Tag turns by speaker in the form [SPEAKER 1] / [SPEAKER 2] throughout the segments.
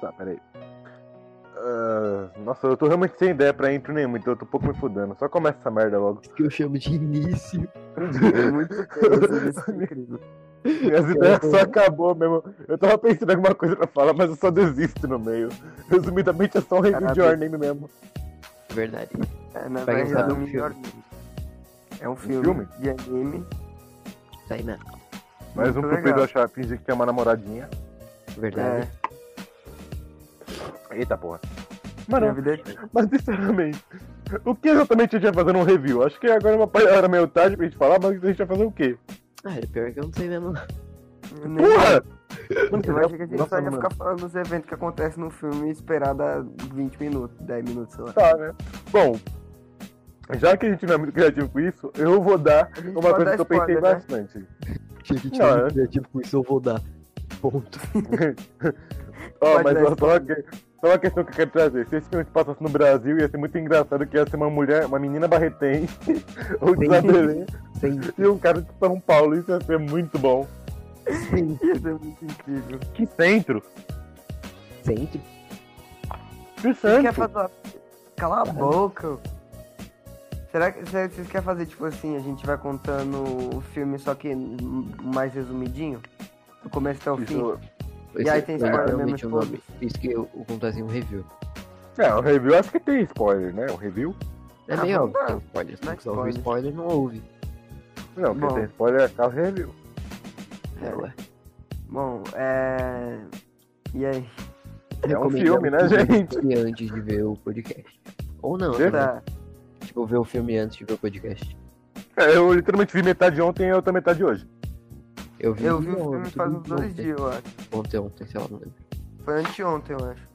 [SPEAKER 1] Tá, peraí. Ah, nossa, eu tô realmente sem ideia pra intro nenhuma, então eu tô um pouco me fudando. Só começa essa merda logo.
[SPEAKER 2] Isso que eu chamo de início.
[SPEAKER 3] É muito bom, isso é incrível.
[SPEAKER 1] Minhas ideias só acabou mesmo. Eu tava pensando em alguma coisa pra falar, mas eu só desisto no meio. Resumidamente é só um review de
[SPEAKER 3] Caraca.
[SPEAKER 1] Your Name mesmo.
[SPEAKER 2] Verdade.
[SPEAKER 3] É, na
[SPEAKER 2] Vai
[SPEAKER 3] verdade,
[SPEAKER 2] lançar
[SPEAKER 3] é
[SPEAKER 2] um
[SPEAKER 3] um melhor É um filme,
[SPEAKER 1] filme?
[SPEAKER 3] de anime.
[SPEAKER 2] Tá aí, né?
[SPEAKER 1] Mais um
[SPEAKER 3] Muito
[SPEAKER 1] pro
[SPEAKER 3] legal.
[SPEAKER 1] Pedro achar, fingir que tem uma namoradinha.
[SPEAKER 2] Verdade.
[SPEAKER 3] É,
[SPEAKER 1] Eita porra.
[SPEAKER 3] minha
[SPEAKER 1] Mano,
[SPEAKER 3] vida é-
[SPEAKER 1] Mas sinceramente, o que exatamente a gente vai fazer num review? Acho que agora é uma hora meio tarde pra gente falar, mas a gente vai fazer o quê?
[SPEAKER 2] Ah, é pior que eu não sei mesmo.
[SPEAKER 3] eu nem-
[SPEAKER 1] Porra!
[SPEAKER 3] Eu achei que a gente
[SPEAKER 1] Nossa,
[SPEAKER 3] só ia
[SPEAKER 1] mano.
[SPEAKER 3] ficar falando dos eventos que acontecem no filme e esperar dar 20 minutos, 10 minutos, sei lá.
[SPEAKER 1] Tá, né? Bom, já que a gente não é muito criativo com isso, eu vou dar
[SPEAKER 3] A gente
[SPEAKER 1] uma
[SPEAKER 3] pode
[SPEAKER 1] coisa
[SPEAKER 3] dar
[SPEAKER 1] que eu pensei
[SPEAKER 3] spoiler, né?
[SPEAKER 1] bastante.
[SPEAKER 2] Achei que
[SPEAKER 1] Não,
[SPEAKER 2] tinha
[SPEAKER 1] é.
[SPEAKER 2] muito criativo com isso, eu vou dar. Ponto.
[SPEAKER 1] Ó,
[SPEAKER 3] Pode
[SPEAKER 1] mas
[SPEAKER 3] dar
[SPEAKER 1] ó, só, uma que- só uma questão que eu quero trazer. Se esse filme se passasse no Brasil, ia ser muito engraçado que ia ser uma mulher, uma menina barretense, ou de
[SPEAKER 2] Sim.
[SPEAKER 1] Belém,
[SPEAKER 2] Sem,
[SPEAKER 1] e um cara de São Paulo. Isso ia ser muito bom.
[SPEAKER 2] sem,
[SPEAKER 3] Isso é muito incrível.
[SPEAKER 1] Que centro!
[SPEAKER 2] centro.
[SPEAKER 1] Que
[SPEAKER 3] Você quer
[SPEAKER 1] centro!
[SPEAKER 3] fazer uma... Cala a boca. Será que será que vocês querem fazer, tipo assim, a gente vai contando o filme, só que mais resumidinho? Do começo até o um fim?
[SPEAKER 1] Isso-
[SPEAKER 2] Esse
[SPEAKER 3] aí tem
[SPEAKER 2] é
[SPEAKER 3] spoiler
[SPEAKER 2] realmente
[SPEAKER 3] mesmo,
[SPEAKER 2] o nome. Isso que eu, eu conto assim um review.
[SPEAKER 1] É, o review acho que tem spoiler, né? O review.
[SPEAKER 2] É
[SPEAKER 3] Ah,
[SPEAKER 2] meio
[SPEAKER 3] vamos
[SPEAKER 2] óbvio,
[SPEAKER 3] dar-
[SPEAKER 2] tem spoiler. Se
[SPEAKER 3] dá
[SPEAKER 2] não ouviu
[SPEAKER 3] spoiler.
[SPEAKER 2] spoiler, não ouve.
[SPEAKER 1] Não, quem
[SPEAKER 3] Bom.
[SPEAKER 1] tem spoiler é o review.
[SPEAKER 2] É, ué.
[SPEAKER 3] Bom, é. E aí?
[SPEAKER 1] É um
[SPEAKER 2] Recomendo
[SPEAKER 1] filme, né,
[SPEAKER 2] ver o
[SPEAKER 1] gente?
[SPEAKER 2] filme Antes de ver o podcast. Ou não,
[SPEAKER 1] Certo.
[SPEAKER 2] né?
[SPEAKER 3] Tá.
[SPEAKER 2] Tipo, ver o filme antes de ver o podcast.
[SPEAKER 1] É, eu literalmente vi metade ontem e a outra metade hoje.
[SPEAKER 2] Eu vi,
[SPEAKER 3] Eu vi o filme
[SPEAKER 2] ontem,
[SPEAKER 3] faz uns dois
[SPEAKER 2] ontem.
[SPEAKER 3] dias, eu acho.
[SPEAKER 2] Ontem, ontem, sei lá, não lembro.
[SPEAKER 3] Foi anteontem, eu acho.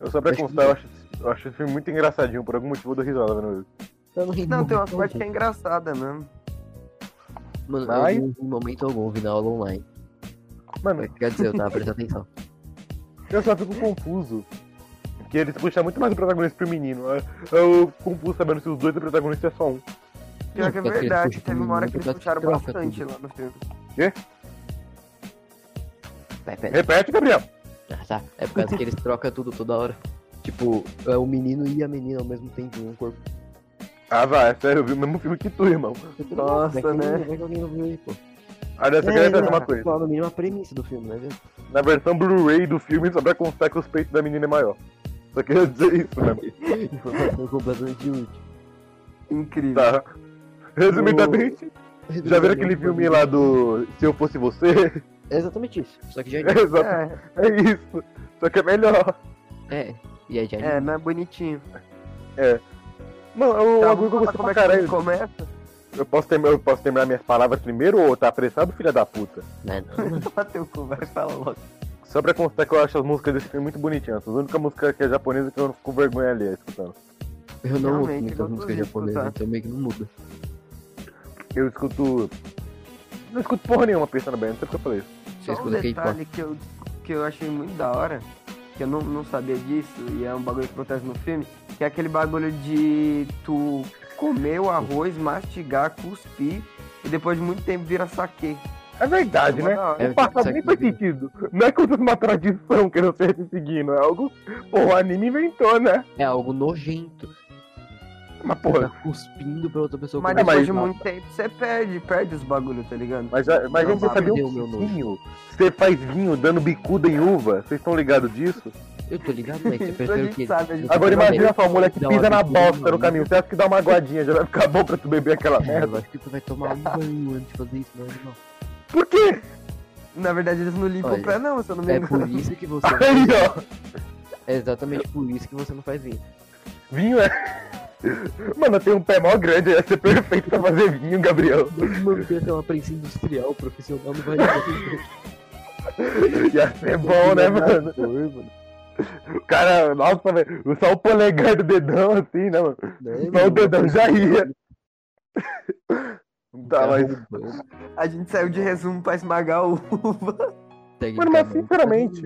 [SPEAKER 1] Eu só pra
[SPEAKER 2] Acho que
[SPEAKER 1] constar,
[SPEAKER 2] não.
[SPEAKER 1] eu acho, eu acho esse filme muito engraçadinho, por algum motivo eu dou risada vendo isso.
[SPEAKER 2] Eu não ri
[SPEAKER 3] Não, tem uma
[SPEAKER 2] muito, né,
[SPEAKER 3] parte que é engraçada mesmo.
[SPEAKER 2] Mano,
[SPEAKER 1] Mas-
[SPEAKER 2] eu não vi em momento algum, eu vi na aula online.
[SPEAKER 1] Mano,
[SPEAKER 2] Quer dizer, eu tava prestando atenção.
[SPEAKER 3] É.
[SPEAKER 1] eu só fico confuso. Porque eles puxam muito mais o protagonista pro menino. Eu eu fico confuso sabendo se os dois é protagonista é só um.
[SPEAKER 3] Pior que é
[SPEAKER 2] Só que eles
[SPEAKER 3] verdade,
[SPEAKER 2] puxam
[SPEAKER 3] teve uma hora que eles
[SPEAKER 2] pra
[SPEAKER 3] puxaram
[SPEAKER 2] troca
[SPEAKER 3] bastante
[SPEAKER 2] tudo.
[SPEAKER 3] lá no filme.
[SPEAKER 2] Vai,
[SPEAKER 3] É.
[SPEAKER 2] pera.
[SPEAKER 1] Repete, Gabriel!
[SPEAKER 2] Ah, tá. É por causa que eles trocam tudo toda hora. Tipo, é o menino e a menina ao mesmo tempo, um corpo.
[SPEAKER 1] Ah, vai, é sério, eu vi o mesmo filme que tu, irmão. Ah,
[SPEAKER 3] Nossa,
[SPEAKER 2] Como é que
[SPEAKER 3] né?
[SPEAKER 2] não- Como é que alguém não viu aí, pô?
[SPEAKER 1] Olha, só
[SPEAKER 2] É,
[SPEAKER 1] queria trazer
[SPEAKER 2] né?
[SPEAKER 1] uma coisa.
[SPEAKER 2] Tipo, no mínimo a premissa do filme, né? velho?
[SPEAKER 1] Na versão Blu-ray do filme, só pra constar que os peitos da menina é maior. Só queria dizer isso, né, mano?
[SPEAKER 2] Informação completamente útil.
[SPEAKER 3] Incrível.
[SPEAKER 1] Tá. Resumidamente, Já viram aquele filme lá do Se Eu Fosse Você?
[SPEAKER 2] É exatamente isso. Só que já
[SPEAKER 1] É, exato,
[SPEAKER 3] É,
[SPEAKER 1] é isso. Só que é melhor.
[SPEAKER 2] É. E aí já
[SPEAKER 3] é, mas é bonitinho.
[SPEAKER 1] Mano, eu,
[SPEAKER 3] Tá,
[SPEAKER 1] tá,
[SPEAKER 3] vamos
[SPEAKER 1] eu,
[SPEAKER 3] falar
[SPEAKER 1] gostei
[SPEAKER 3] como
[SPEAKER 1] pra
[SPEAKER 3] é que o filme
[SPEAKER 1] caralho.
[SPEAKER 3] começa?
[SPEAKER 1] eu, posso terminar, eu posso terminar minhas palavras primeiro ou tá apressado, filha da puta?
[SPEAKER 2] Não, não, não.
[SPEAKER 3] Toma teu cu, vai, fala logo.
[SPEAKER 1] Só pra constar que eu acho as músicas desse filme muito bonitinhas. As únicas músicas que é japonesa que eu não fico com vergonha ali escutando.
[SPEAKER 2] Eu não ouço
[SPEAKER 3] Realmente,
[SPEAKER 2] muitas
[SPEAKER 3] gosto
[SPEAKER 2] músicas
[SPEAKER 3] de
[SPEAKER 2] japonesas,
[SPEAKER 3] escutar.
[SPEAKER 2] então meio que não muda.
[SPEAKER 1] Eu escuto. Não escuto porra nenhuma pensando bem, não sei porque eu falei isso.
[SPEAKER 3] Só um
[SPEAKER 2] escuta K-pop.
[SPEAKER 3] detalhe que eu, que eu achei muito da hora, que eu não, não sabia disso, e é um bagulho que acontece no filme, que é aquele bagulho de tu comer o arroz, mastigar, cuspir, e depois de muito tempo vira saque.
[SPEAKER 1] É verdade, né?
[SPEAKER 2] É,
[SPEAKER 1] O passado
[SPEAKER 2] sabe
[SPEAKER 1] nem
[SPEAKER 2] que-
[SPEAKER 1] faz sentido. Não é como se fosse uma tradição que não seja seguindo. É algo. Pô, o anime inventou, né?
[SPEAKER 2] É algo nojento.
[SPEAKER 1] Mas
[SPEAKER 2] Você
[SPEAKER 1] porra,
[SPEAKER 2] Tá cuspindo pra outra pessoa
[SPEAKER 3] Mas
[SPEAKER 1] É,
[SPEAKER 2] comer.
[SPEAKER 3] depois
[SPEAKER 1] mas-
[SPEAKER 3] de muito tempo você perde, perde os bagulhos, tá ligado?
[SPEAKER 1] Mas, já- mas
[SPEAKER 2] Não,
[SPEAKER 1] gente, você
[SPEAKER 2] mas
[SPEAKER 1] sabia
[SPEAKER 2] perdeu
[SPEAKER 1] um
[SPEAKER 2] o meu nojo.
[SPEAKER 1] vinho? Você faz vinho dando bicuda em uva? Vocês estão ligados disso?
[SPEAKER 2] Eu tô ligado, mas você
[SPEAKER 3] Isso
[SPEAKER 2] prefere
[SPEAKER 3] a
[SPEAKER 2] o quê?
[SPEAKER 3] gente sabe, a gente-
[SPEAKER 1] Agora
[SPEAKER 2] Tudo bem.
[SPEAKER 1] imagina só, a mulher que
[SPEAKER 2] Dá uma
[SPEAKER 1] pisa na
[SPEAKER 2] bicuda em
[SPEAKER 1] bosta no
[SPEAKER 2] uva.
[SPEAKER 1] caminho. Você acha que dá uma aguadinha, já vai ficar bom pra tu beber aquela
[SPEAKER 2] É, eu
[SPEAKER 1] merda?
[SPEAKER 2] acho que tu vai tomar um banho antes de fazer isso, não, irmão.
[SPEAKER 1] Por quê?
[SPEAKER 3] Na verdade eles não limpam
[SPEAKER 2] Olha,
[SPEAKER 3] o pé não, se eu não me
[SPEAKER 2] É
[SPEAKER 3] engano.
[SPEAKER 2] por isso que você.
[SPEAKER 1] Aí, ó.
[SPEAKER 2] É exatamente por isso que você não faz vinho.
[SPEAKER 1] Vinho é... Mano, eu tenho um pé mó grande, ia ser perfeito pra fazer vinho, Gabriel.
[SPEAKER 2] Manter até uma prensa industrial, profissional, não vai dar.
[SPEAKER 1] Ia ser bom, né, mano? O cara, nossa, velho, só o polegar do dedão, assim, né, mano? Só o dedão já ia. Tá, mas...
[SPEAKER 3] A gente saiu de resumo pra esmagar o uva.
[SPEAKER 1] Mano, mas sinceramente,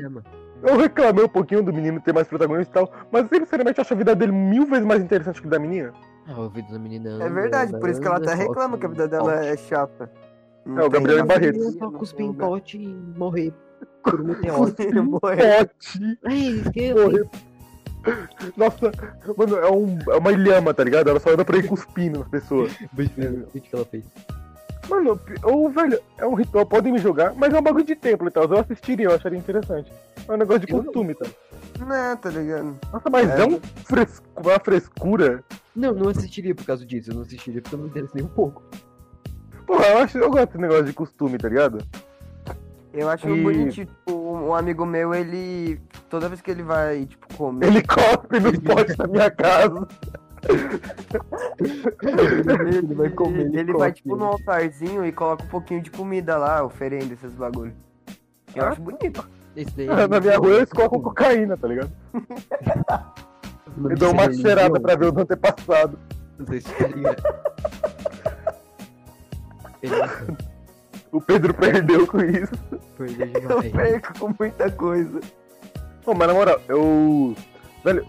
[SPEAKER 1] Eu reclamei um pouquinho do menino ter mais protagonista e tal, mas eu, sinceramente acho a vida dele mil vezes mais interessante que a da menina.
[SPEAKER 2] Ah, o ouvido da menina.
[SPEAKER 3] É verdade, por isso que ela até
[SPEAKER 2] né?
[SPEAKER 3] reclama que a vida dela é chata. Não
[SPEAKER 1] É, o
[SPEAKER 3] tem
[SPEAKER 1] Gabriel
[SPEAKER 3] nada a
[SPEAKER 1] Barreto.
[SPEAKER 3] ver,
[SPEAKER 2] Eu só
[SPEAKER 3] não
[SPEAKER 2] cuspir em
[SPEAKER 3] tem lugar.
[SPEAKER 2] pote e morrer um Curumim tem ódio.
[SPEAKER 1] Pote. Morreu. Nossa, mano, é, um, é uma ilhama, tá ligado? Ela só anda pra ir cuspindo nas pessoas.
[SPEAKER 2] O que que ela fez?
[SPEAKER 1] Mano, ou velho, é um ritual, podem me jogar, mas é um bagulho de templo e tal. Eu assistiria, eu acharia interessante. É um negócio de
[SPEAKER 2] Eu não.
[SPEAKER 1] costume, tá?
[SPEAKER 3] Não, tá ligado?
[SPEAKER 1] Nossa, mas é,
[SPEAKER 3] É.
[SPEAKER 1] um fresco, uma frescura.
[SPEAKER 2] Não, não assistiria por causa disso. Eu não assistiria porque eu não me interessa nem um pouco.
[SPEAKER 1] Porra, eu, acho, eu gosto desse negócio de costume, tá ligado?
[SPEAKER 3] Eu acho
[SPEAKER 1] E-
[SPEAKER 3] bonitinho, tipo, um amigo meu, ele. Toda vez que ele vai, tipo, comer.
[SPEAKER 1] Ele cospe nos potes da minha casa.
[SPEAKER 3] Ele,
[SPEAKER 2] Ele vai comer, ele
[SPEAKER 3] Ele, vai,
[SPEAKER 2] come.
[SPEAKER 3] tipo, num altarzinho e coloca um pouquinho de comida lá, oferenda, esses bagulho. Eu
[SPEAKER 1] Ah.
[SPEAKER 3] acho bonito.
[SPEAKER 2] Esse daí é
[SPEAKER 1] Na minha rua eles colocam cocaína, tá ligado? Eu dou uma cheirada pra ver os antepassados.
[SPEAKER 2] Não sei se seria. Ele é
[SPEAKER 1] O Pedro perdeu com isso.
[SPEAKER 2] perdeu
[SPEAKER 3] Eu
[SPEAKER 2] é demais.
[SPEAKER 3] perco com muita coisa.
[SPEAKER 1] Pô, mas na moral, eu. Velho,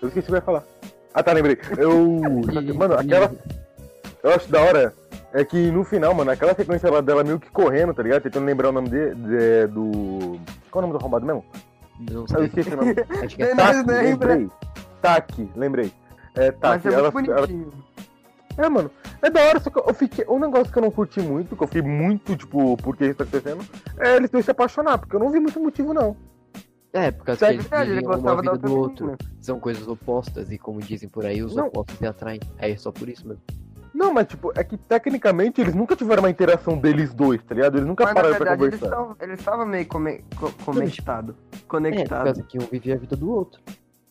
[SPEAKER 1] eu esqueci o que eu ia falar. Ah tá, lembrei. Eu. Mano, aquela Eu acho da hora é que no final, mano, aquela sequência lá dela meio que correndo, tá ligado? Tentando lembrar o nome de, de- do. Qual é o nome do arrombado mesmo? Ah,
[SPEAKER 2] Não
[SPEAKER 1] Eu
[SPEAKER 2] sei.
[SPEAKER 1] esqueci o nome.
[SPEAKER 2] Acho que é
[SPEAKER 3] Não,
[SPEAKER 1] Taki,
[SPEAKER 3] lembra.
[SPEAKER 1] lembrei. Taki, lembrei. É,
[SPEAKER 3] Mas
[SPEAKER 1] Taki.
[SPEAKER 3] é
[SPEAKER 1] ela,
[SPEAKER 3] muito
[SPEAKER 1] ela-
[SPEAKER 3] bonitinho.
[SPEAKER 1] É, mano. É da hora, só que eu fiquei. Um negócio que eu não curti muito, que eu fiquei muito, tipo, por que isso tá acontecendo, é eles dois se apaixonar, porque eu não vi muito motivo, não.
[SPEAKER 2] É, por causa
[SPEAKER 1] Sério,
[SPEAKER 2] que eles
[SPEAKER 3] Verdade, ele
[SPEAKER 2] vivem
[SPEAKER 3] gostava
[SPEAKER 2] uma vida
[SPEAKER 3] da outra
[SPEAKER 2] do outro.
[SPEAKER 3] menina.
[SPEAKER 2] São coisas opostas e como dizem por aí, os
[SPEAKER 1] Não.
[SPEAKER 2] opostos se atraem. É só por isso mesmo.
[SPEAKER 1] Não, mas, tipo, é que tecnicamente eles nunca tiveram uma interação deles dois, tá ligado? Eles nunca
[SPEAKER 3] Mas na
[SPEAKER 1] pararam pra
[SPEAKER 3] verdade ele
[SPEAKER 1] conversar.
[SPEAKER 3] estava, ele estava meio come, co- conectado.
[SPEAKER 2] É, por
[SPEAKER 3] Conectado.
[SPEAKER 2] causa que um vive a vida do outro.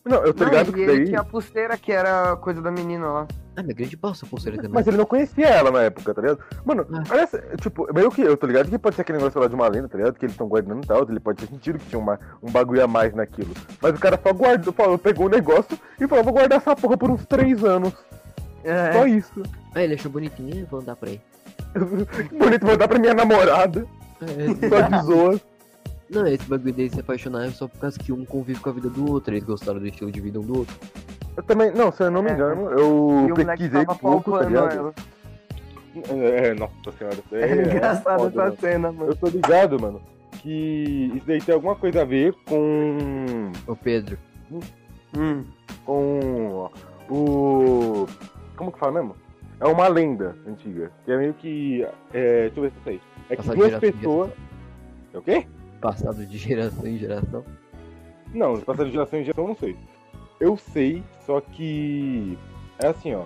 [SPEAKER 1] Não, eu tô
[SPEAKER 3] Não,
[SPEAKER 1] ligado que
[SPEAKER 3] e
[SPEAKER 1] daí.
[SPEAKER 3] ele tinha a pulseira que era coisa da menina lá.
[SPEAKER 2] Ah, minha grande bosta a pulseira também.
[SPEAKER 1] Mas ele não conhecia ela na época, tá ligado? Mano,
[SPEAKER 2] Ah.
[SPEAKER 1] olha essa, tipo, meio que eu tô ligado que pode ser aquele negócio lá de uma lenda, tá ligado? Que eles estão guardando e tal, ele pode ter sentido que tinha uma, um bagulho a mais naquilo. Mas o cara só guardou, falou, pegou o negócio e falou, vou guardar essa porra por uns três anos.
[SPEAKER 3] É.
[SPEAKER 1] Só isso.
[SPEAKER 2] Ah, ele achou bonitinho, vou andar pra aí.
[SPEAKER 1] Bonito, vou dar Tipo, pra minha namorada, só de zoa.
[SPEAKER 2] Não, esse bagulho dele se apaixonar é só por causa que um convive com a vida do outro, eles gostaram do estilo de vida um do outro.
[SPEAKER 1] Eu também, não, se eu não me
[SPEAKER 3] É.
[SPEAKER 1] engano,
[SPEAKER 3] E
[SPEAKER 1] eu
[SPEAKER 3] o moleque
[SPEAKER 1] pesquisei
[SPEAKER 3] tava né?
[SPEAKER 1] pouco, tá
[SPEAKER 3] palpando
[SPEAKER 1] ligado?
[SPEAKER 3] ela.
[SPEAKER 1] É, nossa senhora. isso daí
[SPEAKER 3] É engraçado
[SPEAKER 1] foda, né?
[SPEAKER 3] essa
[SPEAKER 1] mano.
[SPEAKER 3] cena, mano.
[SPEAKER 1] Eu tô ligado, mano, que isso daí tem alguma coisa a ver com...
[SPEAKER 2] Ô Pedro,
[SPEAKER 3] Hum.
[SPEAKER 1] com o. Como que fala mesmo? É uma lenda antiga. Que é meio que. É, deixa eu ver se eu sei. É que
[SPEAKER 2] Passar de
[SPEAKER 1] duas
[SPEAKER 2] geração em
[SPEAKER 1] pessoas. É o quê?
[SPEAKER 2] passado de geração em geração.
[SPEAKER 1] Não, passar de geração em geração eu não sei. Eu sei, só que. É assim, ó.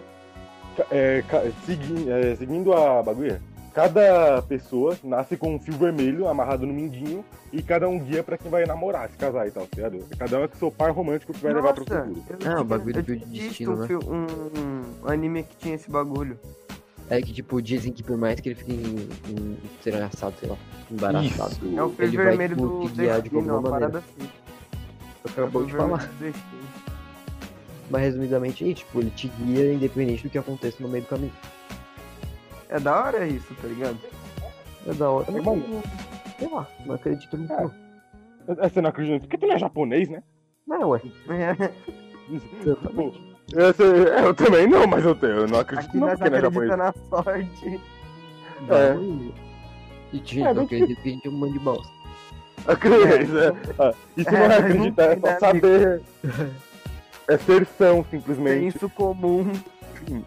[SPEAKER 1] Ca- é, ca- segui- é, seguindo a bagulha, cada pessoa nasce com um fio vermelho amarrado no minguinho e cada um guia pra quem vai namorar, se casar e tal, tá ligado? Cada um é que seu par romântico que vai levar pro
[SPEAKER 3] Nossa,
[SPEAKER 1] futuro.
[SPEAKER 3] eu
[SPEAKER 2] Ah, o
[SPEAKER 3] tinha-
[SPEAKER 2] bagulho
[SPEAKER 3] eu
[SPEAKER 2] do
[SPEAKER 3] tinha
[SPEAKER 2] destino,
[SPEAKER 3] visto um
[SPEAKER 2] né?
[SPEAKER 3] fil- um- um anime que tinha esse bagulho.
[SPEAKER 2] É que tipo, dizem que por mais que ele fique em, em, ser engraçado, sei lá, embaraçado.
[SPEAKER 3] É o
[SPEAKER 1] Isso.
[SPEAKER 3] fio
[SPEAKER 2] Ele vai
[SPEAKER 3] vermelho
[SPEAKER 2] te
[SPEAKER 3] do
[SPEAKER 2] guiar de
[SPEAKER 3] destino, uma
[SPEAKER 2] alguma
[SPEAKER 3] parada assim.
[SPEAKER 2] Acabou de
[SPEAKER 3] Fio vermelho
[SPEAKER 2] falar.
[SPEAKER 3] do destino.
[SPEAKER 2] Mas resumidamente é isso, tipo, ele te guia independente do que aconteça no meio do caminho.
[SPEAKER 3] É da hora isso, tá ligado?
[SPEAKER 2] É da hora.
[SPEAKER 1] É bom.
[SPEAKER 2] Não, sei lá, não acredito muito.
[SPEAKER 1] É. É, Você não acredita? Porque tu não é japonês, né?
[SPEAKER 2] Não, não É, ué.
[SPEAKER 1] Pô, eu, sei- é, eu também não, mas eu, tenho, eu não acredito
[SPEAKER 3] Aqui
[SPEAKER 1] não
[SPEAKER 3] nós
[SPEAKER 1] porque não é
[SPEAKER 3] acredita
[SPEAKER 1] japonês.
[SPEAKER 3] na sorte.
[SPEAKER 1] É.
[SPEAKER 2] E gente,
[SPEAKER 1] É,
[SPEAKER 2] não
[SPEAKER 1] bem
[SPEAKER 2] acredito que a gente é um mano de bosta.
[SPEAKER 1] Acredito, é. Ah, isso não
[SPEAKER 3] É,
[SPEAKER 1] é
[SPEAKER 3] mas não
[SPEAKER 1] acreditar, é
[SPEAKER 3] tem,
[SPEAKER 1] só
[SPEAKER 3] né,
[SPEAKER 1] saber. É ser são,
[SPEAKER 3] Tem
[SPEAKER 1] simplesmente.
[SPEAKER 3] isso comum.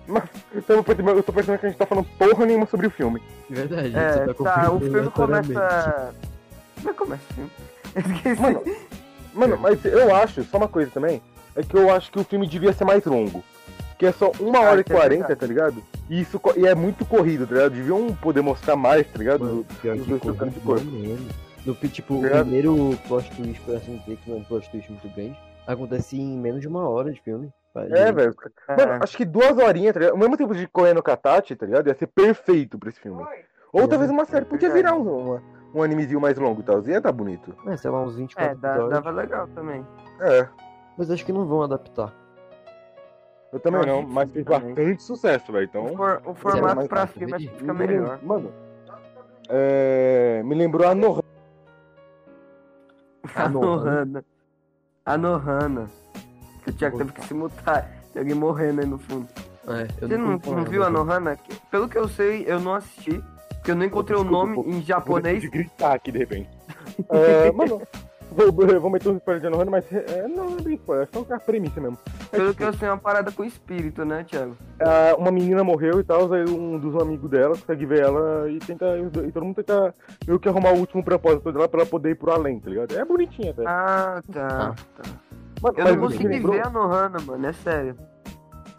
[SPEAKER 1] Mas então, eu percebo- eu tô percebendo que a gente tá falando porra nenhuma sobre o filme.
[SPEAKER 2] De verdade, gente,
[SPEAKER 3] É,
[SPEAKER 2] você tá,
[SPEAKER 3] tá, o
[SPEAKER 2] confirmando
[SPEAKER 3] filme
[SPEAKER 2] aleatoriamente.
[SPEAKER 3] começa. Como é que começa o filme? Esqueci.
[SPEAKER 1] Mano, Mano, mas eu acho, só uma coisa também, é que eu acho que o filme devia ser mais longo. Que é só uma
[SPEAKER 3] Ah,
[SPEAKER 1] hora e
[SPEAKER 3] isso é
[SPEAKER 1] quarenta,
[SPEAKER 3] verdade.
[SPEAKER 1] tá ligado? E isso co- e é muito corrido, tá ligado? Deviam poder mostrar mais, tá ligado?
[SPEAKER 2] Mano, pior
[SPEAKER 1] Os
[SPEAKER 2] que
[SPEAKER 1] dois
[SPEAKER 2] corrupto,
[SPEAKER 1] trocando de corpo.
[SPEAKER 2] mano. No, fi- tipo,
[SPEAKER 1] Tá ligado?
[SPEAKER 2] o primeiro plot twist, por assim dizer, que não é um plot twist muito grande, acontece em menos de uma hora de filme.
[SPEAKER 1] É, velho. Mano,
[SPEAKER 3] É.
[SPEAKER 1] acho que duas horinhas, tá ligado? O mesmo tempo de correr no Katati, tá ligado? Ia ser perfeito pra esse filme. Ou
[SPEAKER 2] Eu
[SPEAKER 1] talvez uma série podia virar
[SPEAKER 3] verdade.
[SPEAKER 1] um, uma- um animezinho mais longo e tal. Ia tá bonito.
[SPEAKER 2] É, sei lá, uns 24
[SPEAKER 3] É, dá,
[SPEAKER 2] episódios.
[SPEAKER 3] dava legal também.
[SPEAKER 1] É,
[SPEAKER 2] Mas acho que não vão adaptar.
[SPEAKER 1] eu também
[SPEAKER 3] Eu
[SPEAKER 1] não,
[SPEAKER 3] acho que
[SPEAKER 1] mas fez
[SPEAKER 3] também.
[SPEAKER 1] bastante sucesso, velho. Então.
[SPEAKER 3] O, for- o
[SPEAKER 1] era
[SPEAKER 3] formato
[SPEAKER 1] mais
[SPEAKER 3] pra
[SPEAKER 2] fácil,
[SPEAKER 3] filme acho
[SPEAKER 2] entendi.
[SPEAKER 3] que fica melhor.
[SPEAKER 1] Mano, é, me lembrou a Nohan.
[SPEAKER 3] A
[SPEAKER 2] Nohana.
[SPEAKER 3] Nohana. A Nohana. Que o Thiago
[SPEAKER 2] Vou-
[SPEAKER 3] teve que se mutar. Tem alguém morrendo aí no fundo.
[SPEAKER 2] É, eu
[SPEAKER 3] Você não, não viu a Nohana? Que- Pelo que eu sei, eu não assisti. Porque eu não encontrei o
[SPEAKER 1] Desculpa,
[SPEAKER 3] nome
[SPEAKER 1] pô.
[SPEAKER 3] em japonês.
[SPEAKER 1] De gritar aqui de repente. É, mano, vou, vou meter um spoiler de Anohana, mas é, não é bem spoiler, é só a premissa mesmo. É,
[SPEAKER 3] Pelo que eu sei, é uma parada com espírito, né, Thiago?
[SPEAKER 1] Ah, uma menina morreu e tal, aí um dos amigos dela consegue ver ela e tenta. E todo mundo tenta meio que arrumar o último propósito dela pra ela poder ir pro além, tá ligado? É bonitinha até.
[SPEAKER 3] Ah, tá. tá.
[SPEAKER 1] Mano,
[SPEAKER 3] Eu
[SPEAKER 1] mas o
[SPEAKER 3] não
[SPEAKER 1] que
[SPEAKER 3] consegui
[SPEAKER 1] me lembrou-
[SPEAKER 3] ver a Nohana, mano, é sério.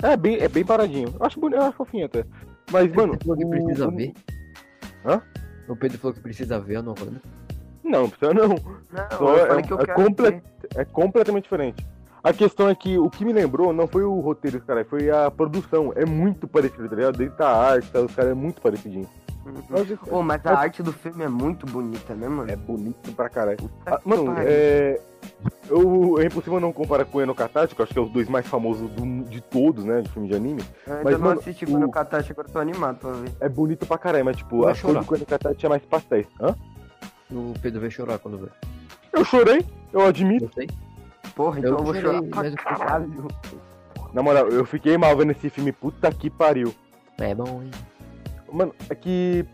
[SPEAKER 1] É bem, é bem paradinho. Eu acho bonito, eu acho fofinho até. Mas, mano.
[SPEAKER 2] É, Falou que
[SPEAKER 1] o-
[SPEAKER 2] precisa
[SPEAKER 1] o-
[SPEAKER 2] ver.
[SPEAKER 1] Hã?
[SPEAKER 2] O Pedro falou que precisa ver a Nohana.
[SPEAKER 1] Não, precisa não.
[SPEAKER 3] Não,
[SPEAKER 1] Só
[SPEAKER 3] eu
[SPEAKER 1] é,
[SPEAKER 3] falei que eu
[SPEAKER 1] é
[SPEAKER 3] quero
[SPEAKER 1] comple-
[SPEAKER 3] ver.
[SPEAKER 1] é completamente diferente. A questão é que o que me lembrou não foi o roteiro dos caras, foi a produção. É muito parecido, tá ligado? Desde a arte, tá? os caras é muito parecidinho.
[SPEAKER 3] Uhum.
[SPEAKER 1] Mas,
[SPEAKER 3] Pô, mas a arte do filme é muito bonita, né, mano?
[SPEAKER 1] É bonito pra caralho.
[SPEAKER 3] Puta
[SPEAKER 1] Ah,
[SPEAKER 3] que
[SPEAKER 1] mano,
[SPEAKER 3] pariu.
[SPEAKER 1] é. Eu, é impossível não comparar com o Eno Katachi, que eu acho que é os dois mais famosos do- de todos, né? De filme de anime.
[SPEAKER 3] Eu ainda
[SPEAKER 1] mas,
[SPEAKER 3] não
[SPEAKER 1] mano,
[SPEAKER 3] assisti
[SPEAKER 1] o-
[SPEAKER 3] quando eu cataste, agora eu tô animado pra ver.
[SPEAKER 1] É bonito pra caralho, mas tipo,
[SPEAKER 2] Vai
[SPEAKER 1] as coisas
[SPEAKER 2] chorar.
[SPEAKER 1] do Eno Katachi é mais pastéis. Hã?
[SPEAKER 2] O Pedro vai chorar quando ver.
[SPEAKER 1] Eu chorei, eu admito.
[SPEAKER 2] Não sei.
[SPEAKER 3] Porra, então eu, vou
[SPEAKER 2] chorei,
[SPEAKER 3] chorar
[SPEAKER 2] mas
[SPEAKER 3] pra
[SPEAKER 2] eu-
[SPEAKER 3] caralho.
[SPEAKER 1] Na moral, eu fiquei mal vendo esse filme, puta que pariu.
[SPEAKER 2] É bom, hein?
[SPEAKER 1] Mano, é que.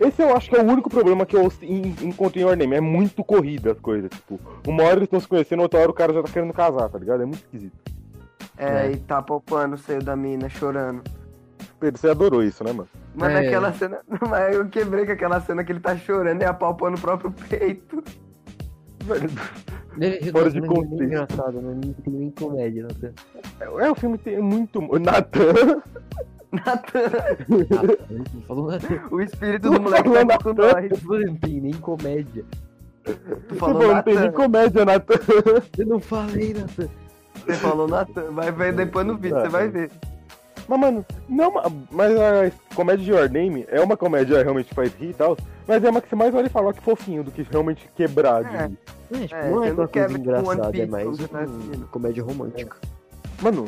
[SPEAKER 1] Esse eu acho que é o único problema que eu en- encontrei em Your Name. É muito corrida as coisas. Tipo, uma hora eles estão se conhecendo, outra hora o cara já tá querendo casar, tá ligado? É muito esquisito.
[SPEAKER 3] É,
[SPEAKER 2] É.
[SPEAKER 3] e tá poupando o seio da mina, chorando.
[SPEAKER 1] Pedro, você adorou isso, né, mano?
[SPEAKER 3] Mano,
[SPEAKER 2] É.
[SPEAKER 3] aquela cena. Mas eu quebrei com aquela cena que ele tá chorando e apalpando o próprio peito.
[SPEAKER 2] Ele-
[SPEAKER 1] Fora
[SPEAKER 2] nossa,
[SPEAKER 1] de
[SPEAKER 2] não é
[SPEAKER 1] contexto.
[SPEAKER 2] Nem engraçado, né? Não tem nem comédia, né? não sei.
[SPEAKER 1] É, é, o filme tem muito. Natan!
[SPEAKER 3] Natan,
[SPEAKER 2] Ah, ele não falou nada.
[SPEAKER 3] o espírito do
[SPEAKER 1] Não
[SPEAKER 3] moleque
[SPEAKER 1] falou
[SPEAKER 3] tá com
[SPEAKER 1] Natan.
[SPEAKER 3] nós.
[SPEAKER 2] Eu falei, Não tem nem comédia.
[SPEAKER 3] Tu
[SPEAKER 1] Você
[SPEAKER 3] falou
[SPEAKER 1] falou, Tipo, não tem nem
[SPEAKER 3] Natan.
[SPEAKER 1] comédia, Natan!
[SPEAKER 2] Eu não falei, Nathan.
[SPEAKER 3] Você falou Natan. Vai ver depois no vídeo, você vai ver.
[SPEAKER 1] Mas, mano, não, ma- mas a comédia de Your Name é uma comédia que realmente faz rir e tal, mas é uma que você mais olha e fala "Ó, que fofinho do que realmente quebrar de
[SPEAKER 3] É.
[SPEAKER 1] rir.
[SPEAKER 2] É, tipo,
[SPEAKER 3] É,
[SPEAKER 2] não é
[SPEAKER 3] você não
[SPEAKER 2] uma
[SPEAKER 3] quer
[SPEAKER 2] coisa
[SPEAKER 3] ver, tipo, One
[SPEAKER 2] engraçada,
[SPEAKER 3] Piece,
[SPEAKER 2] é mais
[SPEAKER 3] você tá
[SPEAKER 2] um-
[SPEAKER 3] assistindo.
[SPEAKER 2] comédia romântica.
[SPEAKER 1] Mano,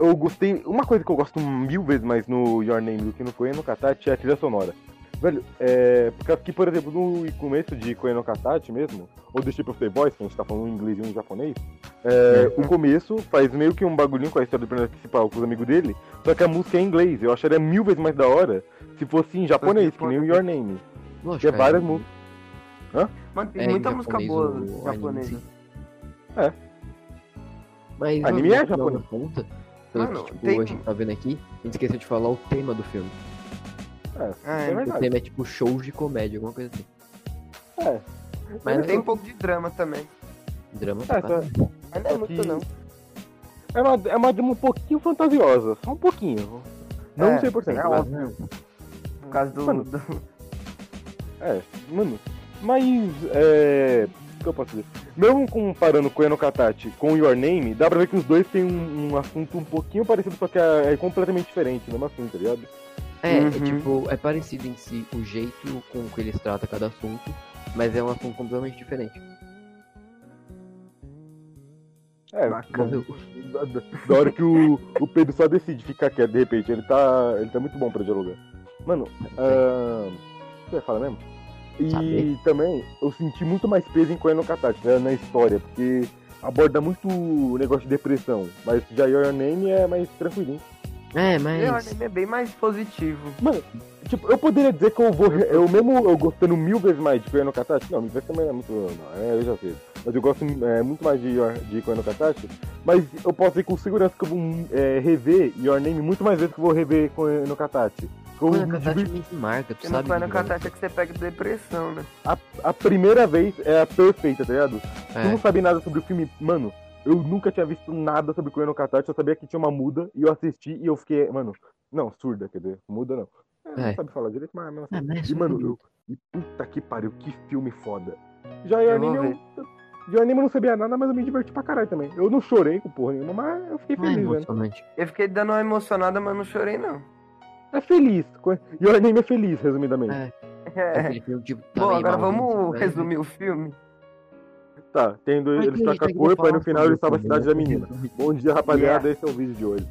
[SPEAKER 1] eu gostei. Uma coisa que eu gosto mil vezes mais no Your Name do que no Koen no Katachi é a trilha sonora. Velho, é. Porque, aqui, por exemplo, no começo de Koen no Katachi mesmo, ou do Shape of the Boys, que a gente tá falando em inglês e em japonês, é, o começo faz meio que um bagulhinho com a história do personagem principal, com os amigos dele, só que a música é em inglês. Eu acharia mil vezes mais da hora se fosse em japonês, que nem o Your Name.
[SPEAKER 2] Lógico,
[SPEAKER 1] Tinha
[SPEAKER 2] é,
[SPEAKER 1] várias músicas.
[SPEAKER 3] Mano, tem
[SPEAKER 2] é, em
[SPEAKER 3] muita música
[SPEAKER 2] japonês,
[SPEAKER 3] boa
[SPEAKER 2] o anime,
[SPEAKER 3] japonesa. É.
[SPEAKER 2] sim. Mas
[SPEAKER 1] Anime
[SPEAKER 2] mano,
[SPEAKER 1] é
[SPEAKER 2] no final
[SPEAKER 1] japonês.
[SPEAKER 2] da Conta, pelo
[SPEAKER 3] Mano,
[SPEAKER 2] que tipo,
[SPEAKER 3] tem-
[SPEAKER 2] a gente tá vendo aqui, a gente esqueceu de falar o tema do filme.
[SPEAKER 1] É,
[SPEAKER 3] Ah,
[SPEAKER 1] é,
[SPEAKER 3] é.
[SPEAKER 2] O
[SPEAKER 1] verdade.
[SPEAKER 2] tema é tipo shows de comédia, alguma coisa assim.
[SPEAKER 1] É.
[SPEAKER 2] Mas
[SPEAKER 3] tem
[SPEAKER 2] tem
[SPEAKER 3] um pouco de drama também.
[SPEAKER 2] drama.
[SPEAKER 1] É,
[SPEAKER 2] pra caralho.
[SPEAKER 3] Mas não é
[SPEAKER 1] Só
[SPEAKER 3] muito,
[SPEAKER 1] que-
[SPEAKER 3] não.
[SPEAKER 1] É uma, é uma demo um pouquinho fantasiosa, só um pouquinho. Não
[SPEAKER 3] É,
[SPEAKER 1] 100%.
[SPEAKER 3] é
[SPEAKER 1] mas-
[SPEAKER 3] Por causa do.
[SPEAKER 1] Mano,
[SPEAKER 3] do-
[SPEAKER 1] É, mano. Mas, é. O que eu posso dizer? Mesmo comparando com o Enokatachi com o Your Name, dá pra ver que os dois têm um, um assunto um pouquinho parecido, só que é, é completamente diferente, mesmo assim, tá ligado?
[SPEAKER 2] É, é
[SPEAKER 3] Uhum.
[SPEAKER 2] tipo, é parecido em si o jeito com que eles tratam cada assunto, mas é um assunto completamente diferente.
[SPEAKER 1] É,
[SPEAKER 3] Bacana.
[SPEAKER 1] bom, da, da- da hora que o, o Pedro só decide ficar quieto, de repente, ele tá, ele tá muito bom pra dialogar. Mano, ah, o que eu ia falar mesmo? E
[SPEAKER 2] Saber.
[SPEAKER 1] também, eu senti muito mais peso em Koen Katachi, né, na história, porque aborda muito o negócio de depressão, mas já Your Name é mais tranquilinho.
[SPEAKER 2] É,
[SPEAKER 3] Meu
[SPEAKER 2] mas.
[SPEAKER 3] anime é bem mais positivo.
[SPEAKER 1] Tipo, eu poderia dizer que eu vou. Eu mesmo eu gostando mil vezes mais de Koen Katachi. Não, mil vezes também não é muito. Não, é, eu já sei. Mas eu gosto é, muito mais de, Your- de Koen Katachi. Mas eu posso dizer com segurança que eu vou é, rever Your Name muito mais vezes que eu vou rever Koen Katachi. Que eu
[SPEAKER 2] Quando a
[SPEAKER 1] me
[SPEAKER 2] Katachi
[SPEAKER 1] divirto-
[SPEAKER 2] me marca, tu
[SPEAKER 3] Porque no
[SPEAKER 2] sabe?
[SPEAKER 3] Plano
[SPEAKER 2] disso, né?
[SPEAKER 3] Catástrofe é que você pega depressão, né?
[SPEAKER 1] a, a primeira vez é a perfeita, tá ligado? Tu não
[SPEAKER 2] É,
[SPEAKER 1] sabe nada sobre o filme. Mano, eu nunca tinha visto nada sobre Koen Katachi. Eu sabia que tinha uma muda e eu assisti e eu fiquei. Mano, não, surda, quer dizer, muda não. É, assim. Não
[SPEAKER 2] É.
[SPEAKER 1] sabe falar direito, mas. mas
[SPEAKER 2] Ah, mas
[SPEAKER 1] E,
[SPEAKER 2] isso
[SPEAKER 1] mano,
[SPEAKER 2] tudo-
[SPEAKER 1] eu... e puta que pariu, que filme foda. Já
[SPEAKER 3] Eu
[SPEAKER 1] Your
[SPEAKER 3] vou
[SPEAKER 1] Name, eu... Your Name eu não sabia nada, mas eu me diverti pra caralho também. Eu não chorei com porra nenhuma, mas eu fiquei
[SPEAKER 2] não é
[SPEAKER 1] feliz, velho.
[SPEAKER 2] emocionante.
[SPEAKER 3] Eu fiquei dando uma emocionada, mas não chorei, não.
[SPEAKER 1] É feliz. Co- Your Name é feliz, resumidamente.
[SPEAKER 2] É. É
[SPEAKER 3] É.
[SPEAKER 2] aquele filme, tipo, tá
[SPEAKER 3] Bom,
[SPEAKER 2] meio
[SPEAKER 3] agora
[SPEAKER 2] maluco,
[SPEAKER 3] vamos
[SPEAKER 2] né?
[SPEAKER 3] resumir o filme.
[SPEAKER 1] Tá, tem dois,
[SPEAKER 2] Ai,
[SPEAKER 1] eles
[SPEAKER 2] que-
[SPEAKER 1] trocam
[SPEAKER 2] que eu
[SPEAKER 1] corpo, aí
[SPEAKER 2] falar
[SPEAKER 1] no final
[SPEAKER 2] sobre
[SPEAKER 1] eles salvam a
[SPEAKER 2] isso,
[SPEAKER 1] cidade
[SPEAKER 2] né?
[SPEAKER 1] da menina. Bom dia, rapaziada, esse é o vídeo de hoje.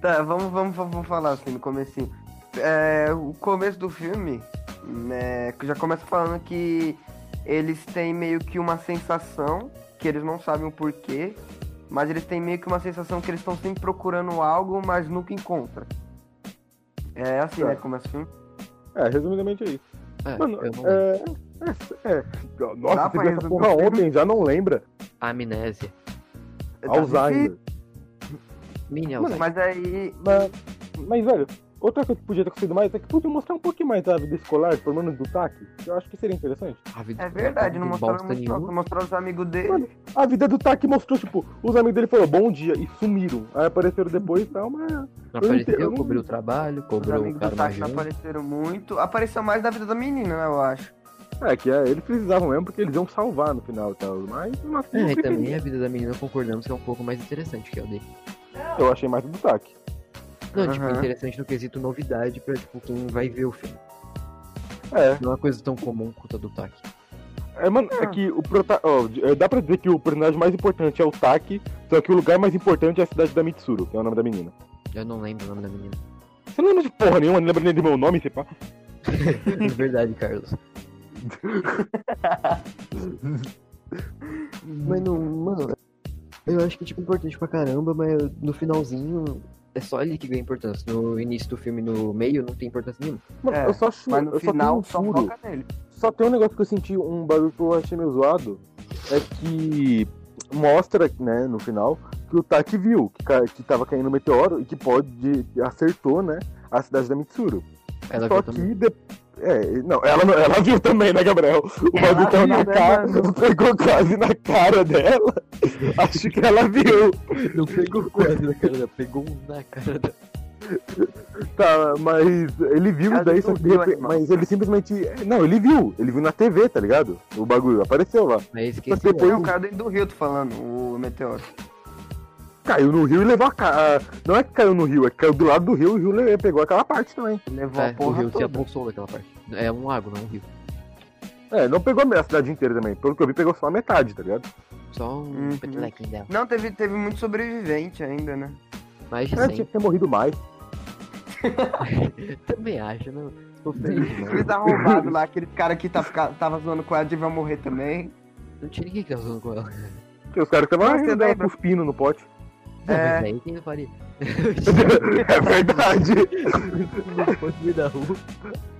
[SPEAKER 3] Tá, vamos, vamos, vamos, vamos falar assim no comecinho. É, o começo do filme, né, que já começa falando que eles têm meio que uma sensação, que eles não sabem o porquê, mas eles têm meio que uma sensação que eles estão sempre procurando algo, mas nunca encontram. É assim,
[SPEAKER 1] Tá.
[SPEAKER 3] né, que começa o filme.
[SPEAKER 1] É, resumidamente é isso.
[SPEAKER 2] É,
[SPEAKER 1] Mano,
[SPEAKER 2] eu não-
[SPEAKER 1] é... Nossa, você
[SPEAKER 3] pra
[SPEAKER 1] viu essa
[SPEAKER 3] resumir
[SPEAKER 1] porra
[SPEAKER 3] o filme?
[SPEAKER 1] ontem, já não lembra.
[SPEAKER 2] Amnésia.
[SPEAKER 1] É, Alzheimer.
[SPEAKER 2] Mini
[SPEAKER 1] Mano,
[SPEAKER 2] Alzheimer.
[SPEAKER 3] Mas aí.
[SPEAKER 1] Mas, mas, velho, outra coisa que podia ter acontecido mais é que podia mostrar um pouquinho mais da vida escolar, pelo menos do TAC. que Eu acho que seria interessante.
[SPEAKER 2] A vida
[SPEAKER 3] É
[SPEAKER 2] do cara
[SPEAKER 3] verdade, não
[SPEAKER 2] tem
[SPEAKER 3] mostraram
[SPEAKER 2] bosta
[SPEAKER 3] muito, não.
[SPEAKER 2] nenhuma.
[SPEAKER 3] Só mostraram os amigos dele.
[SPEAKER 1] Mano, A vida do TAC mostrou, tipo, os amigos dele falaram bom dia e sumiram. Aí apareceram depois e tal, mas.
[SPEAKER 2] Não
[SPEAKER 1] Eu
[SPEAKER 2] apareceu,
[SPEAKER 1] entendo.
[SPEAKER 2] cobriu o trabalho,
[SPEAKER 3] Então, os
[SPEAKER 2] cobrou o
[SPEAKER 3] amigos
[SPEAKER 2] cara
[SPEAKER 3] do
[SPEAKER 2] mais
[SPEAKER 3] Taki não
[SPEAKER 2] jovem.
[SPEAKER 3] apareceram muito. Apareceu mais da vida da menina, né, eu acho.
[SPEAKER 1] É, que é, eles precisavam mesmo, porque eles iam salvar no final e tal. Mas eu não achei
[SPEAKER 2] É, e
[SPEAKER 1] muito
[SPEAKER 2] também a vida da menina concordamos que é um pouco mais interessante que a dele.
[SPEAKER 1] Eu achei mais do TAC.
[SPEAKER 2] Não, tipo,
[SPEAKER 3] Aham.
[SPEAKER 2] interessante no quesito novidade pra, tipo, quem vai ver o filme.
[SPEAKER 1] É,
[SPEAKER 2] Não é uma coisa tão comum quanto a do TAC.
[SPEAKER 1] é, mano,
[SPEAKER 3] Ah.
[SPEAKER 1] é que o prota... ó, é, dá pra dizer que o personagem mais importante é o TAC, só que o lugar mais importante é a cidade da Mitsuru, que é o nome da menina.
[SPEAKER 2] Eu não lembro o nome da menina.
[SPEAKER 1] Você não lembra de porra nenhuma, não lembra nem do meu nome, você pá.
[SPEAKER 2] É verdade, Carlos. mas não, mano, eu acho que tipo é importante pra caramba, mas no finalzinho é só ele que ganha importância. No início do filme, no meio, não tem importância nenhuma.
[SPEAKER 1] Mano,
[SPEAKER 3] É,
[SPEAKER 1] eu só acho.
[SPEAKER 3] Mas no
[SPEAKER 1] eu
[SPEAKER 3] final
[SPEAKER 1] só
[SPEAKER 3] só
[SPEAKER 1] tenho um furo.
[SPEAKER 3] foca nele.
[SPEAKER 1] Só tem um negócio que eu senti, um barulho que eu achei meio zoado, é que mostra, né, no final, que o Taki viu que, ca- que tava caindo um meteoro e que pode, acertou, né, a cidade da Mitsuru.
[SPEAKER 2] Ela
[SPEAKER 1] Só
[SPEAKER 2] viu
[SPEAKER 1] que,
[SPEAKER 2] também.
[SPEAKER 1] de- é, não, ela, não- ela viu também, né, Gabriel? O
[SPEAKER 3] Ela
[SPEAKER 1] bagulho caiu na
[SPEAKER 3] viu, né,
[SPEAKER 1] cara,
[SPEAKER 3] mano?
[SPEAKER 1] pegou quase na cara dela. Acho que ela viu.
[SPEAKER 2] Não pegou quase na cara dela, pegou um na cara dela.
[SPEAKER 1] Tá, mas ele viu
[SPEAKER 3] Ela
[SPEAKER 1] isso daí, só
[SPEAKER 3] não
[SPEAKER 1] que de
[SPEAKER 3] viu,
[SPEAKER 1] repente-
[SPEAKER 3] animal.
[SPEAKER 1] mas ele simplesmente, não, ele viu, ele viu na TV, tá ligado? O bagulho apareceu lá.
[SPEAKER 2] Mas
[SPEAKER 1] Só
[SPEAKER 2] esqueci.
[SPEAKER 1] que depois
[SPEAKER 3] É o cara do- do Rio, tô falando, o meteoro.
[SPEAKER 1] Caiu no rio e levou a cara. Não é que caiu no rio, é que caiu do lado do rio e o rio le- pegou aquela parte também.
[SPEAKER 3] Levou
[SPEAKER 2] É,
[SPEAKER 3] a
[SPEAKER 2] o
[SPEAKER 3] porra
[SPEAKER 2] rio se
[SPEAKER 3] toda.
[SPEAKER 2] apossou daquela parte. É um lago, não um rio.
[SPEAKER 1] É, não pegou a cidade inteira também. Pelo que eu vi, pegou só a metade, tá ligado?
[SPEAKER 2] Só um
[SPEAKER 3] Uhum.
[SPEAKER 2] petelequinho dela.
[SPEAKER 3] Não, teve, teve muito sobrevivente ainda, né?
[SPEAKER 2] Mais de
[SPEAKER 1] É, tinha
[SPEAKER 2] 100.
[SPEAKER 1] que ter morrido mais.
[SPEAKER 2] Também acho, não. Tô feliz, mano.
[SPEAKER 3] Eles arrombados lá, aquele cara que tá, fica- tava zoando com a Diva vai morrer também.
[SPEAKER 2] Não tinha ninguém que tava zoando com ela.
[SPEAKER 1] Porque os caras estavam
[SPEAKER 3] Mas
[SPEAKER 1] arranjando
[SPEAKER 3] você
[SPEAKER 1] ela
[SPEAKER 3] lembra?
[SPEAKER 1] cuspindo no pote.
[SPEAKER 2] Não,
[SPEAKER 3] É.
[SPEAKER 2] mas aí quem não faria?
[SPEAKER 1] é verdade.
[SPEAKER 2] Quando me da rua,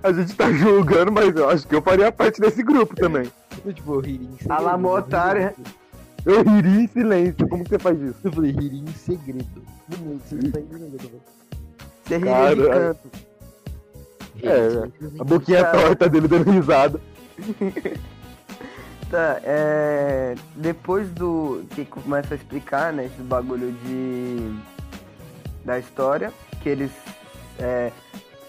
[SPEAKER 1] A gente tá julgando, mas eu acho que eu faria parte desse grupo também.
[SPEAKER 2] eu, tipo, eu ri em segredo.
[SPEAKER 3] A lá, mó otária.
[SPEAKER 1] Eu riria em silêncio. Como que você faz isso?
[SPEAKER 2] Eu falei, rir em segredo. No mundo, você não tá entendendo. velho.
[SPEAKER 3] Você riu
[SPEAKER 1] Cara,
[SPEAKER 3] de canto.
[SPEAKER 1] É,
[SPEAKER 2] Rir em segredo,
[SPEAKER 1] A
[SPEAKER 2] nem-
[SPEAKER 1] boquinha
[SPEAKER 3] Cara.
[SPEAKER 1] torta dele dando risada.
[SPEAKER 3] Tá, é. Depois do. que começa a explicar, né? Esse bagulho de. da história, que eles é,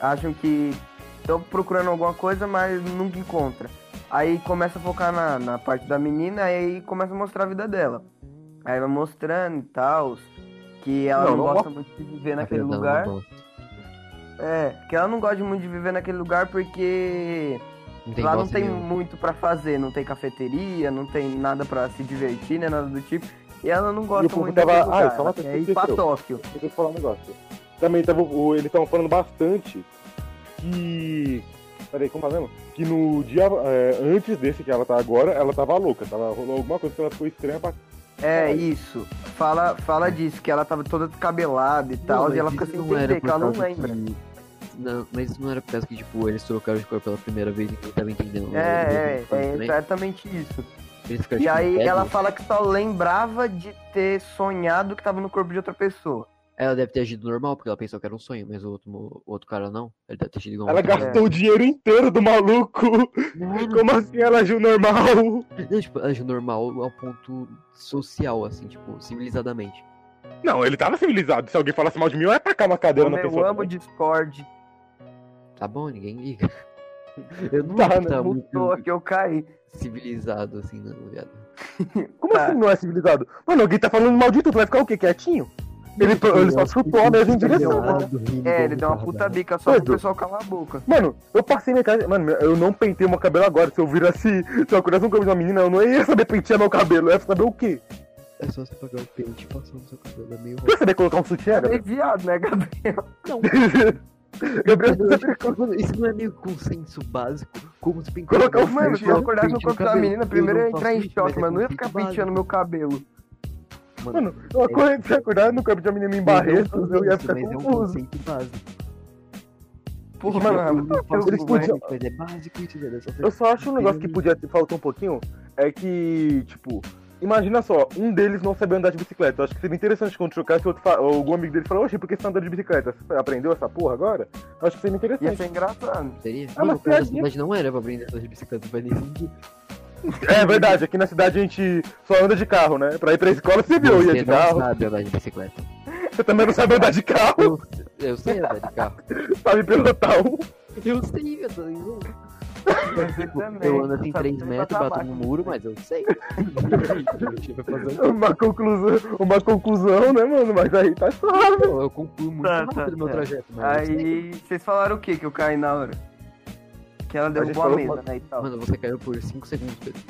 [SPEAKER 3] acham que estão procurando alguma coisa, mas nunca encontra. Aí começa a focar na, na parte da menina e aí começa a mostrar a vida dela. Aí vai mostrando e tal, que ela
[SPEAKER 1] Não,
[SPEAKER 3] não,
[SPEAKER 1] não
[SPEAKER 3] gosta muito de viver naquele
[SPEAKER 2] Não, não,
[SPEAKER 3] lugar.
[SPEAKER 2] Não,
[SPEAKER 3] É, que ela não gosta muito de viver naquele lugar porque
[SPEAKER 2] Não tem
[SPEAKER 3] lá não
[SPEAKER 2] bosta
[SPEAKER 3] tem
[SPEAKER 2] nenhuma.
[SPEAKER 3] muito pra fazer, não tem cafeteria, não tem nada pra se divertir, né, nada do tipo. E ela não
[SPEAKER 1] E o
[SPEAKER 3] gosta
[SPEAKER 1] povo
[SPEAKER 3] muito
[SPEAKER 1] tava-
[SPEAKER 3] daquele lugar,
[SPEAKER 1] Ah, só uma
[SPEAKER 3] ela
[SPEAKER 1] coisa
[SPEAKER 3] quer
[SPEAKER 1] que
[SPEAKER 3] ir pra
[SPEAKER 1] aconteceu.
[SPEAKER 3] Tóquio.
[SPEAKER 1] Eu tenho que falar um negócio. Também tava, o- eles estavam falando bastante que. Peraí, como tá mesmo? Que no dia é, antes desse que ela tá agora, ela tava louca. Tava, rolou alguma coisa que ela ficou estranha pra.
[SPEAKER 3] É, isso. Fala, fala disso, que ela tava toda descabelada e tal,
[SPEAKER 2] Não,
[SPEAKER 3] e ela
[SPEAKER 2] mas
[SPEAKER 3] fica
[SPEAKER 2] isso
[SPEAKER 3] sem
[SPEAKER 2] não era
[SPEAKER 3] entender, que
[SPEAKER 2] por
[SPEAKER 3] ela não
[SPEAKER 2] causa
[SPEAKER 3] lembra.
[SPEAKER 2] que- Não, mas isso não era por causa que, tipo, eles trocaram de cor pela primeira vez e ninguém tava entendendo.
[SPEAKER 3] É, é,
[SPEAKER 2] Eles
[SPEAKER 3] é
[SPEAKER 2] ficaram,
[SPEAKER 3] exatamente isso.
[SPEAKER 2] tipo,
[SPEAKER 3] E aí
[SPEAKER 2] cegos.
[SPEAKER 3] ela fala que só lembrava de ter sonhado que tava no corpo de outra pessoa.
[SPEAKER 2] Ela deve ter agido normal, porque ela pensou que era um sonho, mas o outro, o outro cara não. Ele deve ter agido igual um
[SPEAKER 1] Ela
[SPEAKER 2] otário.
[SPEAKER 3] É.
[SPEAKER 1] gastou o dinheiro inteiro do maluco!
[SPEAKER 3] Uhum.
[SPEAKER 1] Como assim ela agiu normal?
[SPEAKER 2] Não, tipo, ela agiu normal ao ponto social, assim, tipo, civilizadamente.
[SPEAKER 1] Não, ele tava civilizado. Se alguém falasse mal de mim, eu ia tacar uma cadeira
[SPEAKER 3] Como
[SPEAKER 1] na
[SPEAKER 3] eu
[SPEAKER 1] pessoa.
[SPEAKER 3] amo Discord,
[SPEAKER 2] Tá bom, ninguém liga. Eu não
[SPEAKER 1] Tá,
[SPEAKER 2] acho que
[SPEAKER 1] né?
[SPEAKER 2] tá
[SPEAKER 3] tô
[SPEAKER 2] muito
[SPEAKER 3] que eu caí.
[SPEAKER 2] civilizado, assim, não, viado.
[SPEAKER 1] Como
[SPEAKER 3] Tá.
[SPEAKER 1] assim não é civilizado? Mano, alguém tá falando mal de tu, tu vai ficar o quê? Quietinho? Ele, ele só chutou a mesma direção, mano.
[SPEAKER 3] É, ele deu uma puta bica só
[SPEAKER 1] Pedro.
[SPEAKER 3] pro pessoal calar a boca.
[SPEAKER 1] Mano, eu passei minha casa. Mano, eu não pentei meu cabelo agora. Se eu virasse. Se eu acordasse um cabelo de uma menina, eu não ia saber pentear meu cabelo. Eu ia saber o quê?
[SPEAKER 2] É só você pagar o pente e passar no seu cabelo, é meio
[SPEAKER 1] Tu ia saber colocar um sutiã,
[SPEAKER 3] É
[SPEAKER 1] Gabriel?
[SPEAKER 3] viado, né, Gabriel?
[SPEAKER 1] Gabriel, tu sabe
[SPEAKER 2] Mano, isso não é meio consenso básico? Como se pintar
[SPEAKER 1] Colocar
[SPEAKER 2] cabelo?
[SPEAKER 1] um
[SPEAKER 3] Mano, se eu acordasse no
[SPEAKER 2] Pentear o
[SPEAKER 3] corpo da
[SPEAKER 2] cabelo.
[SPEAKER 3] menina, primeiro eu ia
[SPEAKER 2] não
[SPEAKER 3] entrar em
[SPEAKER 2] faço isso, mas
[SPEAKER 3] choque,
[SPEAKER 2] é
[SPEAKER 3] mano. Não ia
[SPEAKER 2] consenso
[SPEAKER 3] ficar
[SPEAKER 2] básico.
[SPEAKER 3] penteando meu cabelo.
[SPEAKER 1] Mano, eu acordei, se eu acordar no cabelo de uma menina em
[SPEAKER 2] eu não
[SPEAKER 1] Barretos,
[SPEAKER 2] faço é
[SPEAKER 1] eu ia
[SPEAKER 2] isso,
[SPEAKER 1] ficar
[SPEAKER 2] mas é um
[SPEAKER 1] confuso.
[SPEAKER 2] consenso básico.
[SPEAKER 3] Porra,
[SPEAKER 2] Mano,
[SPEAKER 3] mano.
[SPEAKER 2] Tipo, não faço
[SPEAKER 1] eles
[SPEAKER 2] mais,
[SPEAKER 1] podiam-
[SPEAKER 2] mas é básico, entendeu? Só tem-
[SPEAKER 1] Eu só acho um negócio que podia ter- faltar um pouquinho é que, tipo, imagina só, um deles não sabe andar de bicicleta. Eu acho que seria interessante quando trocasse outro fa- algum amigo dele falar, oxe, por que você tá andando de bicicleta? Você aprendeu essa porra agora? Eu acho que seria
[SPEAKER 3] Ia
[SPEAKER 1] interessante.
[SPEAKER 3] ser engraçado.
[SPEAKER 2] Seria?
[SPEAKER 1] Ah, mas
[SPEAKER 2] Não, cara,
[SPEAKER 1] piadinha.
[SPEAKER 2] assim, mas não era pra aprender essas bicicletas, assim, vai nem sentido.
[SPEAKER 1] É verdade, aqui na cidade a gente só anda de carro, né? Pra ir pra escola você viu, ia
[SPEAKER 2] Você
[SPEAKER 1] de
[SPEAKER 2] não
[SPEAKER 1] carro.
[SPEAKER 2] sabe andar de bicicleta.
[SPEAKER 1] Você também não sabe andar de carro,
[SPEAKER 2] Eu, eu sei andar de carro.
[SPEAKER 1] sabe pilotar um.
[SPEAKER 2] Eu sei, eu tô indo.
[SPEAKER 3] Você também. tá
[SPEAKER 2] Eu ando assim
[SPEAKER 3] Sabe
[SPEAKER 2] 3
[SPEAKER 3] nem
[SPEAKER 2] metros,
[SPEAKER 3] passar
[SPEAKER 2] bato no
[SPEAKER 3] máquina.
[SPEAKER 2] muro, mas eu sei. Vai fazer o quê?
[SPEAKER 1] Uma conclusão, uma conclusão, né, mano? Mas aí tá suave.
[SPEAKER 2] Eu eu concluo muito
[SPEAKER 3] Tá, tá,
[SPEAKER 2] rápido o meu
[SPEAKER 3] tá.
[SPEAKER 2] trajeto, mas eu sei.
[SPEAKER 3] Aí, vocês falaram o que que eu caí na hora? Que ela derrubou a,
[SPEAKER 1] falou
[SPEAKER 3] mesa,
[SPEAKER 1] uma-
[SPEAKER 3] né, e tal.
[SPEAKER 2] Mano, você caiu por 5 segundos, Pedro.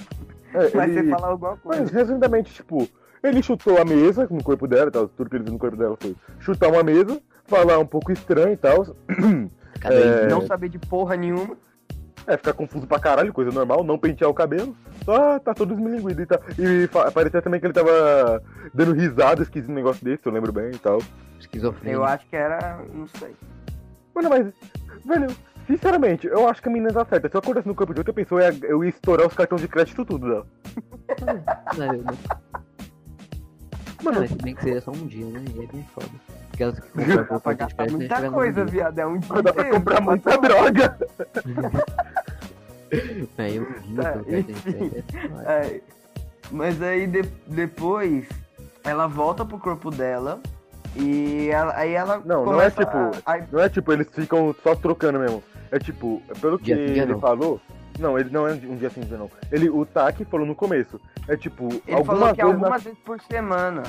[SPEAKER 1] É,
[SPEAKER 3] Mas
[SPEAKER 1] ele-
[SPEAKER 3] você falar alguma
[SPEAKER 1] Mas,
[SPEAKER 3] coisa.
[SPEAKER 1] resumidamente, tipo, ele chutou a mesa no corpo dela, e tal, tudo que ele viu no corpo dela foi chutar uma mesa, falar um pouco estranho e tal,
[SPEAKER 2] Cada
[SPEAKER 1] É.
[SPEAKER 3] Não saber de porra nenhuma.
[SPEAKER 1] é, ficar confuso pra caralho, coisa normal, não pentear o cabelo, só tá todo esmilinguido e tal. E fa- parecia também que ele tava dando risada, esquisito, um negócio desse, eu lembro bem e tal.
[SPEAKER 2] esquizofrenia.
[SPEAKER 3] Eu acho que era. Não sei.
[SPEAKER 1] Mano, mas, velho, sinceramente, eu acho que a menina tá certa. Se eu acordasse no corpo de outra pessoa, eu ia, eu ia estourar os cartões de crédito tudo né? dela.
[SPEAKER 2] Não, eu não- Mano, se bem que seria só um dia, né? E é bem foda. Porque elas que compram
[SPEAKER 3] Dá
[SPEAKER 2] com
[SPEAKER 3] pra
[SPEAKER 2] cartão de
[SPEAKER 3] gastar
[SPEAKER 2] crédito, elas
[SPEAKER 3] muita
[SPEAKER 2] não
[SPEAKER 3] coisa,
[SPEAKER 2] vendem.
[SPEAKER 3] viado. É um dia.
[SPEAKER 1] Dá pra
[SPEAKER 3] inteiro,
[SPEAKER 1] comprar
[SPEAKER 3] dá
[SPEAKER 1] muita
[SPEAKER 3] tomar.
[SPEAKER 1] droga.
[SPEAKER 2] É, eu vi pelo
[SPEAKER 3] Tá,
[SPEAKER 2] cartão de crédito, é foda.
[SPEAKER 3] É. Mas aí de- depois ela volta pro corpo dela e ela- aí ela.
[SPEAKER 1] Não, não é
[SPEAKER 3] começa
[SPEAKER 1] tipo-
[SPEAKER 3] a- a-
[SPEAKER 1] Não é tipo, eles ficam só trocando mesmo. É tipo, pelo que
[SPEAKER 2] Dia sim, dia
[SPEAKER 1] ele
[SPEAKER 2] não.
[SPEAKER 1] falou. Não, ele não é um dia assim, dia não. Ele, o Taki falou no começo. É tipo,
[SPEAKER 3] ele
[SPEAKER 1] algumas
[SPEAKER 3] falou
[SPEAKER 1] vezes
[SPEAKER 3] que é
[SPEAKER 1] na-
[SPEAKER 3] algumas vezes por semana.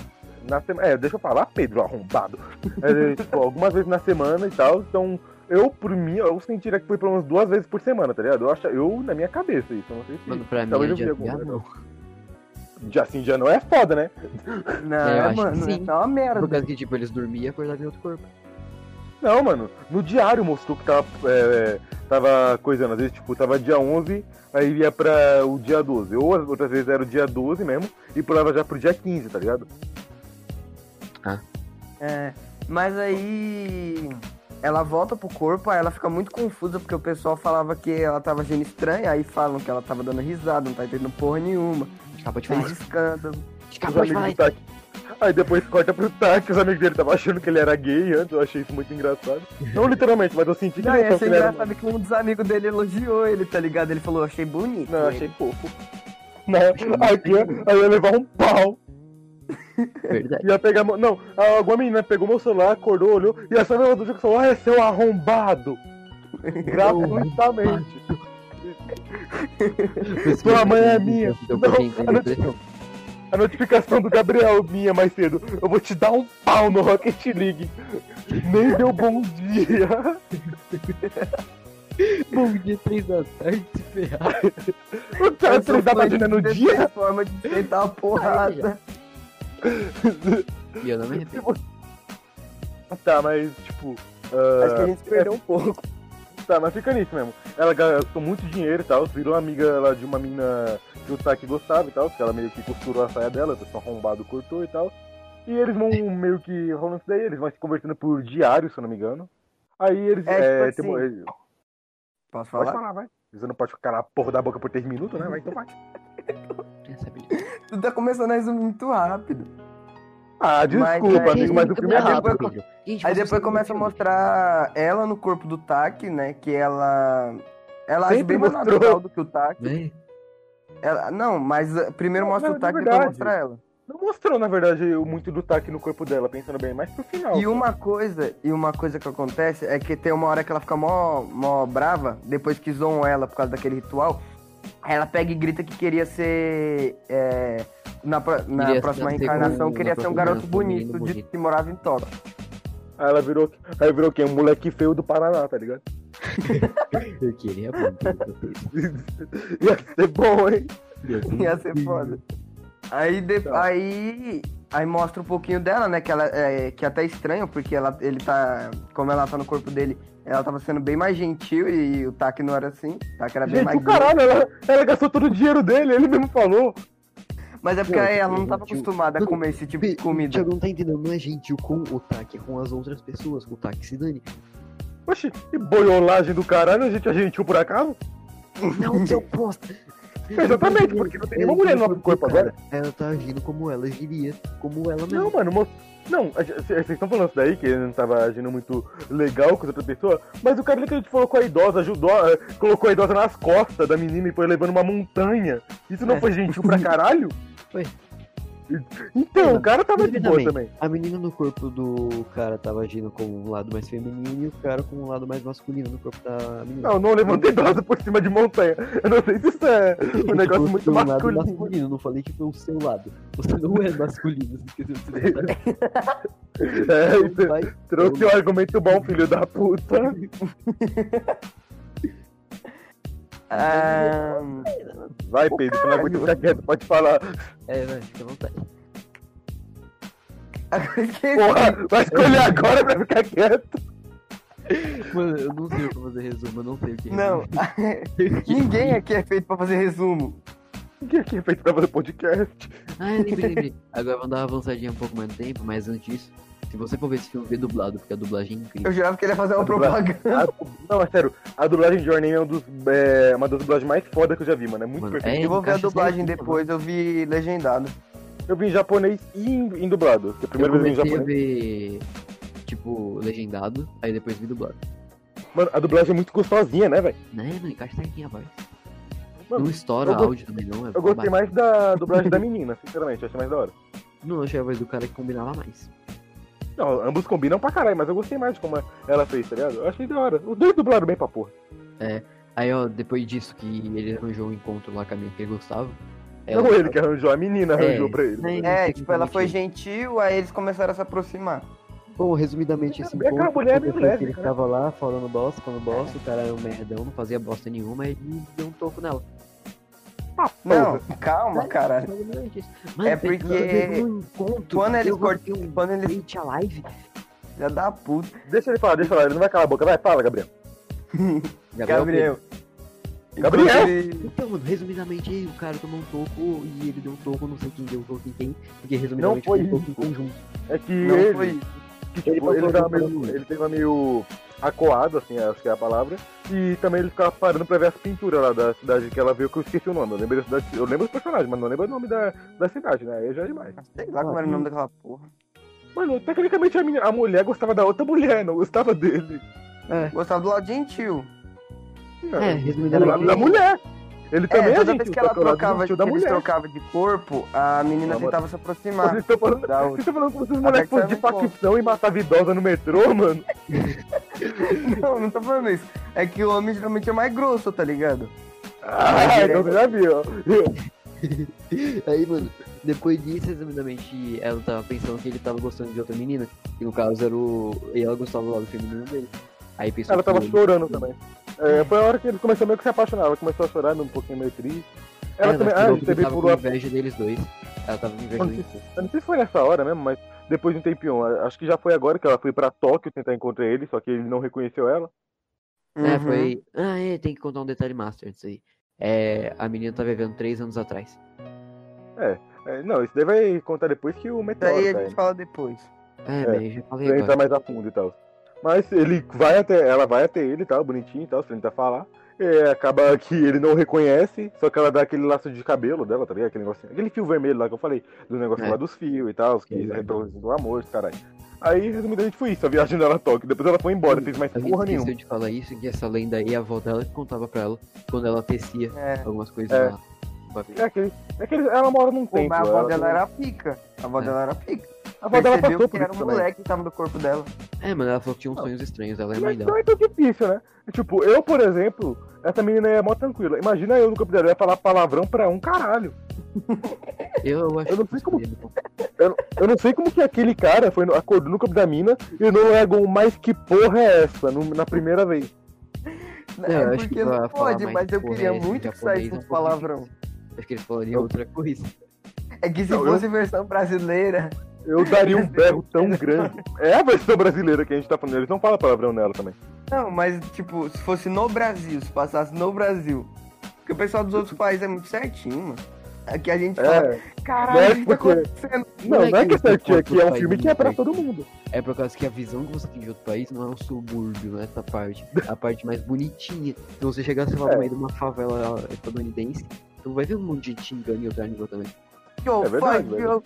[SPEAKER 1] na, semana. É, deixa eu falar, Pedro, arrombado. É, tipo, algumas vezes na semana e tal. Então, eu, por mim, eu sentiria que foi pelo menos duas vezes por semana, tá ligado? Eu acho, eu, na minha cabeça, isso. Eu não sei se.
[SPEAKER 2] Mano, pra mim
[SPEAKER 1] Talvez
[SPEAKER 2] é
[SPEAKER 1] eu vi
[SPEAKER 2] dia
[SPEAKER 1] alguma,
[SPEAKER 2] ah,
[SPEAKER 1] né?
[SPEAKER 2] não.
[SPEAKER 1] Dia sim, dia não é foda, né?
[SPEAKER 3] Não,
[SPEAKER 2] É, eu acho que
[SPEAKER 3] mano,
[SPEAKER 2] sim.
[SPEAKER 3] é uma merda.
[SPEAKER 2] Por causa que, tipo, eles dormiam e acordavam em outro corpo.
[SPEAKER 1] Não, mano, no diário mostrou que tava, é, tava coisando, às vezes, tipo, tava dia 11, aí ia pra o dia 12. Ou as outras vezes era o dia 12 mesmo, e pulava já pro dia 15, tá ligado?
[SPEAKER 3] É, mas aí ela volta pro corpo, aí ela fica muito confusa porque o pessoal falava que ela tava agindo estranha, aí falam que ela tava dando risada, não tá entendendo porra nenhuma,
[SPEAKER 2] Acabou de falar
[SPEAKER 3] fez
[SPEAKER 2] isso.
[SPEAKER 3] escândalo.
[SPEAKER 1] Os
[SPEAKER 2] Acabou de falar
[SPEAKER 1] amigos do
[SPEAKER 2] isso.
[SPEAKER 1] Taki. Aí depois corta pro Taki, os amigos dele estavam achando que ele era gay antes, eu achei isso muito engraçado. Não literalmente, mas eu senti que
[SPEAKER 3] Não,
[SPEAKER 1] ele
[SPEAKER 3] ia
[SPEAKER 1] achava que
[SPEAKER 3] ser
[SPEAKER 1] ele era...
[SPEAKER 3] engraçado que um dos amigos dele elogiou ele, tá ligado? Ele falou, achei bonito.
[SPEAKER 1] Não, eu
[SPEAKER 3] ele.
[SPEAKER 1] achei pouco. Não, aqui aí eu ia levar um pau.
[SPEAKER 2] É Verdade.
[SPEAKER 1] Ia pegar. meu- Não, alguma menina pegou meu celular, acordou, olhou, e essa mesma do jogo falou: Ah, é seu arrombado! Gratuitamente. Sua mãe é minha.
[SPEAKER 2] Então,
[SPEAKER 1] Não,
[SPEAKER 2] pra quem tem
[SPEAKER 1] não.
[SPEAKER 2] depressão.
[SPEAKER 1] A notificação do Gabriel minha mais cedo. Eu vou te dar um pau no Rocket League. Nem deu bom dia.
[SPEAKER 2] Bom dia, 3 da tarde, se ferrar.
[SPEAKER 1] O
[SPEAKER 3] Eu
[SPEAKER 1] cara
[SPEAKER 3] sou
[SPEAKER 1] tá
[SPEAKER 3] fã de
[SPEAKER 1] batendo no
[SPEAKER 3] desenho,
[SPEAKER 1] dia.
[SPEAKER 3] forma de sentar a porrada.
[SPEAKER 2] E eu não me arrependo.
[SPEAKER 1] Tá, mas tipo.
[SPEAKER 3] Acho que
[SPEAKER 1] ah,
[SPEAKER 3] a gente perdeu um pouco.
[SPEAKER 1] Tá, mas fica nisso mesmo. Ela gastou muito dinheiro e tal, virou amiga lá de uma mina que o Taki gostava e tal, porque ela meio que costurou a saia dela, só arrombado cortou e tal. E eles vão meio que rolando isso daí, eles vão se conversando por diário, se eu não me engano. Aí eles.
[SPEAKER 3] É,
[SPEAKER 1] tem-
[SPEAKER 3] tipo Posso
[SPEAKER 1] assim, Pode
[SPEAKER 3] falar?
[SPEAKER 1] falar, vai. Você não pode calar a porra da boca por 3 minutos, né? Vai, então vai.
[SPEAKER 2] Essa habilidade.
[SPEAKER 3] Tu tá começando a resumir muito rápido.
[SPEAKER 1] Tipo, Ah, desculpa,
[SPEAKER 3] aí-
[SPEAKER 1] amigo, mas o filme é
[SPEAKER 3] Aí
[SPEAKER 1] rápido.
[SPEAKER 3] depois- Aí depois começa a mostrar ela no corpo do Taki, né? Que ela. Ela age
[SPEAKER 1] Sempre
[SPEAKER 3] bem mais
[SPEAKER 1] mostrou.
[SPEAKER 3] natural do que o Taki.
[SPEAKER 2] Vem.
[SPEAKER 3] Ela... Não, mas eh, primeiro
[SPEAKER 1] Não,
[SPEAKER 3] mostra
[SPEAKER 1] não,
[SPEAKER 3] o
[SPEAKER 1] de
[SPEAKER 3] Taki e depois
[SPEAKER 1] verdade.
[SPEAKER 3] mostra ela.
[SPEAKER 1] Não mostrou, na verdade, o muito do Taki no corpo dela, pensando bem, mas pro final.
[SPEAKER 3] E uma coisa, e uma coisa que acontece é que tem uma hora que ela fica mó, mó brava, depois que zoam ela por causa daquele ritual. Aí ela pega e grita que queria ser. eh, na, pro- na
[SPEAKER 2] Queria
[SPEAKER 3] próxima
[SPEAKER 2] ser um-
[SPEAKER 3] reencarnação,
[SPEAKER 2] na
[SPEAKER 3] queria ser um
[SPEAKER 2] próxima
[SPEAKER 3] garoto
[SPEAKER 2] reencarnação, um menino
[SPEAKER 3] bonito, de
[SPEAKER 2] bonito.
[SPEAKER 3] que morava em Tóquio.
[SPEAKER 1] Aí ela virou. Aí virou quem? Um moleque feio do Paraná, tá ligado?
[SPEAKER 2] Eu queria muito.
[SPEAKER 1] Ia ser bom, hein?
[SPEAKER 3] Ia ser foda. Aí, de-
[SPEAKER 1] Tá.
[SPEAKER 3] aí, aí mostra um pouquinho dela, né? Que, ela, é, que é até estranho, porque ela, ele tá. Como ela tá no corpo dele, ela tava sendo bem mais gentil e o Taki não era assim. O Taki era bem
[SPEAKER 1] Gente,
[SPEAKER 3] mais.
[SPEAKER 1] o caralho, ela, ela gastou todo o dinheiro dele, ele mesmo falou.
[SPEAKER 3] grosso. Mas é porque
[SPEAKER 2] Não,
[SPEAKER 3] ela não
[SPEAKER 2] eu-
[SPEAKER 3] tava
[SPEAKER 1] um
[SPEAKER 2] eu-
[SPEAKER 3] acostumada a
[SPEAKER 2] eu-
[SPEAKER 3] comer esse tipo de
[SPEAKER 2] O
[SPEAKER 3] comida.
[SPEAKER 2] Thiago não tá entendendo, não é gentil com o TAC, é com as outras pessoas, com o TAC se dane.
[SPEAKER 1] Oxi, que boiolagem do caralho, a gente é gentil por acaso?
[SPEAKER 2] Não, seu bosta!
[SPEAKER 1] Exatamente, porque não tem nenhuma mulher no
[SPEAKER 2] Ela
[SPEAKER 1] nosso corpo
[SPEAKER 2] cara,
[SPEAKER 1] agora.
[SPEAKER 2] Ela tá agindo como ela agiria, como ela mesma.
[SPEAKER 1] Não, mano, mo... não, a gente- vocês estão falando isso daí, que ele não tava agindo muito legal com outra pessoa, mas o cara que a gente colocou a idosa, ajudou, eh, colocou a idosa nas costas da menina e foi levando uma montanha. Isso não
[SPEAKER 2] É.
[SPEAKER 1] foi gentil pra caralho?
[SPEAKER 2] Foi.
[SPEAKER 1] Então, o cara tava de boa
[SPEAKER 2] Também.
[SPEAKER 1] também.
[SPEAKER 2] A menina no corpo do cara tava agindo com um lado mais feminino e o cara com um lado mais masculino no corpo da menina.
[SPEAKER 1] Não, não levantei idosa por cima de montanha. Eu não sei se isso é um
[SPEAKER 2] Tipo,
[SPEAKER 1] negócio muito
[SPEAKER 2] seu lado
[SPEAKER 1] masculino.
[SPEAKER 2] masculino, não falei que foi o seu lado. Você não é masculino, você esqueceu de se detalhe.
[SPEAKER 1] É, isso-
[SPEAKER 2] Vai,
[SPEAKER 1] Trouxe um argumento bom, filho da puta.
[SPEAKER 3] Ah,
[SPEAKER 1] Vai, Pedro, você não aguenta ficar quieto, pode falar.
[SPEAKER 2] É, vai, fica à vontade.
[SPEAKER 3] agora esqueci.
[SPEAKER 1] Porra, vai escolher agora pra ficar quieto.
[SPEAKER 2] Mano, eu não sei o que fazer resumo, eu não sei o que
[SPEAKER 3] Não, ninguém aqui é feito pra fazer resumo.
[SPEAKER 1] O que que é feito pra fazer podcast?
[SPEAKER 2] Ah, eu lembrei, lembrei. Agora vamos dar uma avançadinha um pouco mais no tempo, mas antes disso, se você for ver esse filme, vê dublado, porque a dublagem é incrível.
[SPEAKER 3] Eu jurava que ele ia fazer uma propaganda.
[SPEAKER 1] A- não, é sério, a dublagem de Your Name é, um dos, é uma das dublagens mais foda que eu já vi, mano. É muito
[SPEAKER 2] Mano,
[SPEAKER 1] perfeito.
[SPEAKER 2] é,
[SPEAKER 3] Eu vou ver a
[SPEAKER 2] encaixa
[SPEAKER 3] dublagem
[SPEAKER 2] certinho,
[SPEAKER 3] depois, eu vi legendado.
[SPEAKER 1] Eu vi em japonês e em, em dublado. Porque a
[SPEAKER 2] Eu
[SPEAKER 1] primeira vez eu vi em
[SPEAKER 2] comecei a
[SPEAKER 1] japonês.
[SPEAKER 2] ver, tipo, legendado, aí depois vi dublado.
[SPEAKER 1] Mano, a dublagem é muito gostosinha, né, velho?
[SPEAKER 2] Né, não encaixa certinho a voz.
[SPEAKER 1] Mano,
[SPEAKER 2] Não estoura
[SPEAKER 1] eu go-
[SPEAKER 2] áudio também, não. É
[SPEAKER 1] Eu gostei mais da dublagem da menina, sinceramente, eu achei mais da hora.
[SPEAKER 2] Não, achei a voz do cara que combinava mais.
[SPEAKER 1] Não, ambos combinam pra caralho, mas eu gostei mais de como ela fez, tá ligado? Eu achei da hora. Os dois dublaram bem pra porra.
[SPEAKER 2] Aí, ó, depois disso que ele arranjou um encontro lá com a minha que ele gostava.
[SPEAKER 1] não ele que arranjou, a menina arranjou
[SPEAKER 2] É.
[SPEAKER 1] pra ele.
[SPEAKER 2] Né,
[SPEAKER 3] É, tipo, ela foi
[SPEAKER 2] tecnicamente-
[SPEAKER 3] gentil, aí eles começaram a se aproximar.
[SPEAKER 2] Bom, resumidamente, assim, esse
[SPEAKER 1] Aquela
[SPEAKER 2] encontro
[SPEAKER 1] mulher é meio
[SPEAKER 2] aconteceu
[SPEAKER 1] lésbica,
[SPEAKER 2] que ele
[SPEAKER 1] né?
[SPEAKER 2] ficava lá falando bosta, falando bosta, o cara era um merdão, não fazia bosta nenhuma, e deu um toco nela.
[SPEAKER 3] Ah, Não, calma, cara.
[SPEAKER 2] Mano,
[SPEAKER 3] É porque
[SPEAKER 2] teve um encontro,
[SPEAKER 3] quando eles
[SPEAKER 2] eu bati um
[SPEAKER 3] Quando eles.
[SPEAKER 2] print a live.
[SPEAKER 3] Já dá puta.
[SPEAKER 1] Deixa ele falar, deixa ele falar, ele não vai calar a boca. Vai, fala, Gabriel.
[SPEAKER 3] Gabriel.
[SPEAKER 1] Gabriel?
[SPEAKER 3] Ele-
[SPEAKER 2] Então, mano, resumidamente, aí o cara tomou um toco e ele deu um toco, não sei quem deu um toco em quem, porque resumidamente
[SPEAKER 1] Não foi
[SPEAKER 2] um toco
[SPEAKER 1] isso.
[SPEAKER 2] em conjunto.
[SPEAKER 1] É que
[SPEAKER 3] Não
[SPEAKER 1] ele,
[SPEAKER 3] foi.
[SPEAKER 1] que, tipo,
[SPEAKER 2] Ele passou
[SPEAKER 1] ele,
[SPEAKER 2] a
[SPEAKER 1] tava
[SPEAKER 2] mão pelo
[SPEAKER 1] meio,
[SPEAKER 2] olho.
[SPEAKER 1] ele tava meio acoado, assim, acho que é a palavra. E também ele ficava parando pra ver as pinturas lá da cidade que ela viu, que eu esqueci o nome. Eu lembro, da cidade, eu lembro do personagem, mas não lembro o nome da, da cidade, né? Aí já é demais.
[SPEAKER 3] Sei lá
[SPEAKER 2] Ah,
[SPEAKER 3] como era o nome daquela porra.
[SPEAKER 1] Mano, tecnicamente a, menina- a mulher gostava da outra mulher, não gostava dele.
[SPEAKER 3] Gostava do lado gentil.
[SPEAKER 1] Não,
[SPEAKER 2] É,
[SPEAKER 1] do lado da
[SPEAKER 2] resumidamente,
[SPEAKER 1] mulher. Ele também
[SPEAKER 3] É,
[SPEAKER 1] é
[SPEAKER 3] toda
[SPEAKER 1] gentil,
[SPEAKER 3] vez que
[SPEAKER 1] só
[SPEAKER 3] ela
[SPEAKER 1] o lado
[SPEAKER 3] trocava,
[SPEAKER 1] gentil
[SPEAKER 3] que
[SPEAKER 1] da
[SPEAKER 3] eles
[SPEAKER 1] mulher.
[SPEAKER 3] trocavam de corpo, a menina
[SPEAKER 1] Amor.
[SPEAKER 3] tentava se aproximar.
[SPEAKER 1] Vocês estão falando,
[SPEAKER 3] da
[SPEAKER 1] vocês
[SPEAKER 3] outra.
[SPEAKER 1] estão falando como se os
[SPEAKER 3] A
[SPEAKER 1] moleques fossem de
[SPEAKER 3] Berta era muito
[SPEAKER 1] facção e matava idosa no metrô, mano.
[SPEAKER 3] Não, não tô falando isso. É que o homem geralmente é mais grosso, tá ligado?
[SPEAKER 1] Ah,
[SPEAKER 3] é.
[SPEAKER 1] então você já viu.
[SPEAKER 2] Aí, mano, depois disso, resumidamente, ela tava pensando que ele tava gostando de outra menina, que no caso era o. E ela gostava do lado feminino dele. Aí pensou
[SPEAKER 1] Ela
[SPEAKER 2] que
[SPEAKER 1] tava
[SPEAKER 2] ele-
[SPEAKER 1] chorando também. É, foi a hora que ele começou meio que se apaixonar. Ela começou a chorar, um pouquinho meio triste. Ela também. Ah, ele
[SPEAKER 2] tirou É, porque
[SPEAKER 1] também
[SPEAKER 2] tava com
[SPEAKER 1] pulou a.
[SPEAKER 2] inveja deles dois. Ela tava com inveja
[SPEAKER 1] Mano,
[SPEAKER 2] deles dois.
[SPEAKER 1] Eu não sei se foi nessa hora mesmo, mas depois de um tempinho. a- Acho que já foi agora que ela foi pra Tóquio tentar encontrar ele, só que ele não reconheceu ela.
[SPEAKER 2] É,
[SPEAKER 3] Uhum.
[SPEAKER 2] foi. Ah, é, tem que contar um detalhe master disso aí. É, a menina tá vivendo três anos atrás.
[SPEAKER 1] É, não, isso daí vai contar depois que o meteoro.
[SPEAKER 3] Daí a
[SPEAKER 1] cai, né?
[SPEAKER 3] gente fala depois.
[SPEAKER 2] É,
[SPEAKER 1] É,
[SPEAKER 2] mas eu já falei
[SPEAKER 1] pra entrar
[SPEAKER 2] agora.
[SPEAKER 1] mais a fundo e tal. Mas ele vai até, ela vai até ele e tal, bonitinho e tal, se ele tentar falar. É, acaba que ele não reconhece, só que ela dá aquele laço de cabelo dela, tá ligado? Aquele, negócio, aquele fio vermelho lá que eu falei, do negócio
[SPEAKER 2] É.
[SPEAKER 1] lá dos fios e tal, os que
[SPEAKER 2] É.
[SPEAKER 1] reproduzindo o amor, caralho. Aí, resumidamente, foi isso, a viagem dela a Tóquio. Depois ela foi embora, não fez mais
[SPEAKER 2] A gente
[SPEAKER 1] porra
[SPEAKER 2] esqueceu
[SPEAKER 1] nenhuma.
[SPEAKER 2] de falar isso, que essa lenda aí, a avó dela que contava pra ela quando ela tecia
[SPEAKER 3] É.
[SPEAKER 2] algumas coisas
[SPEAKER 1] É.
[SPEAKER 2] lá.
[SPEAKER 1] É aquele, é aquele, ela mora num
[SPEAKER 3] Pô,
[SPEAKER 1] templo.
[SPEAKER 3] mas a avó
[SPEAKER 1] ela-
[SPEAKER 3] dela era pica. A avó
[SPEAKER 2] É.
[SPEAKER 3] dela era pica.
[SPEAKER 1] a avó dela né?
[SPEAKER 3] Percebeu
[SPEAKER 1] passou
[SPEAKER 3] que
[SPEAKER 1] por
[SPEAKER 3] era
[SPEAKER 1] isso
[SPEAKER 3] um
[SPEAKER 1] também.
[SPEAKER 3] moleque que tava no corpo dela.
[SPEAKER 2] É, mano, ela falou que tinha uns sonhos estranhos, ela é mãe
[SPEAKER 1] Mas
[SPEAKER 2] dela.
[SPEAKER 1] não é tão difícil, né? Tipo, eu, por exemplo, essa menina é mó tranquila. Imagina eu no campo dela, eu ia falar palavrão pra um caralho.
[SPEAKER 2] Eu acho
[SPEAKER 1] é. Eu não
[SPEAKER 2] que
[SPEAKER 1] sei como-
[SPEAKER 2] seria, então.
[SPEAKER 1] Eu não sei como que aquele cara foi no, acordou no campo da mina e não largou um mais que porra é essa no- na primeira vez.
[SPEAKER 2] eu
[SPEAKER 3] é
[SPEAKER 2] acho
[SPEAKER 3] porque
[SPEAKER 2] que
[SPEAKER 3] não
[SPEAKER 2] pra falar
[SPEAKER 3] pode,
[SPEAKER 2] mais
[SPEAKER 3] mas eu
[SPEAKER 2] porra,
[SPEAKER 3] queria
[SPEAKER 2] esse
[SPEAKER 3] muito que
[SPEAKER 2] japonês é
[SPEAKER 3] saísse
[SPEAKER 2] um
[SPEAKER 3] um
[SPEAKER 2] pouquinho
[SPEAKER 3] palavrão.
[SPEAKER 2] Acho que ele falaria outra coisa.
[SPEAKER 3] É que se
[SPEAKER 1] Não, eu-
[SPEAKER 3] fosse versão brasileira,
[SPEAKER 1] Eu daria um berro tão grande. É a versão brasileira que a gente tá falando, eles não falam palavrão nela também.
[SPEAKER 3] Não, mas tipo, se fosse no Brasil, se passasse no Brasil. Porque o pessoal dos outros países é muito certinho, mano. Que a gente fala,
[SPEAKER 1] É,
[SPEAKER 3] caralho, o que tá
[SPEAKER 1] porque-
[SPEAKER 3] acontecendo?
[SPEAKER 1] não,
[SPEAKER 2] Não é
[SPEAKER 1] não é
[SPEAKER 2] que
[SPEAKER 1] que
[SPEAKER 2] você
[SPEAKER 1] certinho aqui, é um
[SPEAKER 2] conta
[SPEAKER 1] filme que é pra
[SPEAKER 2] aí,
[SPEAKER 1] todo mundo.
[SPEAKER 2] É por causa que a visão que você tem de outro país não é um subúrbio, né? Essa parte. É a parte mais bonitinha. Então você chegar, sei lá, no
[SPEAKER 1] É.
[SPEAKER 2] meio de uma favela estadunidense, tu não vai ver um monte de gente xingando e outra língua também.
[SPEAKER 3] Yo,
[SPEAKER 1] É verdade,
[SPEAKER 3] fuck,
[SPEAKER 1] velho.
[SPEAKER 3] yo.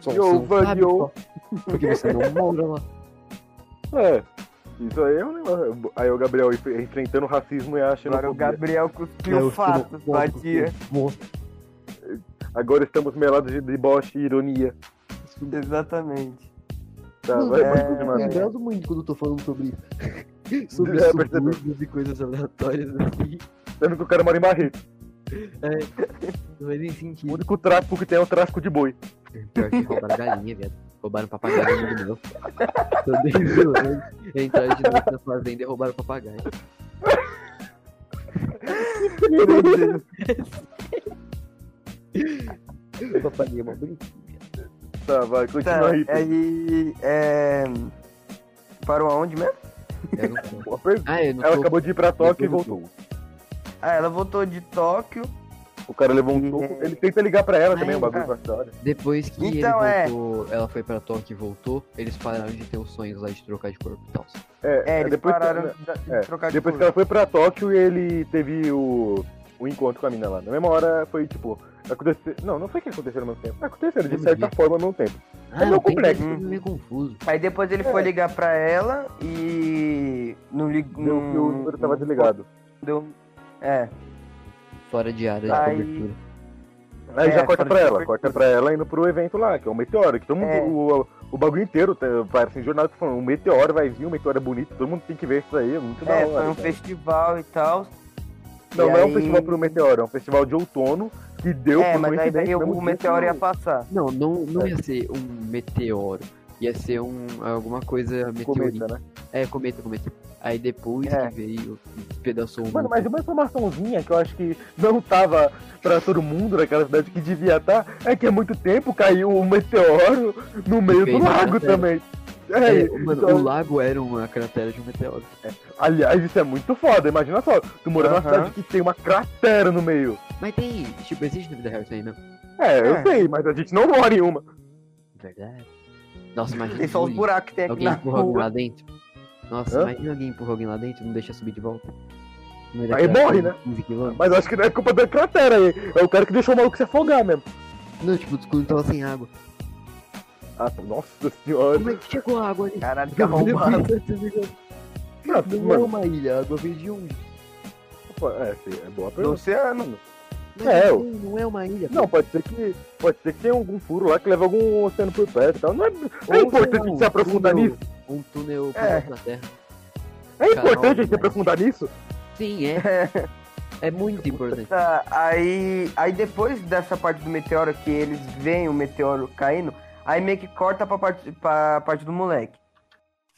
[SPEAKER 2] Só
[SPEAKER 1] Yo,
[SPEAKER 2] você não
[SPEAKER 1] Van,
[SPEAKER 2] sabe,
[SPEAKER 1] yo.
[SPEAKER 2] só. Porque você não mora lá.
[SPEAKER 1] É. Isso aí é um negócio. Aí o Gabriel enf- enfrentando o racismo e a
[SPEAKER 3] Agora o
[SPEAKER 1] xenofobia.
[SPEAKER 3] Gabriel cuspiu
[SPEAKER 2] Eu
[SPEAKER 3] o fato,
[SPEAKER 2] sou um homofóbico,
[SPEAKER 3] vadia.
[SPEAKER 2] monstro.
[SPEAKER 1] Agora estamos melados de deboche e ironia.
[SPEAKER 3] Exatamente.
[SPEAKER 1] Tá,
[SPEAKER 2] Não,
[SPEAKER 1] vai
[SPEAKER 3] é,
[SPEAKER 1] vai continuar.
[SPEAKER 3] é.
[SPEAKER 2] Lembrado muito quando eu tô falando sobre. sobre
[SPEAKER 1] É, percebi.
[SPEAKER 2] subúrbios e coisas aleatórias assim.
[SPEAKER 1] Lembra Tá que o cara mora em Barreto.
[SPEAKER 2] Não faz nem
[SPEAKER 1] O
[SPEAKER 2] sentido.
[SPEAKER 1] único tráfico que tem é o tráfico de boi.
[SPEAKER 2] Pior que roubaram galinha, viado. Roubaram papagaio do meu. Tô desolando. Entraram de noite na fazenda e roubaram papagaio.
[SPEAKER 3] Meu Deus.
[SPEAKER 2] O papagaio é mó bonitinho.
[SPEAKER 1] Tá, vai, continua
[SPEAKER 3] Tá,
[SPEAKER 1] aí.
[SPEAKER 3] aí. É. Parou aonde mesmo?
[SPEAKER 2] Eu não sei.
[SPEAKER 1] Boa pergunta.
[SPEAKER 2] Ah, eu não
[SPEAKER 1] Ela
[SPEAKER 2] tô-
[SPEAKER 1] acabou de ir pra Tóquio e
[SPEAKER 2] tô-
[SPEAKER 1] voltou.
[SPEAKER 3] Ah, ela voltou de Tóquio.
[SPEAKER 1] O cara levou um soco. Ele tenta ligar pra ela também,
[SPEAKER 2] Ai,
[SPEAKER 1] o bagulho
[SPEAKER 3] É. cara.
[SPEAKER 1] vai da hora.
[SPEAKER 2] Depois que
[SPEAKER 3] Então, é.
[SPEAKER 2] ele voltou, ela foi pra Tóquio e voltou, eles pararam de ter os sonhos lá de trocar de corpo e tal.
[SPEAKER 3] É, eles
[SPEAKER 1] depois que-
[SPEAKER 3] pararam de, de
[SPEAKER 1] é,
[SPEAKER 3] trocar de
[SPEAKER 1] Depois que
[SPEAKER 3] cor.
[SPEAKER 1] ela foi pra Tóquio, ele teve o, o encontro com a mina lá. Na mesma hora foi tipo. Aconteceu... Não, não foi que aconteceu no mesmo tempo. Aconteceram de
[SPEAKER 2] Mesmo
[SPEAKER 1] certa
[SPEAKER 3] Uhum.
[SPEAKER 2] dia.
[SPEAKER 1] forma no mesmo tempo.
[SPEAKER 2] Ah,
[SPEAKER 1] meu
[SPEAKER 2] eu bem-
[SPEAKER 1] complexo.
[SPEAKER 2] eu meio confuso.
[SPEAKER 3] Aí depois ele
[SPEAKER 1] É.
[SPEAKER 3] foi ligar pra ela e. Não ligou.
[SPEAKER 1] Deu que
[SPEAKER 3] Hum,
[SPEAKER 1] o número tava desligado.
[SPEAKER 3] Deu... É.
[SPEAKER 2] Fora de área de
[SPEAKER 3] Aí-
[SPEAKER 2] cobertura.
[SPEAKER 1] Aí
[SPEAKER 3] É,
[SPEAKER 1] já corta
[SPEAKER 3] fora
[SPEAKER 1] pra
[SPEAKER 3] de
[SPEAKER 1] ela,
[SPEAKER 3] cobertura.
[SPEAKER 1] corta pra ela indo pro evento lá, que é um meteoro, que todo mundo.
[SPEAKER 3] É.
[SPEAKER 1] O, o bagulho inteiro tá- parece em jornal tá falando, um meteoro vai vir, um meteoro é bonito, todo mundo tem que ver isso aí, é muito
[SPEAKER 3] é,
[SPEAKER 1] da hora.
[SPEAKER 3] foi
[SPEAKER 1] cara.
[SPEAKER 3] um festival e tal.
[SPEAKER 1] Não,
[SPEAKER 3] E
[SPEAKER 1] não é
[SPEAKER 3] aí-
[SPEAKER 1] um festival pro meteoro, é um festival de outono que deu
[SPEAKER 3] é,
[SPEAKER 1] por
[SPEAKER 3] mas aí
[SPEAKER 1] coincidência
[SPEAKER 3] daí
[SPEAKER 1] mesmo
[SPEAKER 3] o
[SPEAKER 1] dia
[SPEAKER 3] meteoro
[SPEAKER 1] que
[SPEAKER 3] ia passar.
[SPEAKER 2] Não, não, não
[SPEAKER 1] É.
[SPEAKER 2] ia ser um meteoro. Ia ser um, alguma coisa meteorita.
[SPEAKER 1] Cometa, né?
[SPEAKER 2] É, cometa, cometa. Aí depois
[SPEAKER 3] É.
[SPEAKER 2] que veio, despedaçou um o
[SPEAKER 1] Mano,
[SPEAKER 2] mundo.
[SPEAKER 1] mas uma informaçãozinha que eu acho que não tava pra todo mundo naquela cidade que devia estar é que há muito tempo caiu um meteoro no meio do
[SPEAKER 2] Fez uma
[SPEAKER 1] lago
[SPEAKER 2] cratera.
[SPEAKER 1] também. É,
[SPEAKER 2] É, mano,
[SPEAKER 1] então-
[SPEAKER 2] o lago era uma cratera de um meteoro.
[SPEAKER 1] aliás, isso é muito foda, imagina só, tu mora numa
[SPEAKER 3] Aham.
[SPEAKER 1] cidade que tem uma cratera no meio.
[SPEAKER 2] Mas tem, tipo, existe na vida real isso aí mesmo.
[SPEAKER 1] É, eu
[SPEAKER 3] É.
[SPEAKER 1] sei, mas a gente não mora em uma.
[SPEAKER 2] Verdade. Nossa, imagina.
[SPEAKER 3] Tem só os
[SPEAKER 2] bullying.
[SPEAKER 3] buracos que tem aqui
[SPEAKER 2] Alguém
[SPEAKER 3] na
[SPEAKER 2] empurrou alguém
[SPEAKER 3] rua.
[SPEAKER 2] lá dentro. Nossa,
[SPEAKER 1] Hã?
[SPEAKER 2] imagina alguém empurrou alguém lá dentro e não deixa subir de volta. No meio
[SPEAKER 1] Aí
[SPEAKER 2] daquela
[SPEAKER 1] morre,
[SPEAKER 2] coisa
[SPEAKER 1] né?
[SPEAKER 2] de 15 quilômetros.
[SPEAKER 1] Mas eu acho que não é culpa da cratera aí, é o cara que deixou o maluco se afogar mesmo.
[SPEAKER 2] Não, tipo, o tava sem água.
[SPEAKER 1] Ah, nossa senhora.
[SPEAKER 2] Como é que chegou a água ali?
[SPEAKER 3] Caralho, que arrombado.
[SPEAKER 1] Ah,
[SPEAKER 2] assim, Não é
[SPEAKER 1] mano,
[SPEAKER 2] uma ilha, a água veio de onde?
[SPEAKER 1] é, sim, é boa
[SPEAKER 3] Do
[SPEAKER 1] pergunta.
[SPEAKER 3] oceano.
[SPEAKER 2] Mas
[SPEAKER 1] É,
[SPEAKER 2] não, tem, não é uma ilha.
[SPEAKER 1] Não, pode ser que. Pode ser que tenha algum furo lá que leva algum oceano por perto e tal. Não é, não é
[SPEAKER 2] Ou
[SPEAKER 1] importante
[SPEAKER 2] sei
[SPEAKER 1] a
[SPEAKER 2] lá,
[SPEAKER 1] gente se
[SPEAKER 2] um
[SPEAKER 1] aprofundar
[SPEAKER 2] túnel-
[SPEAKER 1] nisso.
[SPEAKER 2] Um túnel por
[SPEAKER 3] É.
[SPEAKER 2] baixo da terra.
[SPEAKER 1] É importante a gente se
[SPEAKER 2] né?
[SPEAKER 1] aprofundar nisso?
[SPEAKER 2] Sim, é. É muito importante.
[SPEAKER 3] Tá, aí, aí depois dessa parte do meteoro que eles veem o meteoro caindo, aí meio que corta pra parte, pra parte do moleque.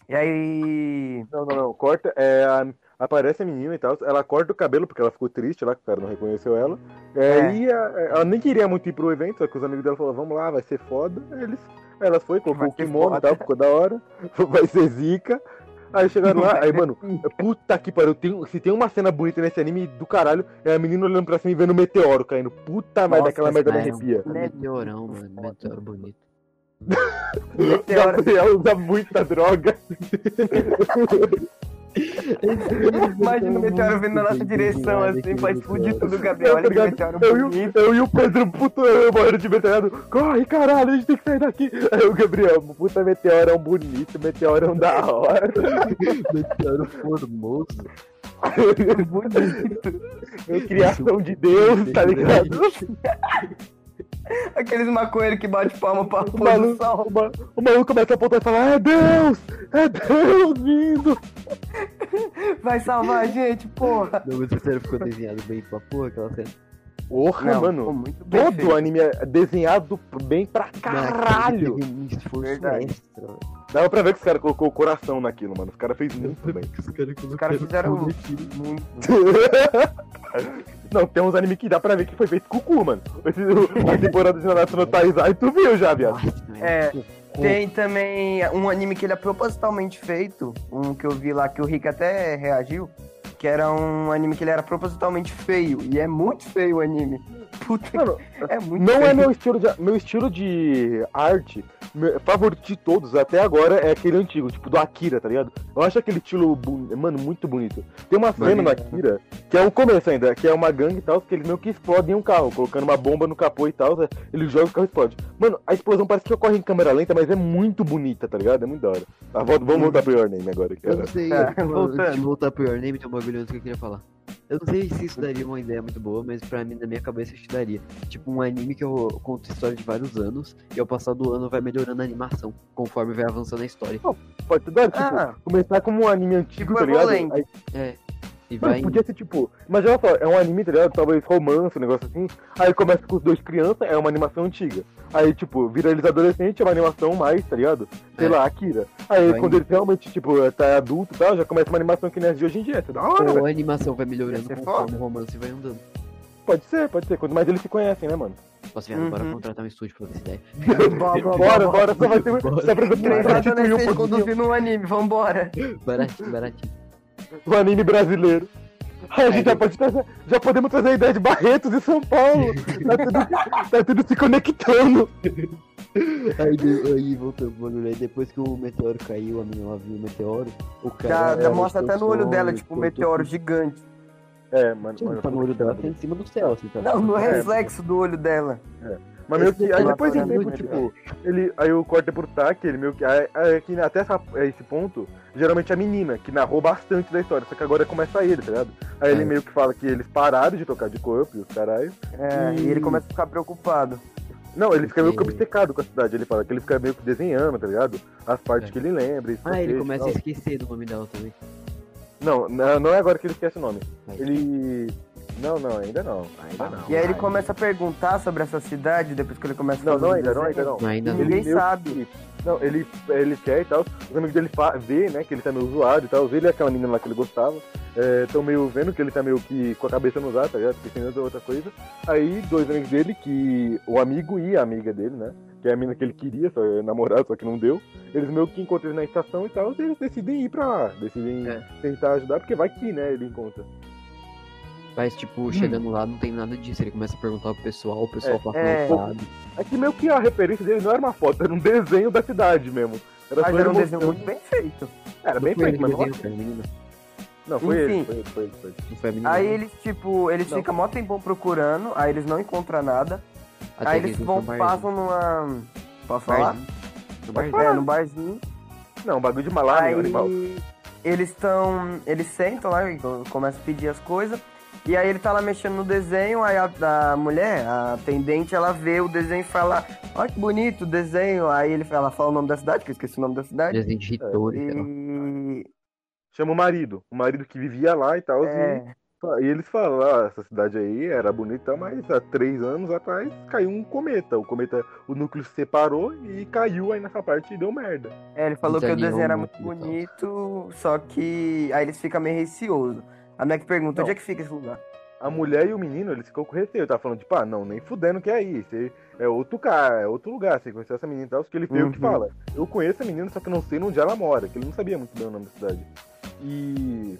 [SPEAKER 3] E aí.
[SPEAKER 1] Não, não, não. Corta. É, a- aparece a menina e tal. Ela corta o cabelo porque ela ficou triste lá, que o cara não reconheceu ela. É,
[SPEAKER 3] É.
[SPEAKER 1] E a- ela nem queria muito ir pro evento, só que os amigos dela falaram, vamos lá, vai ser foda. Eles, ela foi, colocou
[SPEAKER 3] Vai
[SPEAKER 1] o
[SPEAKER 3] ser
[SPEAKER 1] kimono
[SPEAKER 3] foda.
[SPEAKER 1] e tal, ficou da hora. Vai ser zica. Aí chegaram lá, aí, mano, puta que pariu, tem, se tem uma cena bonita nesse anime do caralho, é a menina olhando pra cima e vendo o meteoro caindo. Puta merda,
[SPEAKER 3] Nossa,
[SPEAKER 1] aquela merda me
[SPEAKER 2] mas-
[SPEAKER 1] arrepia.
[SPEAKER 2] É meteorão, mano. Meteoro bonito.
[SPEAKER 3] Meteoro.
[SPEAKER 1] Gabriel usa muita droga.
[SPEAKER 3] Imagina o meteoro vindo na nossa direção assim, vai explodir tudo, Gabriel. Olha que
[SPEAKER 1] Obrigado.
[SPEAKER 3] meteoro
[SPEAKER 1] tá Eu e o-
[SPEAKER 3] bonito.
[SPEAKER 1] Eu e o Pedro, puto, eu morrendo de meteoro. Corre, caralho, a gente tem que sair daqui. Aí o Gabriel, puta meteorão bonito, meteorão da hora.
[SPEAKER 2] Meteoro formoso.
[SPEAKER 1] Eu, criação de Deus, tá ligado?
[SPEAKER 3] Aqueles maconheiros que bate palma pra
[SPEAKER 1] O
[SPEAKER 3] pôr do
[SPEAKER 1] maluco,
[SPEAKER 3] sol.
[SPEAKER 1] o ma- o maluco começa a apontar e falar: É Deus! É Deus vindo!
[SPEAKER 3] Vai salvar a gente, porra.
[SPEAKER 2] Não, mas o sério ficou desenhado bem pra porra aquela cena.
[SPEAKER 1] Porra,
[SPEAKER 3] Não,
[SPEAKER 1] mano.
[SPEAKER 3] ficou muito bem
[SPEAKER 1] Todo
[SPEAKER 3] feito.
[SPEAKER 1] anime é desenhado bem pra
[SPEAKER 2] Nossa,
[SPEAKER 1] caralho.
[SPEAKER 2] teve um esforço
[SPEAKER 3] Verdade.
[SPEAKER 2] extra, velho.
[SPEAKER 1] é Dava pra ver que os caras colocou o coração naquilo, mano. Os caras fez muito bem.
[SPEAKER 2] Os caras
[SPEAKER 3] Os caras fizeram
[SPEAKER 2] tudo
[SPEAKER 3] muito.
[SPEAKER 1] Não, tem uns anime que dá pra ver que foi feito com o cu, mano. Esse, o- a temporada de Naruto no Taizai, tu viu já, viado.
[SPEAKER 2] Nossa,
[SPEAKER 3] É,
[SPEAKER 2] Com-
[SPEAKER 3] tem também um anime que ele é propositalmente feito, um que eu vi lá que o Rick até reagiu, que era um anime que ele era propositalmente feio, e é muito feio o anime. Puta que.
[SPEAKER 1] Mano,
[SPEAKER 3] É muito
[SPEAKER 1] Não é
[SPEAKER 3] feio.
[SPEAKER 1] meu estilo de, meu estilo de arte meu- favorito de todos até agora é aquele antigo, tipo do Akira, tá ligado? Eu acho aquele estilo, bu- mano, muito bonito. Tem uma cena no
[SPEAKER 3] Bonito.
[SPEAKER 1] Akira, que é o começo ainda, que é uma gangue e tal, que eles meio que explodem um carro, colocando uma bomba no capô e tal, né? ele joga e o carro explode. Mano, a explosão parece que ocorre em câmera lenta, mas é muito bonita, tá ligado? É muito da hora. Ah, volta- vamos voltar pro Your Name agora. que
[SPEAKER 2] Eu
[SPEAKER 1] era-
[SPEAKER 2] não sei,
[SPEAKER 3] É,
[SPEAKER 2] antes de
[SPEAKER 3] voltando.
[SPEAKER 2] antes de voltar pro Your Name, tem um bagulho antes que eu queria falar. Eu não sei se isso daria uma ideia muito boa, mas pra mim, na minha cabeça, isso daria. Tipo, um anime que eu conto história de vários anos, e ao passar do ano vai melhorando a animação, conforme vai avançando a história.
[SPEAKER 1] Pode ser da hora, tipo,
[SPEAKER 3] Ah,
[SPEAKER 1] começar como um anime antigo,
[SPEAKER 3] Tipo
[SPEAKER 1] tá ligado?
[SPEAKER 3] Evolente.
[SPEAKER 1] Aí
[SPEAKER 2] É. E
[SPEAKER 1] Mano,
[SPEAKER 2] vai.
[SPEAKER 1] podia ser tipo, imagina só, é um anime, tá ligado? Talvez romance, um negócio assim. Aí começa com os dois crianças, é uma animação antiga. Aí, tipo, vira eles adolescentes, é uma animação mais, tá ligado? Sei
[SPEAKER 2] É.
[SPEAKER 1] lá, Akira. Aí
[SPEAKER 2] Vai
[SPEAKER 1] quando eles realmente, tipo, tá adulto e tal, já começa uma animação que nem as de hoje em
[SPEAKER 3] tipo,
[SPEAKER 1] dia. Isso é da hora,
[SPEAKER 2] Ou
[SPEAKER 1] velho.
[SPEAKER 2] a animação vai melhorando
[SPEAKER 3] Ia ser
[SPEAKER 2] conforme
[SPEAKER 3] foda.
[SPEAKER 2] o romance vai andando.
[SPEAKER 1] Ah, Pode ser, pode ser. Quanto mais eles se conhecem, né, mano?
[SPEAKER 2] Nossa, viado, bora
[SPEAKER 3] Uhum.
[SPEAKER 2] contratar um estúdio pra essa ideia.
[SPEAKER 3] bora, bora,
[SPEAKER 1] Bora, bora, só vai ter.
[SPEAKER 2] Bora.
[SPEAKER 1] Só precisa
[SPEAKER 3] Tipo, Três
[SPEAKER 1] substituir um
[SPEAKER 3] adolescentes
[SPEAKER 1] pouquinho
[SPEAKER 3] conduzindo um anime, vambora.
[SPEAKER 2] Baratinho, baratinho.
[SPEAKER 1] o anime brasileiro. Aí a
[SPEAKER 2] Aí
[SPEAKER 1] gente já,
[SPEAKER 2] eu-
[SPEAKER 1] pode trazer, já podemos trazer a ideia de Barretos e São Paulo. Tá tudo, tá tudo se conectando.
[SPEAKER 2] Aí, deu- aí voltando pro bagulho, aí depois que o meteoro caiu, a menina lá viu o meteoro, o cara...
[SPEAKER 3] Já, já
[SPEAKER 2] ela
[SPEAKER 3] mostra até no
[SPEAKER 2] distorciona,
[SPEAKER 3] olho dela, tipo, um
[SPEAKER 2] distorce-
[SPEAKER 3] meteoro gigante.
[SPEAKER 1] É, mano.
[SPEAKER 2] Sim,
[SPEAKER 1] mano,
[SPEAKER 2] tá no olho dela, tá em cima do céu, assim, tá?
[SPEAKER 3] Não, no
[SPEAKER 1] É.
[SPEAKER 3] reflexo do olho dela.
[SPEAKER 1] Mas meio que. Aí depois de um tempo,
[SPEAKER 2] Exatamente.
[SPEAKER 1] tipo, ele. Aí o corte é pro Taki, ele meio que. Aí, aí que até essa- esse ponto, geralmente é a menina, que narrou bastante da história. Só que agora começa ele, tá ligado? Aí ele
[SPEAKER 2] É.
[SPEAKER 1] meio que fala que eles pararam de tocar de corpo e os caralho.
[SPEAKER 3] É, E
[SPEAKER 1] Hum.
[SPEAKER 3] ele começa a ficar preocupado.
[SPEAKER 1] Não, ele fica meio que
[SPEAKER 2] Porque-
[SPEAKER 1] obcecado com a cidade. Ele fala que ele fica meio que desenhando, tá ligado? As partes
[SPEAKER 2] É.
[SPEAKER 1] que ele lembra. isso,
[SPEAKER 2] Ah, ele
[SPEAKER 1] isso,
[SPEAKER 2] começa a
[SPEAKER 1] tal.
[SPEAKER 2] esquecer do nome dela também.
[SPEAKER 1] Não, não não é agora que ele esquece o nome.
[SPEAKER 2] Vai.
[SPEAKER 1] Ele. Não, não, ainda não. Ainda não.
[SPEAKER 3] E aí ele
[SPEAKER 2] Ai.
[SPEAKER 3] começa a perguntar sobre essa cidade, depois que ele começa a
[SPEAKER 1] Não,
[SPEAKER 3] fazer
[SPEAKER 1] não
[SPEAKER 3] o
[SPEAKER 1] ainda, não
[SPEAKER 3] desenho.
[SPEAKER 1] ainda não.
[SPEAKER 2] Mas ainda não.
[SPEAKER 1] Ele
[SPEAKER 3] Ninguém
[SPEAKER 1] meio
[SPEAKER 3] sabe.
[SPEAKER 1] Não, ele, ele quer e tal. Os amigos dele fa- vê, né, que ele tá meio zoado e tal. Vê ele e aquela menina lá que ele gostava. Estão meio vendo que ele tá meio que com a cabeça no zap, tá ligado? Pensando em outra coisa. Aí, dois amigos dele, que o amigo e a amiga dele, né? Que é a menina que ele queria, só é namorado, só que não deu. Eles meio que encontram ele na estação e tal. E eles decidem ir pra lá. Decidem
[SPEAKER 2] É.
[SPEAKER 1] tentar ajudar, porque vai que, né, ele encontra.
[SPEAKER 2] Mas, tipo, chegando lá não tem nada disso. Ele começa a perguntar pro pessoal, o pessoal
[SPEAKER 1] É,
[SPEAKER 2] fala que
[SPEAKER 3] Hum. é.
[SPEAKER 2] não sabe.
[SPEAKER 1] É que meio que a referência dele não era uma foto, era um desenho da cidade mesmo. Era
[SPEAKER 3] Mas
[SPEAKER 1] só
[SPEAKER 3] era um
[SPEAKER 1] ele
[SPEAKER 3] desenho
[SPEAKER 1] mostrando-
[SPEAKER 3] muito bem feito.
[SPEAKER 1] Era
[SPEAKER 2] Não
[SPEAKER 1] bem
[SPEAKER 2] foi
[SPEAKER 1] feito,
[SPEAKER 2] ele
[SPEAKER 1] mas
[SPEAKER 2] que
[SPEAKER 1] não- é-
[SPEAKER 2] desenhou, foi a menina.
[SPEAKER 1] não, foi ele,
[SPEAKER 3] Enfim.
[SPEAKER 1] foi ele, foi ele, foi ele.
[SPEAKER 2] Não foi a menina.
[SPEAKER 3] Aí
[SPEAKER 2] não.
[SPEAKER 3] eles, tipo, eles
[SPEAKER 1] Não.
[SPEAKER 3] ficam mó tempão procurando, aí eles não encontram nada.
[SPEAKER 2] Até
[SPEAKER 3] aí
[SPEAKER 2] que
[SPEAKER 3] eles
[SPEAKER 2] vão
[SPEAKER 3] vão,
[SPEAKER 2] pro barzinho.
[SPEAKER 3] passam numa. Posso falar?
[SPEAKER 2] Barzinho. No
[SPEAKER 3] Pode
[SPEAKER 2] barzinho.
[SPEAKER 3] falar, num barzinho.
[SPEAKER 1] Não, um bagulho de malária,
[SPEAKER 3] aí
[SPEAKER 1] Ah, animal.
[SPEAKER 3] eles estão. Eles sentam lá e co- começam a pedir as coisas. E aí ele tá lá mexendo no desenho, aí a, a mulher, a atendente, ela vê o desenho e fala, olha que bonito o desenho. Aí ele fala, ela fala o nome da cidade, que eu esqueci o nome da cidade.
[SPEAKER 2] Desenho de Hitori, sei lá.
[SPEAKER 3] É, E.
[SPEAKER 1] Chama o marido. O marido que vivia lá e tal.
[SPEAKER 3] é,
[SPEAKER 1] E, e eles falam, ah, essa cidade aí era bonita, mas há três anos atrás caiu um cometa. O cometa, o núcleo se separou e caiu aí nessa parte e deu merda.
[SPEAKER 3] É, ele falou que o
[SPEAKER 2] Desanimou
[SPEAKER 3] desenho era
[SPEAKER 2] muito e
[SPEAKER 3] muito
[SPEAKER 2] tal.
[SPEAKER 3] bonito, só que aí eles ficam meio receosos. A Mac
[SPEAKER 1] Não.
[SPEAKER 3] pergunta, onde é que fica esse lugar?
[SPEAKER 1] A mulher e o menino, eles ficam com receio. Tá falando, tipo, ah, não, nem fudendo que é aí. Você é outro cara, é outro lugar. Você conheceu essa menina e tal. Que ele veio que
[SPEAKER 3] Uhum.
[SPEAKER 1] fala. Eu conheço a menina, só que eu não sei onde ela mora. Que ele não sabia muito bem o nome da cidade. E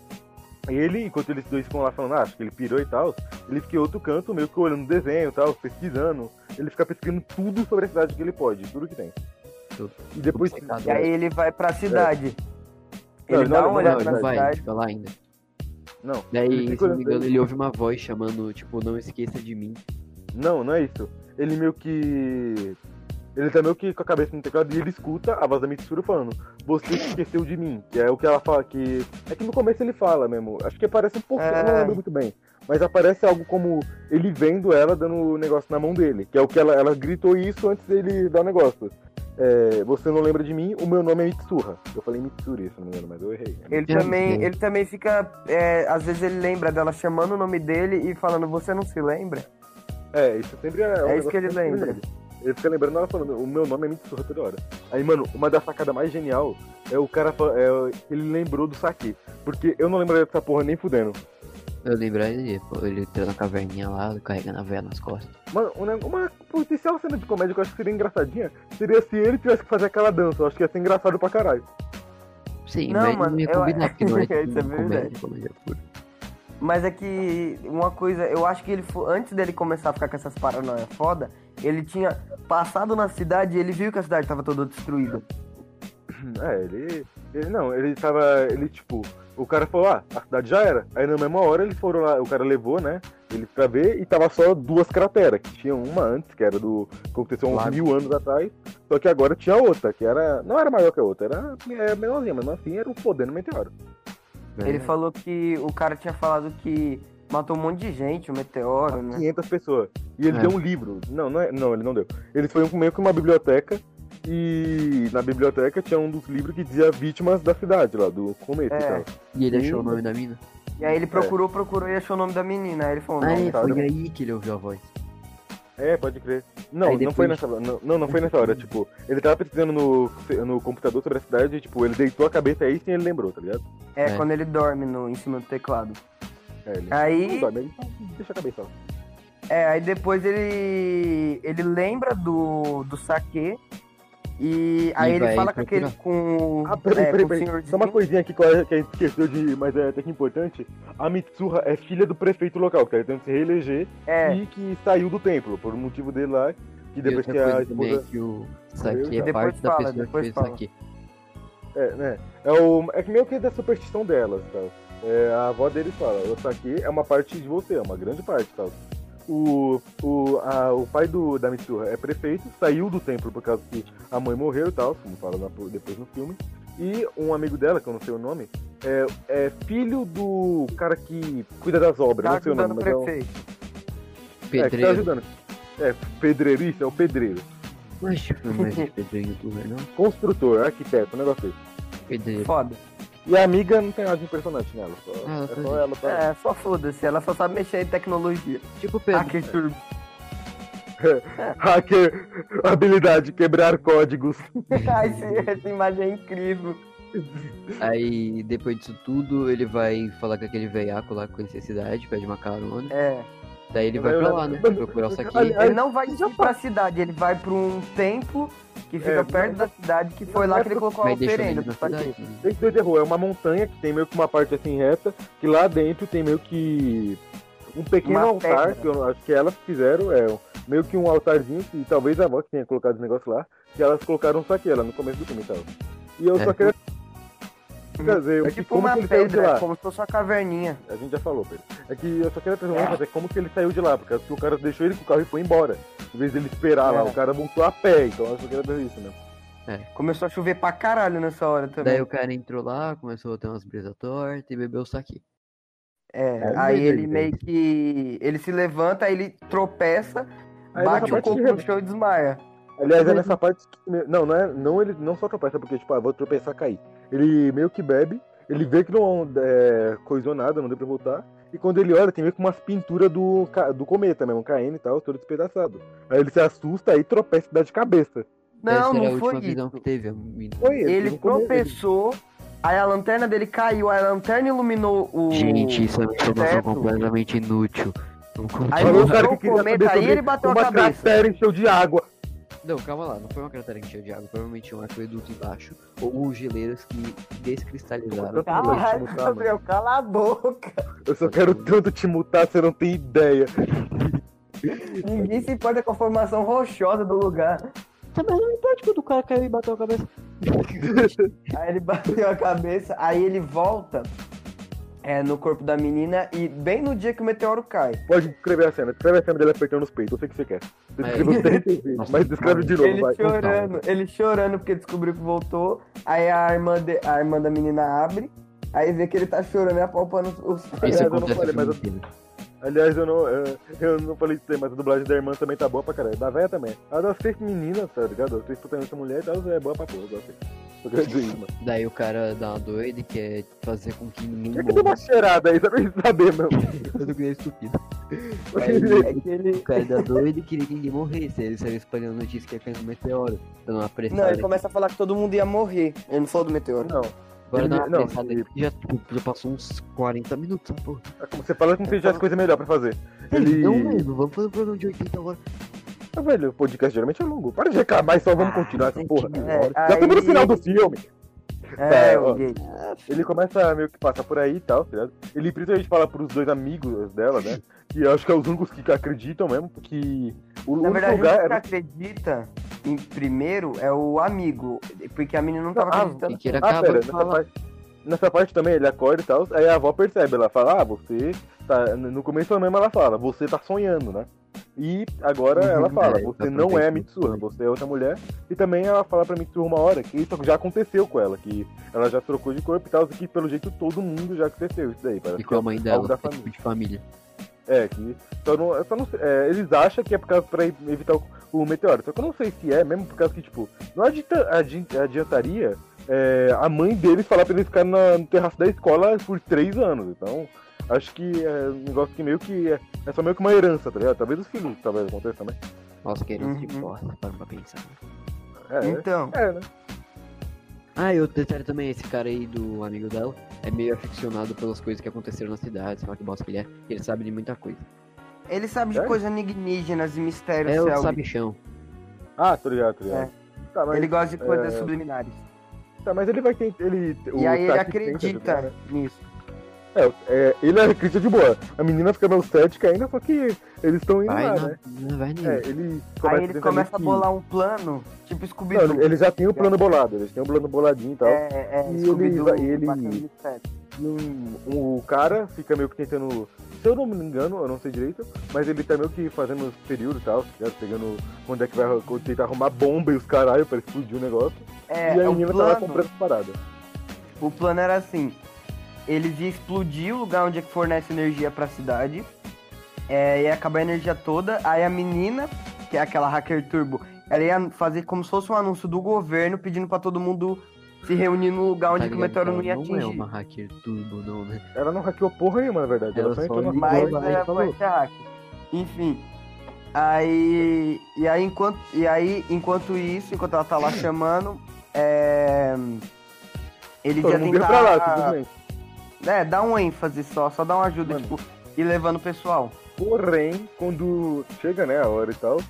[SPEAKER 1] ele, enquanto eles dois ficam lá falando, ah, acho que ele pirou e tal. Ele fica em outro canto, meio que olhando desenho e tal, pesquisando. Ele fica pesquisando tudo sobre a cidade que ele pode, tudo que tem.
[SPEAKER 2] Tudo.
[SPEAKER 1] E depois.
[SPEAKER 2] Obcecado,
[SPEAKER 3] E aí ele vai pra cidade.
[SPEAKER 1] Não,
[SPEAKER 3] Ele
[SPEAKER 1] ele
[SPEAKER 3] dá
[SPEAKER 1] É. não-
[SPEAKER 3] uma
[SPEAKER 1] não,
[SPEAKER 2] Não,
[SPEAKER 3] olhada
[SPEAKER 2] ele
[SPEAKER 3] na
[SPEAKER 2] não vai, ele
[SPEAKER 3] cidade.
[SPEAKER 2] fica lá ainda.
[SPEAKER 1] Não. Ele
[SPEAKER 2] Daí,
[SPEAKER 1] fica
[SPEAKER 2] se não
[SPEAKER 1] olhando
[SPEAKER 2] me engano,
[SPEAKER 1] ele.
[SPEAKER 2] ele ouve uma voz chamando, tipo, não esqueça de mim.
[SPEAKER 1] Não, não é isso. Ele meio que. Ele tá meio que com a cabeça no teclado e ele escuta a voz da Mitsuru falando: Você se esqueceu de mim. Que é o que ela fala que. É que no começo ele fala mesmo. Acho que aparece um pouquinho,
[SPEAKER 3] É.
[SPEAKER 1] eu não lembro muito bem. Mas aparece algo como ele vendo ela dando o negócio na mão dele. Que é o que ela, ela gritou isso antes dele dar o negócio. É, você não lembra de mim, o meu nome é Mitsurra. Eu falei Mitsuri, se não me engano, mas eu errei. né?
[SPEAKER 3] Ele
[SPEAKER 2] Entendo,
[SPEAKER 3] também,
[SPEAKER 2] entendo.
[SPEAKER 3] ele também fica. é, às vezes ele lembra dela chamando o nome dele e falando, você não se lembra?
[SPEAKER 1] É, isso sempre é. um
[SPEAKER 3] É isso
[SPEAKER 1] negócio
[SPEAKER 3] que ele
[SPEAKER 1] sempre
[SPEAKER 3] lembra.
[SPEAKER 1] dele. Ele fica lembrando ela falando, o meu nome é Mitsuha toda hora. Aí, mano, uma das sacadas mais genial é o cara fa- é, ele lembrou do saque. Porque eu não lembro dessa porra nem fudendo.
[SPEAKER 2] Eu lembro ele, pô, ele entra na caverninha lá, carregando a vela nas costas.
[SPEAKER 1] Mano, um neg- uma potencial cena de comédia que eu acho que seria engraçadinha seria se ele tivesse que fazer aquela dança. Eu acho que ia ser engraçado pra caralho.
[SPEAKER 2] Sim,
[SPEAKER 3] Não,
[SPEAKER 2] mas
[SPEAKER 3] mano,
[SPEAKER 2] não ia
[SPEAKER 3] eu-
[SPEAKER 2] combinar, porque não é
[SPEAKER 3] Isso é
[SPEAKER 2] tipo, comédia,
[SPEAKER 3] verdade.
[SPEAKER 2] comédia pura.
[SPEAKER 3] Mas é que uma coisa, eu acho que ele fo- antes dele começar a ficar com essas paranoia foda, ele tinha passado na cidade e ele viu que a cidade tava toda destruída.
[SPEAKER 1] É, ele. Ele não, ele tava. Ele, tipo, o cara falou, ah, a cidade já era. Aí na mesma hora eles foram lá, o cara levou, né? Ele pra ver e tava só duas crateras, que tinha uma antes, que era do. que aconteceu uns
[SPEAKER 2] Claro.
[SPEAKER 1] mil anos atrás. Só que agora tinha outra, que era. Não era maior que a outra, era é, menorzinha, mas mesmo assim era um fodendo meteoro.
[SPEAKER 3] Ele falou que o cara tinha falado que matou um monte de gente, o meteoro, né?
[SPEAKER 1] 500 pessoas. E ele
[SPEAKER 2] É.
[SPEAKER 1] deu um livro. Não, não, é- não, ele não deu. Ele foi meio que uma biblioteca. E na biblioteca tinha um dos livros que dizia vítimas da cidade lá, do cometa e
[SPEAKER 3] É.
[SPEAKER 1] tal.
[SPEAKER 2] E ele achou o nome da mina?
[SPEAKER 3] E aí ele
[SPEAKER 1] é.
[SPEAKER 3] procurou, procurou e achou o nome da menina. Aí ele falou, não, é
[SPEAKER 2] Aí
[SPEAKER 1] tá,
[SPEAKER 2] é, foi
[SPEAKER 1] né?
[SPEAKER 2] aí que ele ouviu a voz.
[SPEAKER 1] É, pode crer. Não,
[SPEAKER 2] Aí
[SPEAKER 1] não
[SPEAKER 2] depois-
[SPEAKER 1] foi nessa hora. Não, não, não foi nessa hora. Tipo, ele tava pesquisando no, no computador sobre a cidade e, tipo, ele deitou a cabeça aí e ele lembrou, tá ligado?
[SPEAKER 3] é,
[SPEAKER 2] É.
[SPEAKER 3] quando ele dorme no, em cima do teclado.
[SPEAKER 1] É, ele. Não
[SPEAKER 3] Aí,
[SPEAKER 1] dá, né? Ele deixa a cabeça lá.
[SPEAKER 3] é, aí depois ele ele lembra do, do saque e aí
[SPEAKER 2] E
[SPEAKER 3] ele
[SPEAKER 2] vai
[SPEAKER 3] fala com
[SPEAKER 2] procurar.
[SPEAKER 3] aquele com,
[SPEAKER 1] Ah, peraí,
[SPEAKER 3] é,
[SPEAKER 1] peraí,
[SPEAKER 3] com o
[SPEAKER 1] peraí. Só
[SPEAKER 3] senhorzinho.
[SPEAKER 1] uma coisinha aqui que eu acho que a gente esqueceu de. Mas é até que importante. A Mitsuha é filha do prefeito local, que tá tentando se reeleger
[SPEAKER 3] É,
[SPEAKER 1] e que saiu do templo, por um motivo dele lá. Que
[SPEAKER 2] e
[SPEAKER 1] depois
[SPEAKER 2] outra
[SPEAKER 1] que a
[SPEAKER 2] coisa também
[SPEAKER 1] esposa.
[SPEAKER 2] é que o
[SPEAKER 1] Deus,
[SPEAKER 2] Saki
[SPEAKER 1] cara.
[SPEAKER 2] é parte da
[SPEAKER 3] Depois fala,
[SPEAKER 2] pessoa que
[SPEAKER 3] depois
[SPEAKER 2] fez
[SPEAKER 3] fala.
[SPEAKER 2] isso aqui.
[SPEAKER 1] É, né? É, o, é que meio que da superstição delas, tá? É, a avó dele fala, o saque é uma parte de você, é uma grande parte, tal. O, o, a- o pai do, da Mitsuha é prefeito, saiu do templo por causa que a mãe morreu e tal, como fala na- depois no filme. E um amigo dela, que eu não sei o nome, é, é filho do cara que cuida das obras,
[SPEAKER 3] tá
[SPEAKER 1] não sei o
[SPEAKER 3] ajudando
[SPEAKER 1] nome,
[SPEAKER 3] o
[SPEAKER 1] mas é um,
[SPEAKER 3] prefeito.
[SPEAKER 1] é, que tá
[SPEAKER 2] Pedreiro.
[SPEAKER 1] ajudando. É, pedreirista, é o pedreiro.
[SPEAKER 2] Mas foi mais é de pedreiro em youtuber, não?
[SPEAKER 1] Construtor, arquiteto, um negócio desse.
[SPEAKER 2] Pedreiro.
[SPEAKER 3] Foda.
[SPEAKER 1] E a amiga não tem nada de impressionante nela. Só,
[SPEAKER 2] Ah,
[SPEAKER 1] é
[SPEAKER 2] tá
[SPEAKER 1] só ela pra
[SPEAKER 3] É, só foda-se, ela só sabe mexer em tecnologia.
[SPEAKER 2] Tipo Pedro.
[SPEAKER 3] Hacker turbo.
[SPEAKER 1] Hacker, habilidade, quebrar códigos.
[SPEAKER 3] Ai, esse- essa imagem é incrível.
[SPEAKER 2] Aí, depois disso tudo, ele vai falar com aquele veiaco lá que conhecia a cidade, pede uma carona.
[SPEAKER 3] É.
[SPEAKER 2] Daí ele vai pra lá, né? Procurar o Saki.
[SPEAKER 1] Olha,
[SPEAKER 3] Ele não vai
[SPEAKER 1] já
[SPEAKER 3] ir pra cidade, ele vai pra um templo que fica
[SPEAKER 1] É,
[SPEAKER 3] perto da cidade, que foi
[SPEAKER 1] não
[SPEAKER 3] lá
[SPEAKER 1] é
[SPEAKER 3] que ele
[SPEAKER 1] pro-
[SPEAKER 3] colocou a
[SPEAKER 2] Vai deixando ele
[SPEAKER 3] oferenda.
[SPEAKER 2] na
[SPEAKER 3] tá aqui.
[SPEAKER 2] cidade. né?
[SPEAKER 1] Esse Dead Row é uma montanha que tem meio que uma parte assim reta, que lá dentro tem meio que um pequeno
[SPEAKER 3] Uma
[SPEAKER 1] altar,
[SPEAKER 3] pedra.
[SPEAKER 1] que eu acho que elas fizeram, é um- meio que um altarzinho, que talvez a avó que tenha colocado esse negócio lá, que elas colocaram só aquela no começo do filme e tal. E eu
[SPEAKER 2] É.
[SPEAKER 1] só queria trazer
[SPEAKER 3] É
[SPEAKER 1] o que-
[SPEAKER 3] tipo
[SPEAKER 1] como
[SPEAKER 3] uma
[SPEAKER 1] que ele saiu de lá.
[SPEAKER 3] pedra, como se fosse uma caverninha.
[SPEAKER 1] A gente já falou, Pedro. É que eu só queria trazer um
[SPEAKER 3] Ah.
[SPEAKER 1] lance, é como que ele saiu de lá, porque o cara deixou ele com o carro e foi embora. Em vez dele esperar lá,
[SPEAKER 3] É.
[SPEAKER 1] o cara voltou a pé, então eu só queria trazer isso, né?
[SPEAKER 3] Começou a chover pra caralho nessa hora também.
[SPEAKER 2] Daí o cara entrou lá, começou a ter umas brisas tortas e bebeu o Saki.
[SPEAKER 3] É,
[SPEAKER 1] É,
[SPEAKER 3] aí
[SPEAKER 1] mas
[SPEAKER 3] ele
[SPEAKER 1] ele-
[SPEAKER 3] meio que. Ele se levanta, aí ele tropeça,
[SPEAKER 1] Aí
[SPEAKER 3] bate
[SPEAKER 1] nessa
[SPEAKER 3] o
[SPEAKER 1] parte
[SPEAKER 3] coco
[SPEAKER 1] que-
[SPEAKER 3] no chão e desmaia.
[SPEAKER 1] Aliás, é nessa parte que. Não, não é. Não, ele não só tropeça, porque, tipo, ah, vou tropeçar cair. Ele meio que bebe, ele vê que não é, coisou nada, não deu pra voltar. E quando ele olha, tem meio que umas pinturas do, ca- do cometa mesmo, caindo e tal, todo despedaçado. Aí ele se assusta aí tropeça e dá de cabeça.
[SPEAKER 3] Não,
[SPEAKER 2] Essa era a
[SPEAKER 3] não
[SPEAKER 2] última
[SPEAKER 3] foi
[SPEAKER 2] visão
[SPEAKER 3] isso.
[SPEAKER 2] que teve. é um a mina.
[SPEAKER 1] Foi ele.
[SPEAKER 3] Ele
[SPEAKER 1] no começo,
[SPEAKER 3] tropeçou, aí a lanterna dele caiu, aí a lanterna iluminou o.
[SPEAKER 2] Gente, isso é uma informação
[SPEAKER 3] Certo.
[SPEAKER 2] completamente inútil. Não conta-
[SPEAKER 3] Aí
[SPEAKER 1] Falou o cara
[SPEAKER 3] mostrou
[SPEAKER 1] que
[SPEAKER 3] o
[SPEAKER 1] queria
[SPEAKER 3] cometa
[SPEAKER 1] saber
[SPEAKER 3] aí ele bateu a
[SPEAKER 1] Uma
[SPEAKER 3] cabeça.
[SPEAKER 1] cratera encheu de água.
[SPEAKER 2] Não, calma lá, não foi uma cratera que encheu de água, provavelmente um aqueduto embaixo, ou geleiras que descristalizaram.
[SPEAKER 1] Calma.
[SPEAKER 2] Foi.
[SPEAKER 1] Caralho, Gabriel,
[SPEAKER 3] cala a boca.
[SPEAKER 1] Eu só quero tanto te mutar, você não tem ideia.
[SPEAKER 3] Ninguém se importa com a formação rochosa do lugar.
[SPEAKER 2] Tá, mas não importa quando o cara caiu e bateu a cabeça.
[SPEAKER 3] Aí ele bateu a cabeça, aí ele volta é, no corpo da menina e bem no dia que o meteoro cai.
[SPEAKER 1] Pode descrever a cena. Descreve a cena dele apertando os peitos. Eu sei o que você quer. Você
[SPEAKER 2] Aí.
[SPEAKER 1] descreveu 30 vezes,
[SPEAKER 2] Nossa,
[SPEAKER 1] mas descreve de novo,
[SPEAKER 3] Ele
[SPEAKER 1] vai.
[SPEAKER 3] chorando, ele chorando porque descobriu que voltou. Aí a irmã, de- a irmã da menina abre, aí vê que ele tá chorando e apalpando os os
[SPEAKER 1] Aliás,
[SPEAKER 2] Isso
[SPEAKER 1] eu não
[SPEAKER 2] acontece
[SPEAKER 1] falei,
[SPEAKER 2] no
[SPEAKER 1] mas eu-
[SPEAKER 2] filme inteiro.
[SPEAKER 1] Aliás, eu não, eu, eu não falei isso aí, mas a dublagem da irmã também tá boa pra caralho. Da véia também. A das três meninas, tá ligado? As três protagonistas mulheres, elas é boa pra porra. Eu gostei. Eu quero dizer isso, mano.
[SPEAKER 2] Daí o cara dá uma doida e quer fazer com que ninguém
[SPEAKER 1] É que deu
[SPEAKER 2] morra.
[SPEAKER 1] uma cheirada aí, só pra gente saber, meu.
[SPEAKER 2] Eu tô que nem estupido.
[SPEAKER 3] É que ele...
[SPEAKER 2] O cara dá doido e queria que ninguém morresse. Aí ele saiu espalhando notícia que ia cair no meteoro. Dando uma pressada.
[SPEAKER 3] Não, ele começa a falar que todo mundo ia morrer. Ele não falou do meteoro.
[SPEAKER 1] Não.
[SPEAKER 2] Agora dá uma
[SPEAKER 1] ele- não,
[SPEAKER 2] pressada
[SPEAKER 1] ele-
[SPEAKER 2] aqui, já, tipo, já passou uns 40 minutos, né, pô.
[SPEAKER 1] É como você fala como se tivesse coisa melhor pra fazer. Ele.
[SPEAKER 2] Não, mano, vamos fazer um programa de 80 horas.
[SPEAKER 1] Ah, velho, o podcast geralmente é longo. Para de reclamar e só vamos
[SPEAKER 2] Ah,
[SPEAKER 1] continuar essa
[SPEAKER 2] tem
[SPEAKER 1] porra.
[SPEAKER 2] que-
[SPEAKER 3] É,
[SPEAKER 1] Já estamos no
[SPEAKER 3] aí-
[SPEAKER 1] final do filme.
[SPEAKER 3] É,
[SPEAKER 1] Tá, ó.
[SPEAKER 3] o gay.
[SPEAKER 1] Ele começa a meio que passar por aí e tal, tá ligado? Ele principalmente fala pros dois amigos dela, né? Que eu acho que é os únicos que acreditam mesmo, porque o
[SPEAKER 3] Na
[SPEAKER 1] único
[SPEAKER 3] verdade,
[SPEAKER 1] lugar é
[SPEAKER 3] o único que
[SPEAKER 1] era.
[SPEAKER 3] acredita em primeiro é o amigo. Porque a menina não tava
[SPEAKER 1] Ah,
[SPEAKER 3] acreditando.
[SPEAKER 2] E que ele
[SPEAKER 1] Ah,
[SPEAKER 2] acaba
[SPEAKER 1] pera,
[SPEAKER 2] de
[SPEAKER 1] nessa
[SPEAKER 2] falar.
[SPEAKER 1] parte, nessa parte também ele acorda e tal, aí a avó percebe, ela fala, ah, você tá. No começo mesmo ela fala, você tá sonhando, né? E agora
[SPEAKER 2] Uhum,
[SPEAKER 1] ela fala,
[SPEAKER 2] é,
[SPEAKER 1] você
[SPEAKER 2] tá
[SPEAKER 1] não é a
[SPEAKER 2] protegido
[SPEAKER 1] Mitsuha,
[SPEAKER 2] também.
[SPEAKER 1] você é outra mulher. E também ela fala pra Mitsuha uma hora que isso já aconteceu com ela, que ela já trocou de corpo e tal, que pelo jeito todo mundo já aconteceu isso daí. Parece
[SPEAKER 2] E com a mãe
[SPEAKER 1] algo
[SPEAKER 2] dela,
[SPEAKER 1] da
[SPEAKER 2] é tipo de família.
[SPEAKER 1] É, que só não, eu só não sei- é, eles acham que é por causa pra evitar o, o meteoro. Só que eu não sei se é, mesmo por causa que, tipo, não adianta, adi- adiantaria é, a mãe deles falar pra eles ficarem na- no terraço da escola por três anos. Então, acho que é um negócio que meio que é, é só meio que uma herança, tá ligado? Talvez os filhos talvez aconteça também.
[SPEAKER 2] Nossa, querendo uhum. de
[SPEAKER 3] Uhum.
[SPEAKER 2] porta, para pra pensar.
[SPEAKER 1] É,
[SPEAKER 3] Então,
[SPEAKER 1] é, né?
[SPEAKER 2] Ah, e outro detalhe também, esse cara aí do amigo dela é meio aficionado pelas coisas que aconteceram na cidade, sei lá que bosta que ele é. Ele sabe de muita coisa.
[SPEAKER 3] ele sabe de
[SPEAKER 1] Sério?
[SPEAKER 3] coisas alienígenas e mistérios
[SPEAKER 2] É o
[SPEAKER 3] célticos.
[SPEAKER 2] sabichão.
[SPEAKER 1] Ah, tô ligado, tô ligado.
[SPEAKER 3] É.
[SPEAKER 1] Tá, mas,
[SPEAKER 3] Ele
[SPEAKER 1] ele...
[SPEAKER 3] gosta de coisas
[SPEAKER 1] é,
[SPEAKER 3] subliminares.
[SPEAKER 1] tá, mas ele vai ter. Ele,
[SPEAKER 3] e aí ele
[SPEAKER 1] Taki tenta ajudar, né?
[SPEAKER 3] acredita nisso.
[SPEAKER 1] É, é, ele acredita de boa. A menina fica meio cética ainda, só que eles estão indo
[SPEAKER 2] Vai,
[SPEAKER 1] lá, né?
[SPEAKER 2] na, não vai nem.
[SPEAKER 1] É, ele
[SPEAKER 3] Aí
[SPEAKER 1] começa,
[SPEAKER 3] ele
[SPEAKER 1] tentar
[SPEAKER 3] começa a
[SPEAKER 1] meio que-
[SPEAKER 3] bolar um plano, tipo
[SPEAKER 1] Não, ele-
[SPEAKER 3] Scooby-Doo.
[SPEAKER 1] ele já tem o plano bolado, eles têm o plano boladinho e tal.
[SPEAKER 3] É, é,
[SPEAKER 1] E ele
[SPEAKER 3] Scooby-Doo.
[SPEAKER 1] vai- ele-
[SPEAKER 3] batendo mistério.
[SPEAKER 1] E um- um- o cara fica meio que tentando. Se eu não me engano, eu não sei direito, mas ele tá meio que fazendo os períodos e tal, tá ligado? pegando onde é que vai arru- tentar arrumar bomba e os caralho pra explodir o negócio.
[SPEAKER 3] É,
[SPEAKER 1] e
[SPEAKER 3] é
[SPEAKER 1] a
[SPEAKER 3] um
[SPEAKER 1] menina tá lá
[SPEAKER 3] plano.
[SPEAKER 1] comprando as paradas.
[SPEAKER 3] O plano era assim: eles iam explodir o lugar onde é que fornece energia pra cidade, é, ia acabar a energia toda. Aí a menina, que é aquela hacker turbo, ela ia fazer como se fosse um anúncio do governo pedindo pra todo mundo se reunir no lugar onde
[SPEAKER 2] Tá
[SPEAKER 3] que o
[SPEAKER 2] ligado?
[SPEAKER 3] meteoro não ia
[SPEAKER 2] Ela
[SPEAKER 3] atingir.
[SPEAKER 2] é uma hacker turbo, não, né?
[SPEAKER 1] Ela não hackeou porra nenhuma, na verdade. Ela,
[SPEAKER 2] Ela
[SPEAKER 1] só
[SPEAKER 2] só
[SPEAKER 1] entrou na
[SPEAKER 2] ligou
[SPEAKER 1] porra
[SPEAKER 3] Mas
[SPEAKER 1] e
[SPEAKER 2] Dois,
[SPEAKER 3] era
[SPEAKER 1] falou.
[SPEAKER 3] forte hack. é Enfim. Aí. E aí, enquanto, e aí, enquanto isso, enquanto ela tá lá chamando, é. Ele
[SPEAKER 1] Todo
[SPEAKER 3] ia
[SPEAKER 1] mundo ia pra lá,
[SPEAKER 3] tentar.
[SPEAKER 1] simplesmente.
[SPEAKER 3] É, dá um ênfase só, só dá uma ajuda,
[SPEAKER 1] Mano.
[SPEAKER 3] tipo, ir levando o pessoal.
[SPEAKER 1] Porém, quando chega né, a hora e tal,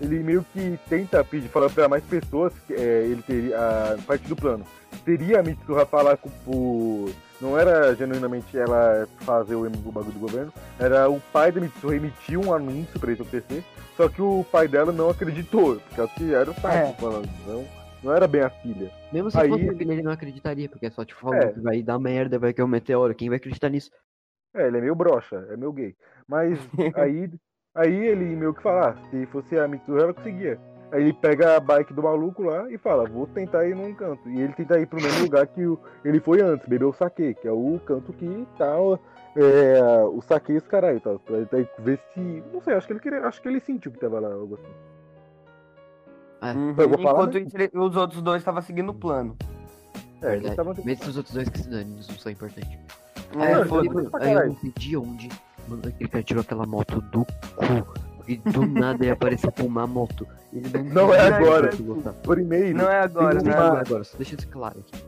[SPEAKER 1] ele meio que tenta pedir, falar pra mais pessoas que é, ele teria a parte do plano. Teria a Mitsuha falar com o. Não era genuinamente ela fazer o, o bagulho do governo, era o pai da Mitsuha emitiu um anúncio pra isso acontecer, só que o pai dela não acreditou, porque acho que era o pai
[SPEAKER 3] É.
[SPEAKER 1] falando, não, não era bem a filha.
[SPEAKER 2] Mesmo se
[SPEAKER 1] Aí-
[SPEAKER 2] fosse a filha, ele não acreditaria, porque é só tipo falando
[SPEAKER 1] É.
[SPEAKER 2] que vai dar merda, vai que é um meteoro. Quem vai acreditar nisso?
[SPEAKER 1] É, ele é meio broxa, é meio gay. Mas aí, aí ele meio que fala, ah, se fosse a Mitsuha, ela conseguia. Aí ele pega a bike do maluco lá e fala, vou tentar ir num canto. E ele tenta ir pro mesmo lugar que o- ele foi antes, bebeu o saque, que é o canto que tá o- é, o saque e os caralho, tá? Pra tentar ver se. Não sei, acho que ele queria. Acho que ele sentiu que tava lá algo assim.
[SPEAKER 3] Uhum.
[SPEAKER 1] Eu vou falar,
[SPEAKER 3] Enquanto
[SPEAKER 1] né?
[SPEAKER 3] isso, ele- os outros dois estavam seguindo o plano.
[SPEAKER 1] É, ele
[SPEAKER 2] Verdade.
[SPEAKER 1] tava tentando.
[SPEAKER 2] Mesmo se os outros dois que se dane, isso não são importantes.
[SPEAKER 1] É,
[SPEAKER 2] Aí,
[SPEAKER 1] não,
[SPEAKER 2] eu
[SPEAKER 1] ele
[SPEAKER 2] falei,
[SPEAKER 1] tá
[SPEAKER 2] mano,
[SPEAKER 1] doido pra
[SPEAKER 2] aí eu
[SPEAKER 1] caralho.
[SPEAKER 2] não sei de onde. Mano, aquele cara tirou aquela moto do cu. E do nada ele apareceu com uma moto. Ele
[SPEAKER 1] Não é agora.
[SPEAKER 2] Não
[SPEAKER 1] Primeiro.
[SPEAKER 3] não é agora,
[SPEAKER 1] Tem
[SPEAKER 3] né?
[SPEAKER 1] uma-
[SPEAKER 2] é agora, só deixa isso claro aqui.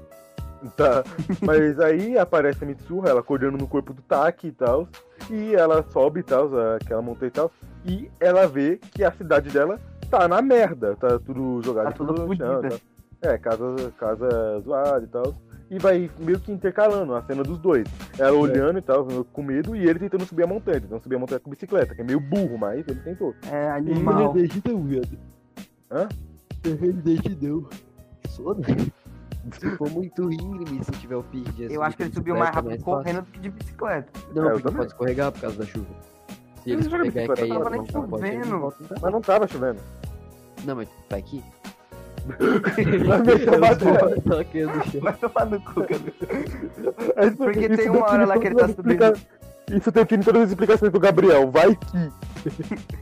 [SPEAKER 1] Tá. Mas aí aparece a Mitsuha, ela acordando no corpo do Taki e tal. E ela sobe e tal, aquela montanha e tal. E ela vê que a cidade dela tá na merda. Tá tudo jogado
[SPEAKER 3] Tá toda
[SPEAKER 1] tudo no chão.
[SPEAKER 3] fudida.
[SPEAKER 1] tá? É, casa, casa zoada e tal. E vai meio que intercalando a cena dos dois. Ela olhando e tal, com medo, e ele tentando subir a montanha. Tentando subir a montanha com bicicleta, que é meio burro, mas ele tentou.
[SPEAKER 3] É animal.
[SPEAKER 2] não, viado.
[SPEAKER 1] Hã?
[SPEAKER 2] Rendeji não. Sono. Se for muito íngreme, se tiver o pique de é
[SPEAKER 3] Eu acho que ele subiu mais rápido correndo do que de bicicleta.
[SPEAKER 2] Não,
[SPEAKER 1] É, eu
[SPEAKER 2] porque
[SPEAKER 1] também.
[SPEAKER 2] pode escorregar por causa da chuva. Se
[SPEAKER 1] Ele
[SPEAKER 2] ele
[SPEAKER 1] joga
[SPEAKER 2] escorregar e
[SPEAKER 1] bicicleta,
[SPEAKER 2] cair,
[SPEAKER 1] tava
[SPEAKER 2] ele
[SPEAKER 3] nem
[SPEAKER 2] não pode.
[SPEAKER 3] chovendo.
[SPEAKER 1] Mas não tava chovendo.
[SPEAKER 2] Não, mas vai aqui.
[SPEAKER 1] Vai meter uma dela.
[SPEAKER 2] Só que no chão.
[SPEAKER 3] Vai tomar no cu, cara.
[SPEAKER 1] Isso-
[SPEAKER 3] É Porque
[SPEAKER 1] isso
[SPEAKER 3] tem uma hora lá que ele tá
[SPEAKER 1] define todas as explica- Isso define todas as explicações do Gabriel. Vai que.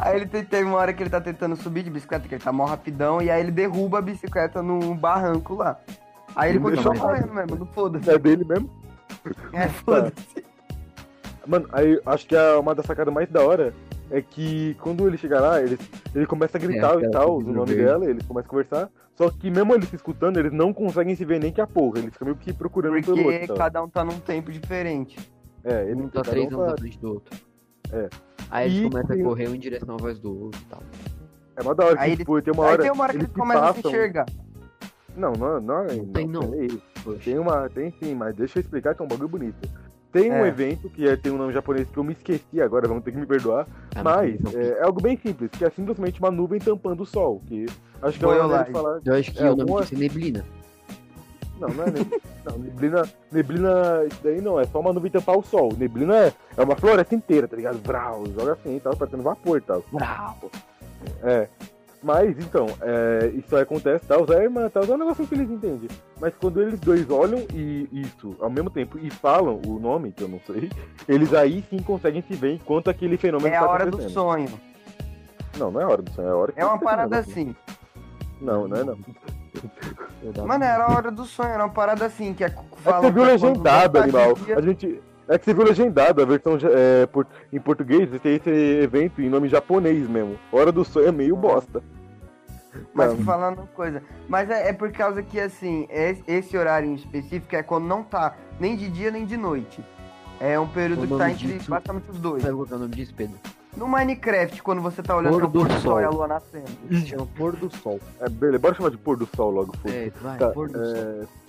[SPEAKER 3] Aí ele tem, tem uma hora que ele tá tentando subir de bicicleta, que ele tá mó rapidão, e aí ele derruba a bicicleta num barranco lá. Aí ele
[SPEAKER 1] Não deixa
[SPEAKER 3] continua
[SPEAKER 1] mais. tá,
[SPEAKER 3] correndo mesmo, não foda-se.
[SPEAKER 1] É dele mesmo.
[SPEAKER 3] É, foda-se.
[SPEAKER 1] Mano, aí acho que a, uma das sacadas mais da hora é que quando ele chega lá, ele, ele começa a gritar
[SPEAKER 2] aquela
[SPEAKER 1] e tal, o
[SPEAKER 2] que
[SPEAKER 1] nome
[SPEAKER 2] verde.
[SPEAKER 1] dela, eles começam a conversar. Só que mesmo eles se escutando, eles não conseguem se ver nem que a porra. Eles ficam meio que procurando pelo outro.
[SPEAKER 3] Porque
[SPEAKER 1] tá?
[SPEAKER 3] cada um tá num tempo diferente.
[SPEAKER 1] É, ele
[SPEAKER 2] Um tá três anos à frente do outro.
[SPEAKER 1] É.
[SPEAKER 2] Aí eles
[SPEAKER 1] E
[SPEAKER 2] começam
[SPEAKER 1] tem-
[SPEAKER 2] a correr um em direção à voz do outro e tal.
[SPEAKER 1] É uma da hora,
[SPEAKER 3] Aí
[SPEAKER 1] que,
[SPEAKER 3] ele-
[SPEAKER 1] tipo, tem uma
[SPEAKER 3] aí
[SPEAKER 1] hora.
[SPEAKER 3] tem uma hora que
[SPEAKER 1] eles
[SPEAKER 3] eles começam a se
[SPEAKER 1] passam-
[SPEAKER 3] enxergar.
[SPEAKER 1] Não, não, não, não,
[SPEAKER 2] tem, não.
[SPEAKER 1] peraí.
[SPEAKER 2] Poxa.
[SPEAKER 1] Tem uma. Tem sim, mas deixa eu explicar que é um bagulho bonito. Tem um
[SPEAKER 3] É.
[SPEAKER 1] evento que é- tem um nome japonês que eu me esqueci agora, vão ter que me perdoar.
[SPEAKER 2] Ah,
[SPEAKER 1] mas
[SPEAKER 2] não,
[SPEAKER 1] é, é algo bem simples, que é simplesmente uma nuvem tampando o sol. Que acho que é
[SPEAKER 3] Boiolai.
[SPEAKER 1] uma maneira de falar.
[SPEAKER 2] Eu acho que
[SPEAKER 1] é,
[SPEAKER 2] o nome
[SPEAKER 1] boa-
[SPEAKER 2] disso é neblina.
[SPEAKER 1] Não, não é neblina. não, neblina. Neblina, isso daí não, é só uma nuvem tampar o sol. Neblina é, é uma floresta inteira, tá ligado? Vrau, joga assim e tal, parecendo vapor e tal.
[SPEAKER 2] Brau.
[SPEAKER 1] É. Mas, então, é, isso aí acontece, tal, é irmã, tal, é um negócio que eles entendem. Mas quando eles dois olham e isso ao mesmo tempo e falam o nome, que eu não sei, eles aí sim conseguem se ver enquanto aquele fenômeno
[SPEAKER 3] É a
[SPEAKER 1] tá
[SPEAKER 3] hora do
[SPEAKER 1] acontecendo.
[SPEAKER 3] sonho.
[SPEAKER 1] Não, não é a hora do sonho, é a hora que
[SPEAKER 3] É uma
[SPEAKER 1] tá
[SPEAKER 3] parada
[SPEAKER 1] acontecendo.
[SPEAKER 3] assim.
[SPEAKER 1] Não, não é não.
[SPEAKER 2] Eu dava-
[SPEAKER 3] Mano, era a hora do sonho, era uma parada assim, que é c-
[SPEAKER 1] É que
[SPEAKER 3] fala
[SPEAKER 1] você viu
[SPEAKER 3] pra
[SPEAKER 1] legendado,
[SPEAKER 3] quando tá
[SPEAKER 1] animal.
[SPEAKER 3] você
[SPEAKER 1] A gente. É que você viu legendado, a versão ja- é, por- em português tem esse evento em nome japonês mesmo. Hora do sonho é meio bosta.
[SPEAKER 3] Mas
[SPEAKER 1] Tá.
[SPEAKER 3] falando uma coisa. Mas é, é por causa que, assim, é- esse horário em específico é quando não tá nem de dia nem de noite. É um período
[SPEAKER 2] O
[SPEAKER 3] que tá
[SPEAKER 2] nome
[SPEAKER 3] entre
[SPEAKER 2] disso-
[SPEAKER 3] basicamente os dois.
[SPEAKER 2] Sabe qual que é o nome disso, Pedro?
[SPEAKER 3] No Minecraft, quando você tá olhando
[SPEAKER 2] Pôr
[SPEAKER 3] pra
[SPEAKER 2] do
[SPEAKER 3] pôr do sol
[SPEAKER 2] sol.
[SPEAKER 3] e a lua nascendo.
[SPEAKER 2] Chama Pôr do Sol.
[SPEAKER 1] É, beleza, bora chamar de pôr do sol logo, foda.
[SPEAKER 2] É, vai,
[SPEAKER 1] Tá,
[SPEAKER 2] Pôr do Sol.
[SPEAKER 1] é,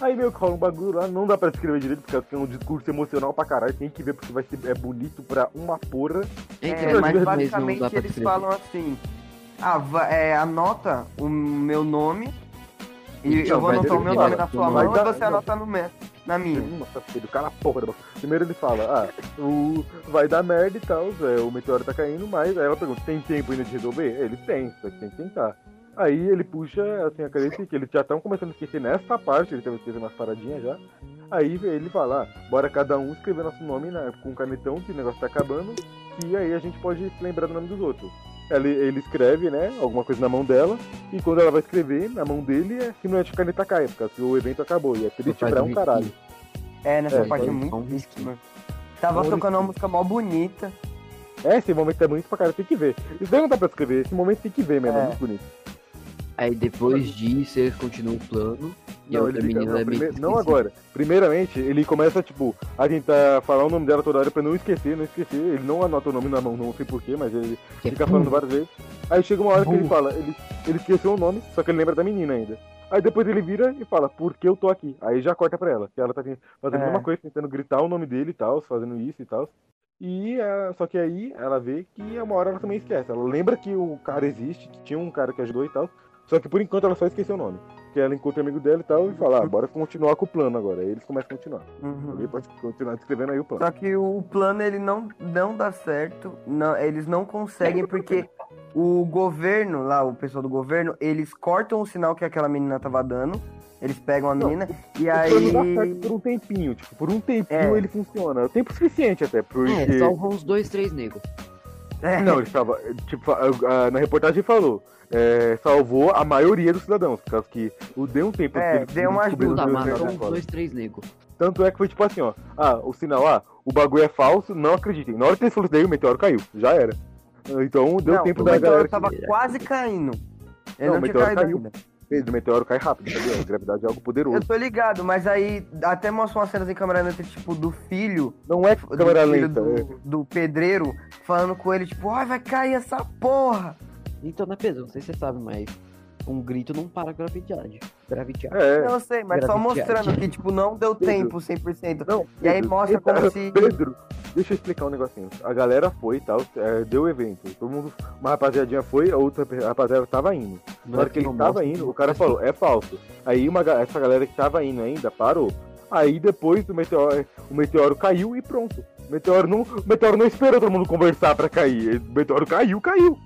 [SPEAKER 1] Aí meio que rola um bagulho lá, não dá pra escrever direito, porque é um discurso emocional pra caralho, tem que ver porque vai ser é bonito pra uma porra.
[SPEAKER 3] É,
[SPEAKER 1] mas
[SPEAKER 3] mas
[SPEAKER 1] mesmo
[SPEAKER 3] basicamente eles falam assim: ah, va- é, anota o meu nome e
[SPEAKER 2] Então,
[SPEAKER 3] eu vou
[SPEAKER 2] mas
[SPEAKER 3] anotar o
[SPEAKER 1] ele
[SPEAKER 3] meu
[SPEAKER 1] fala,
[SPEAKER 3] nome na sua
[SPEAKER 2] não
[SPEAKER 1] vai
[SPEAKER 3] mão e
[SPEAKER 1] dar-
[SPEAKER 3] você
[SPEAKER 1] não.
[SPEAKER 3] anota no meu, na minha.
[SPEAKER 1] Nossa, filho, cala a porra da boca. Primeiro ele fala, ah, o... vai dar merda e tal, é, o meteoro tá caindo, mas aí ela pergunta, tem tempo ainda de resolver? Ele tem, só que tem que tentar. Aí ele puxa, assim, a cabeça que eles já estão começando a esquecer nessa parte, ele tava esquecendo umas paradinhas já. Aí ele fala, ah, bora cada um escrever nosso nome na- com um canetão, que o negócio tá acabando, e aí a gente pode se lembrar do nome dos outros. Ele, ele escreve, né, alguma coisa na mão dela, e quando ela vai escrever, na mão dele, é simplesmente a caneta cai, porque o evento acabou, e é triste
[SPEAKER 2] Faz
[SPEAKER 1] pra
[SPEAKER 2] um
[SPEAKER 1] um caralho.
[SPEAKER 3] É, nessa
[SPEAKER 1] É,
[SPEAKER 3] parte é
[SPEAKER 2] então,
[SPEAKER 3] muito
[SPEAKER 2] então,
[SPEAKER 3] triste, mano. Tava
[SPEAKER 1] Então,
[SPEAKER 3] tocando uma música mó bonita.
[SPEAKER 1] É, esse momento é bonito pra caralho, tem que ver. Isso daí não dá pra escrever, esse momento tem que ver mesmo, é,
[SPEAKER 3] É.
[SPEAKER 1] muito bonito.
[SPEAKER 2] Aí depois disso, eles continuam o plano. E a
[SPEAKER 1] Não,
[SPEAKER 2] outra
[SPEAKER 1] ele fica-
[SPEAKER 2] menina
[SPEAKER 1] não,
[SPEAKER 2] é meio
[SPEAKER 1] prime- não
[SPEAKER 2] esquecida.
[SPEAKER 1] agora. Primeiramente, ele começa, tipo, a tentar falar o nome dela toda hora pra não esquecer, não esquecer. Ele não anota o nome na mão, não sei porquê, mas ele
[SPEAKER 2] Que é
[SPEAKER 1] fica falando várias vezes. Aí chega uma hora que ele
[SPEAKER 2] Burro.
[SPEAKER 1] fala, ele, ele esqueceu o nome, só que ele lembra da menina ainda. Aí depois ele vira e fala, por que eu tô aqui? Aí já corta pra ela, que ela tá ten- fazendo
[SPEAKER 3] É.
[SPEAKER 1] a mesma coisa, tentando gritar o nome dele e tal, fazendo isso e tal. E ah, só que aí ela vê que é uma hora ela também esquece. Ela lembra que o cara existe, que tinha um cara que ajudou e tal. Só que por enquanto ela só esqueceu o nome. Que ela encontra o amigo dela e tal e fala, ah, bora continuar com o plano agora. Aí eles começam a continuar. Alguém pode continuar escrevendo aí o plano.
[SPEAKER 3] Só que o plano ele não, não dá certo, não, eles não conseguem porque o governo, lá o pessoal do governo, eles cortam o sinal que aquela menina tava dando, eles pegam a
[SPEAKER 1] Não,
[SPEAKER 3] menina e
[SPEAKER 1] O plano dá
[SPEAKER 3] aí
[SPEAKER 1] certo por um tempinho, tipo, por um tempinho
[SPEAKER 3] É.
[SPEAKER 1] ele funciona. É o tempo suficiente até, porque...
[SPEAKER 2] É, salvam uns dois, três negros.
[SPEAKER 3] é,
[SPEAKER 1] Não, ele estava. Tipo, a- a- na reportagem ele falou. é, salvou a maioria dos cidadãos, por causa que o deu um tempo.
[SPEAKER 3] É,
[SPEAKER 1] porque
[SPEAKER 3] deu um uma
[SPEAKER 1] descobriram que
[SPEAKER 2] Puta,
[SPEAKER 3] ajuda,
[SPEAKER 1] o
[SPEAKER 2] mano,
[SPEAKER 1] negócio
[SPEAKER 2] são
[SPEAKER 1] era
[SPEAKER 2] uns
[SPEAKER 1] foda.
[SPEAKER 2] dois, três negros.
[SPEAKER 1] Tanto é que foi tipo assim, ó. Ah, o sinal, ah, o bagulho é falso, não acreditem. Na hora que ele falou isso daí, o meteoro caiu. Já era. Então deu
[SPEAKER 3] não,
[SPEAKER 1] tempo
[SPEAKER 3] o
[SPEAKER 1] da galera.
[SPEAKER 3] meteoro tá-
[SPEAKER 1] que-
[SPEAKER 3] tava quase caindo.
[SPEAKER 1] Não,
[SPEAKER 3] Ele não,
[SPEAKER 1] o
[SPEAKER 3] tinha
[SPEAKER 1] meteoro
[SPEAKER 3] caído
[SPEAKER 1] caiu.
[SPEAKER 3] ainda.
[SPEAKER 1] O meteoro cai rápido, sabe? A gravidade é algo poderoso.
[SPEAKER 3] Eu tô ligado, mas aí até mostra umas cenas em câmera lenta, tipo, do filho
[SPEAKER 1] Não é
[SPEAKER 3] do
[SPEAKER 1] câmera
[SPEAKER 3] filho
[SPEAKER 1] lenta. é.
[SPEAKER 3] do, do pedreiro falando com ele, tipo, ai, vai cair essa porra.
[SPEAKER 2] Então, né, Pedro? Não sei se você sabe, mas um grito não para a gravidade. Gravidade.
[SPEAKER 1] É.
[SPEAKER 3] Não sei, mas só
[SPEAKER 2] Gravidade.
[SPEAKER 3] mostrando que, tipo, não deu
[SPEAKER 1] Pedro.
[SPEAKER 3] tempo 100%.
[SPEAKER 1] Não,
[SPEAKER 3] E aí mostra
[SPEAKER 1] então,
[SPEAKER 3] como se-
[SPEAKER 1] Pedro, deixa eu explicar um negocinho. A galera foi e tal, é, deu o evento. Todo mundo, uma rapaziadinha foi, a outra rapaziada tava indo. Na hora que ele tava indo, o cara falou, é falso. Aí uma, ga- essa galera que tava indo ainda parou. Aí depois o meteoro, o meteoro caiu e pronto. O meteoro não, o meteoro não esperou todo mundo conversar pra cair. O meteoro caiu, caiu.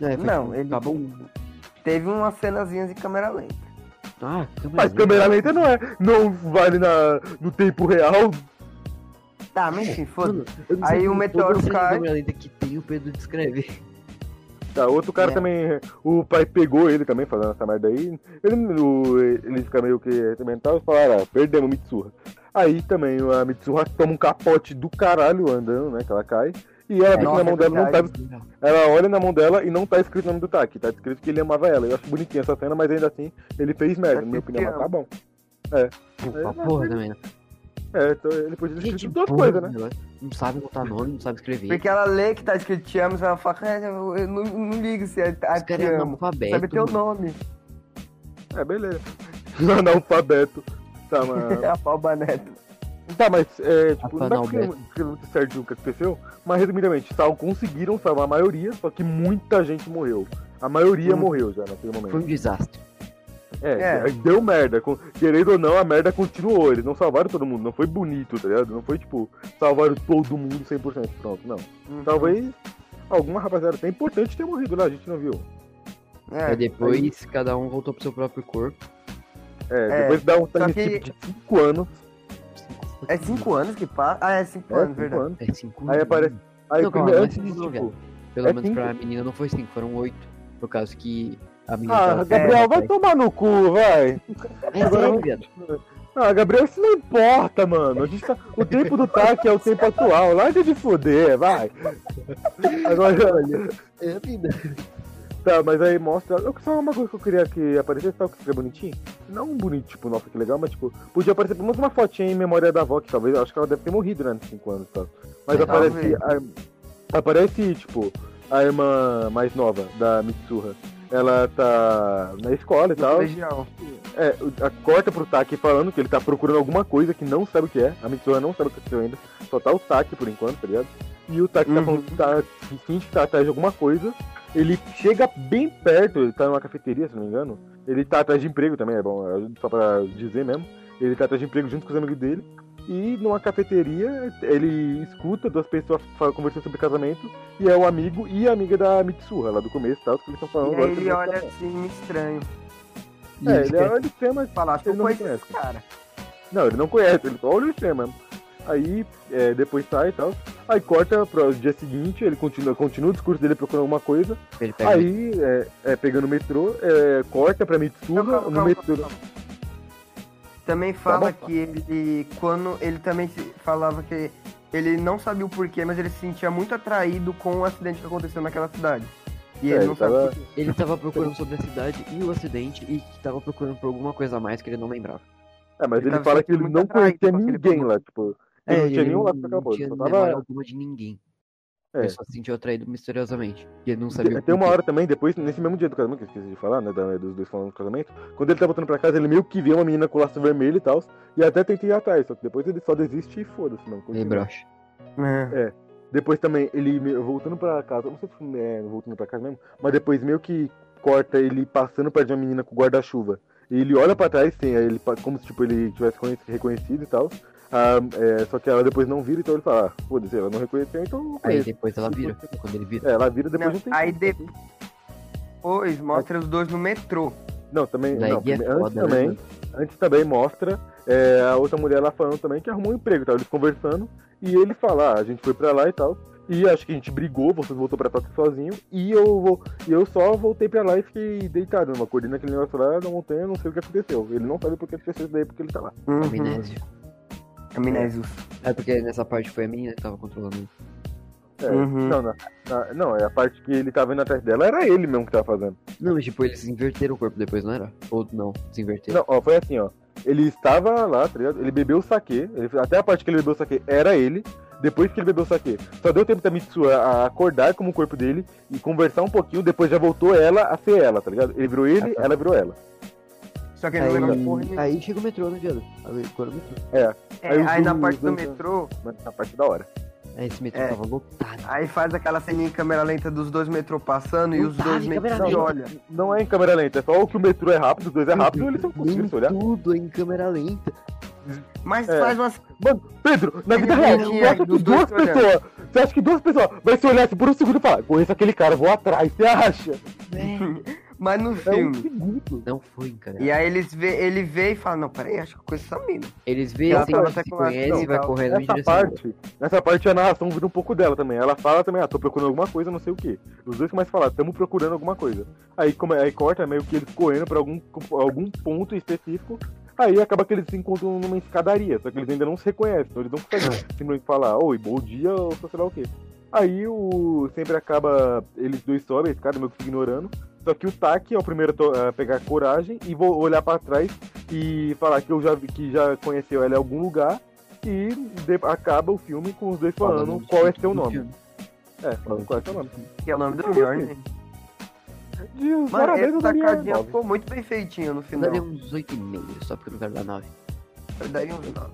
[SPEAKER 2] É, foi
[SPEAKER 3] Não,
[SPEAKER 2] tipo,
[SPEAKER 3] ele-
[SPEAKER 2] Acabou um...
[SPEAKER 3] Teve umas cenazinhas em câmera lenta.
[SPEAKER 2] Ah, câmera
[SPEAKER 1] Mas
[SPEAKER 2] lenta.
[SPEAKER 1] câmera lenta não é. Não vale na, no tempo real.
[SPEAKER 3] Tá, mas enfim, foda
[SPEAKER 2] Mano, eu não
[SPEAKER 3] Aí
[SPEAKER 1] um
[SPEAKER 2] sei
[SPEAKER 3] o
[SPEAKER 2] como
[SPEAKER 3] meteoro
[SPEAKER 2] toda cena de
[SPEAKER 3] cai.
[SPEAKER 2] câmera lenta que tem, o Pedro
[SPEAKER 1] É
[SPEAKER 2] descreve.
[SPEAKER 1] Tá, outro cara
[SPEAKER 3] É.
[SPEAKER 1] também, o pai pegou ele também, fazendo essa merda aí. Ele, o, ele fica meio que mental e falaram, ah, perdemos a Mitsurra. Aí também a Mitsurra toma um capote do caralho andando, né, que ela cai. E ela vê que
[SPEAKER 3] Nossa,
[SPEAKER 1] na mão
[SPEAKER 3] é
[SPEAKER 1] dela não tá,
[SPEAKER 3] verdade.
[SPEAKER 1] ela olha na mão dela e não tá escrito o nome do Taki, tá escrito que ele amava ela. Eu acho bonitinha essa cena, mas ainda assim, ele fez merda, na minha
[SPEAKER 3] Tá escrito
[SPEAKER 1] opinião, mas
[SPEAKER 3] que
[SPEAKER 1] tá bom.
[SPEAKER 2] Puta porra também, né?
[SPEAKER 1] É, então ele podia ter
[SPEAKER 2] Gente,
[SPEAKER 1] escrito outra
[SPEAKER 2] burra,
[SPEAKER 1] coisa, né?
[SPEAKER 2] né? Não sabe botar nome, não sabe escrever.
[SPEAKER 3] Porque ela lê que tá escrito te amo, ela fala, é, eu eu não, não ligo se é ah,
[SPEAKER 2] Esse
[SPEAKER 3] te
[SPEAKER 2] cara é
[SPEAKER 3] amo.
[SPEAKER 2] analfabeto.
[SPEAKER 3] Sabe teu
[SPEAKER 2] mano.
[SPEAKER 1] né?
[SPEAKER 3] nome.
[SPEAKER 1] É, beleza. Analfabeto. Tá, mano.
[SPEAKER 3] É a Palba Neto.
[SPEAKER 1] Tá, mas é, tipo, não dá
[SPEAKER 2] Rafael
[SPEAKER 1] pra escrever- escrever muito certo o que aconteceu, mas resumidamente, sal, conseguiram salvar a maioria, só que muita gente morreu. A maioria
[SPEAKER 2] Hum.
[SPEAKER 1] morreu já naquele
[SPEAKER 2] Foi
[SPEAKER 1] momento.
[SPEAKER 2] um desastre.
[SPEAKER 1] É,
[SPEAKER 3] É.
[SPEAKER 1] deu merda. com- Querendo ou não, a merda continuou. Eles não salvaram todo mundo, não foi bonito, tá ligado? Não foi tipo, salvaram todo mundo 100%, pronto, não. Talvez alguma rapaziada até importante tenha morrido lá, a gente não viu.
[SPEAKER 3] É,
[SPEAKER 2] Aí depois cada um voltou pro seu próprio corpo.
[SPEAKER 1] É,
[SPEAKER 3] É,
[SPEAKER 1] depois dá um
[SPEAKER 3] só
[SPEAKER 1] time
[SPEAKER 3] que-
[SPEAKER 1] skip de 5 anos.
[SPEAKER 3] É cinco anos que passa? Ah, é cinco
[SPEAKER 1] É,
[SPEAKER 3] anos,
[SPEAKER 1] cinco
[SPEAKER 3] verdade.
[SPEAKER 1] anos.
[SPEAKER 2] É cinco
[SPEAKER 1] Aí
[SPEAKER 2] anos.
[SPEAKER 1] aparece- Aí,
[SPEAKER 2] Não,
[SPEAKER 1] primeiro,
[SPEAKER 2] calma,
[SPEAKER 1] antes
[SPEAKER 2] mas
[SPEAKER 1] de,
[SPEAKER 2] não,
[SPEAKER 1] tipo,
[SPEAKER 2] Pelo
[SPEAKER 1] é
[SPEAKER 2] menos pra menina não foi cinco, foram oito. Por causa que a menina.
[SPEAKER 1] ah,
[SPEAKER 2] tava-
[SPEAKER 1] Gabriel, vai
[SPEAKER 2] É,
[SPEAKER 1] tomar no cu, vai.
[SPEAKER 2] é sério, viado.
[SPEAKER 1] Ah, Gabriel, isso não importa, mano. A gente tá- O tempo do TAC é o tempo atual. Larga de foder, vai. Agora, olha.
[SPEAKER 2] É, vida.
[SPEAKER 1] Tá, mas aí mostra. Eu- Só uma coisa que eu queria que aparecesse, sabe o que seria bonitinho? Não bonito, tipo, nossa, que legal, mas tipo, podia aparecer pelo menos uma fotinha em memória da avó, que talvez. eu Acho que ela deve ter morrido, né, nos 5 anos, tá? Mas
[SPEAKER 2] É,
[SPEAKER 1] aparece. a- Aparece, tipo, a irmã mais nova da Mitsuha. Ela tá na escola e tal.
[SPEAKER 3] Colegial.
[SPEAKER 1] É, o- a, corta pro Taki falando que ele tá procurando alguma coisa que não sabe o que é. A Mitsuha não sabe o que aconteceu ainda. Só tá o Taki por enquanto, tá ligado? E o Taki tá
[SPEAKER 3] Uhum.
[SPEAKER 1] falando que tá, que finge que tá atrás de alguma coisa. Ele chega bem perto, ele tá numa cafeteria, se não me engano. Ele tá atrás de emprego também, é bom, é só pra dizer mesmo. Ele tá atrás de emprego junto com os amigos dele. E numa cafeteria, ele escuta duas pessoas fa- conversando sobre casamento. E é o amigo e a amiga da Mitsuha, lá do começo, tá? Os que eles estão falando
[SPEAKER 3] E
[SPEAKER 1] agora
[SPEAKER 3] aí ele
[SPEAKER 1] sobre
[SPEAKER 3] olha
[SPEAKER 1] casamento.
[SPEAKER 3] assim, estranho.
[SPEAKER 1] É, ele olha o tema
[SPEAKER 3] Fala, acho que
[SPEAKER 1] Ele
[SPEAKER 3] eu
[SPEAKER 1] não
[SPEAKER 3] conheço
[SPEAKER 1] reconhece.
[SPEAKER 3] esse cara.
[SPEAKER 1] Não, ele não conhece, ele só olha o tema. Aí, é, depois sai e tal. Aí corta pro dia seguinte, ele continua, continua o discurso dele procurando alguma coisa.
[SPEAKER 2] Ele pega o
[SPEAKER 1] Aí, é, é, pegando o metrô, é, corta pra Mitsuha,
[SPEAKER 3] Não, calma,
[SPEAKER 1] no
[SPEAKER 3] calma,
[SPEAKER 1] metrô...
[SPEAKER 3] calma. Também fala
[SPEAKER 1] bom. tá.
[SPEAKER 3] que ele, quando ele também se- falava que ele não sabia o porquê, mas ele se sentia muito atraído com o acidente que aconteceu naquela cidade. E
[SPEAKER 1] É,
[SPEAKER 3] ele
[SPEAKER 1] ele
[SPEAKER 3] não
[SPEAKER 1] tava-
[SPEAKER 3] sabe por quê.
[SPEAKER 2] Ele tava procurando sobre a cidade e o acidente e que tava procurando por alguma coisa a mais que ele não lembrava.
[SPEAKER 1] É, mas
[SPEAKER 3] Ele
[SPEAKER 1] ele,
[SPEAKER 3] tava
[SPEAKER 1] fala
[SPEAKER 3] sempre
[SPEAKER 1] que ele
[SPEAKER 3] muito
[SPEAKER 1] não
[SPEAKER 3] atraído
[SPEAKER 1] conhecia
[SPEAKER 3] com aquele
[SPEAKER 1] ninguém
[SPEAKER 3] problema.
[SPEAKER 1] lá, tipo...
[SPEAKER 2] É,
[SPEAKER 1] Ele não tinha nenhum laço pra acabou,
[SPEAKER 2] tinha
[SPEAKER 1] só
[SPEAKER 2] memória
[SPEAKER 1] tava...
[SPEAKER 2] alguma de ninguém.
[SPEAKER 1] É.
[SPEAKER 2] Ele só se sentiu atraído misteriosamente. E ele não sabia. o
[SPEAKER 1] Tem uma
[SPEAKER 2] porquê.
[SPEAKER 1] hora também, depois, nesse mesmo dia do casamento, que eu esqueci de falar, né, da- dos dois falando do casamento, quando ele tá voltando pra casa, ele meio que vê uma menina com laço vermelho e tal, e até tenta ir atrás, só que depois ele só desiste e foda-se, não.
[SPEAKER 2] Ele
[SPEAKER 1] continua.
[SPEAKER 2] brocha.
[SPEAKER 3] É.
[SPEAKER 1] Depois também, ele me- voltando pra casa, não sei se é voltando pra casa mesmo, mas depois meio que corta ele passando perto de uma menina com guarda-chuva. E ele olha pra trás, tem, aí ele, pa- como se tipo, ele tivesse conhe- reconhecido e tal. Ah, é, só que ela depois não vira, então ele fala, ah, foda-se, ela não reconheceu, então eu
[SPEAKER 2] Aí
[SPEAKER 1] conheço.
[SPEAKER 2] depois ela vira. Quando ele vira.
[SPEAKER 1] É, ela vira depois
[SPEAKER 3] Não,
[SPEAKER 1] de um tempo.
[SPEAKER 3] aí Depois mostra os dois no metrô.
[SPEAKER 1] Não, também.
[SPEAKER 2] Daí
[SPEAKER 1] Não,
[SPEAKER 2] é
[SPEAKER 1] prime- antes
[SPEAKER 2] foda, né,
[SPEAKER 1] também.
[SPEAKER 2] mano?
[SPEAKER 1] Antes também mostra é, a outra mulher lá falando também que arrumou um emprego, tá? Eles conversando e ele fala, ah, a gente foi pra lá e tal. E acho que a gente brigou, você voltou pra Tóquio sozinho, e eu vou. E eu só voltei pra lá e fiquei deitado numa colina, aquele negócio lá na montanha, não sei o que aconteceu. Ele não sabe por que aconteceu isso daí, porque ele tá lá.
[SPEAKER 3] Uhum.
[SPEAKER 2] Amnésia.
[SPEAKER 3] Amnésia.
[SPEAKER 2] É porque nessa parte foi a minha que tava controlando. ele.
[SPEAKER 1] É,
[SPEAKER 3] Uhum.
[SPEAKER 1] não, na- na- não, é a parte que ele tava indo atrás dela, era ele mesmo que tava fazendo.
[SPEAKER 2] Não, mas tipo, eles inverteram o corpo depois, não era? Ou não, desinverteram.
[SPEAKER 1] Não, ó, foi assim, ó. Ele estava lá, tá ligado? Ele bebeu o saquê, ele, até a parte que ele bebeu o saquê era ele. Depois que ele bebeu o saquê, só deu tempo da Mitsuha a acordar como o corpo dele e conversar um pouquinho. Depois já voltou ela a ser ela, tá ligado? Ele virou ele,
[SPEAKER 2] Ah, tá.
[SPEAKER 1] ela virou ela.
[SPEAKER 3] Só que ele não lembra porra
[SPEAKER 2] Aí,
[SPEAKER 3] nenhuma.
[SPEAKER 2] aí chega o metrô, né, viado? Aí, agora o metrô.
[SPEAKER 3] É,
[SPEAKER 1] aí os
[SPEAKER 3] aí na
[SPEAKER 1] dois-
[SPEAKER 3] parte do
[SPEAKER 1] dois-
[SPEAKER 3] metrô,
[SPEAKER 1] Mas essa parte é da hora.
[SPEAKER 2] Aí esse metrô
[SPEAKER 3] É.
[SPEAKER 2] tava lotado.
[SPEAKER 3] aí faz aquela cena em câmera lenta dos dois metrô passando e
[SPEAKER 2] Não
[SPEAKER 3] os
[SPEAKER 2] tá,
[SPEAKER 3] dois
[SPEAKER 2] em
[SPEAKER 3] meio que
[SPEAKER 2] câmera
[SPEAKER 3] se
[SPEAKER 2] lenta.
[SPEAKER 3] olham.
[SPEAKER 1] Não é em câmera lenta, é só o que o metrô é rápido, os dois é rápido, eles são conseguindo
[SPEAKER 2] Nem
[SPEAKER 1] se olhar.
[SPEAKER 2] Tudo em câmera lenta.
[SPEAKER 3] Mas
[SPEAKER 1] É.
[SPEAKER 3] faz umas.
[SPEAKER 1] Mano, Pedro, na vida
[SPEAKER 3] Ele
[SPEAKER 1] real,
[SPEAKER 3] tinha
[SPEAKER 1] você acha que
[SPEAKER 3] dos
[SPEAKER 1] duas
[SPEAKER 3] dois se
[SPEAKER 1] pessoas. Você acha que duas pessoas vai se olhar assim por um segundo e falar, conheço aquele cara, vou atrás, você acha?
[SPEAKER 3] Mas no
[SPEAKER 1] É um
[SPEAKER 3] filme.
[SPEAKER 1] segundo.
[SPEAKER 2] Não foi em câmera
[SPEAKER 3] E aí eles vê, ele vê e fala, não, peraí, acho que eu conheço essa mina.
[SPEAKER 2] Eles veem
[SPEAKER 3] Ela
[SPEAKER 2] assim,
[SPEAKER 3] tava
[SPEAKER 2] se
[SPEAKER 3] até com tá? laço,
[SPEAKER 2] conhece e vai
[SPEAKER 3] tava.
[SPEAKER 2] correndo assim, em
[SPEAKER 1] Nessa
[SPEAKER 2] direção.
[SPEAKER 1] parte, nessa parte a narração vira um pouco dela também. Ela fala também, ah, tô procurando alguma coisa, não sei o que. Os dois começam a falar, tamo procurando alguma coisa. Aí, come, aí corta meio que eles correndo pra algum, algum ponto específico. Aí acaba que eles se encontram numa escadaria, só que eles ainda não se reconhecem, então eles não conseguem simplesmente falar, oi, bom dia, ou sei lá o quê. Aí o. Sempre acaba. Eles dois sobem a escada, meio que se ignorando. Só que o Taki é o primeiro a to- a pegar coragem e vou olhar pra trás e falar que eu já vi que já conheceu ela em algum lugar. E de- acaba o filme com os dois falando
[SPEAKER 2] Falando
[SPEAKER 1] qual é
[SPEAKER 2] do
[SPEAKER 1] seu
[SPEAKER 2] filme.
[SPEAKER 1] nome. É, falando qual é seu nome.
[SPEAKER 3] Que é o nome do
[SPEAKER 1] Eu
[SPEAKER 3] melhor,
[SPEAKER 1] gostei.
[SPEAKER 3] né?
[SPEAKER 1] De os
[SPEAKER 3] Mano,
[SPEAKER 1] parabéns
[SPEAKER 3] essa
[SPEAKER 1] ao Daniel
[SPEAKER 3] sacadinha
[SPEAKER 1] Alves.
[SPEAKER 3] ficou muito bem feitinha no
[SPEAKER 2] Eu
[SPEAKER 3] final.
[SPEAKER 2] daria uns 8,5, só porque eu não quero dar 9.
[SPEAKER 3] eu daria um uns 9.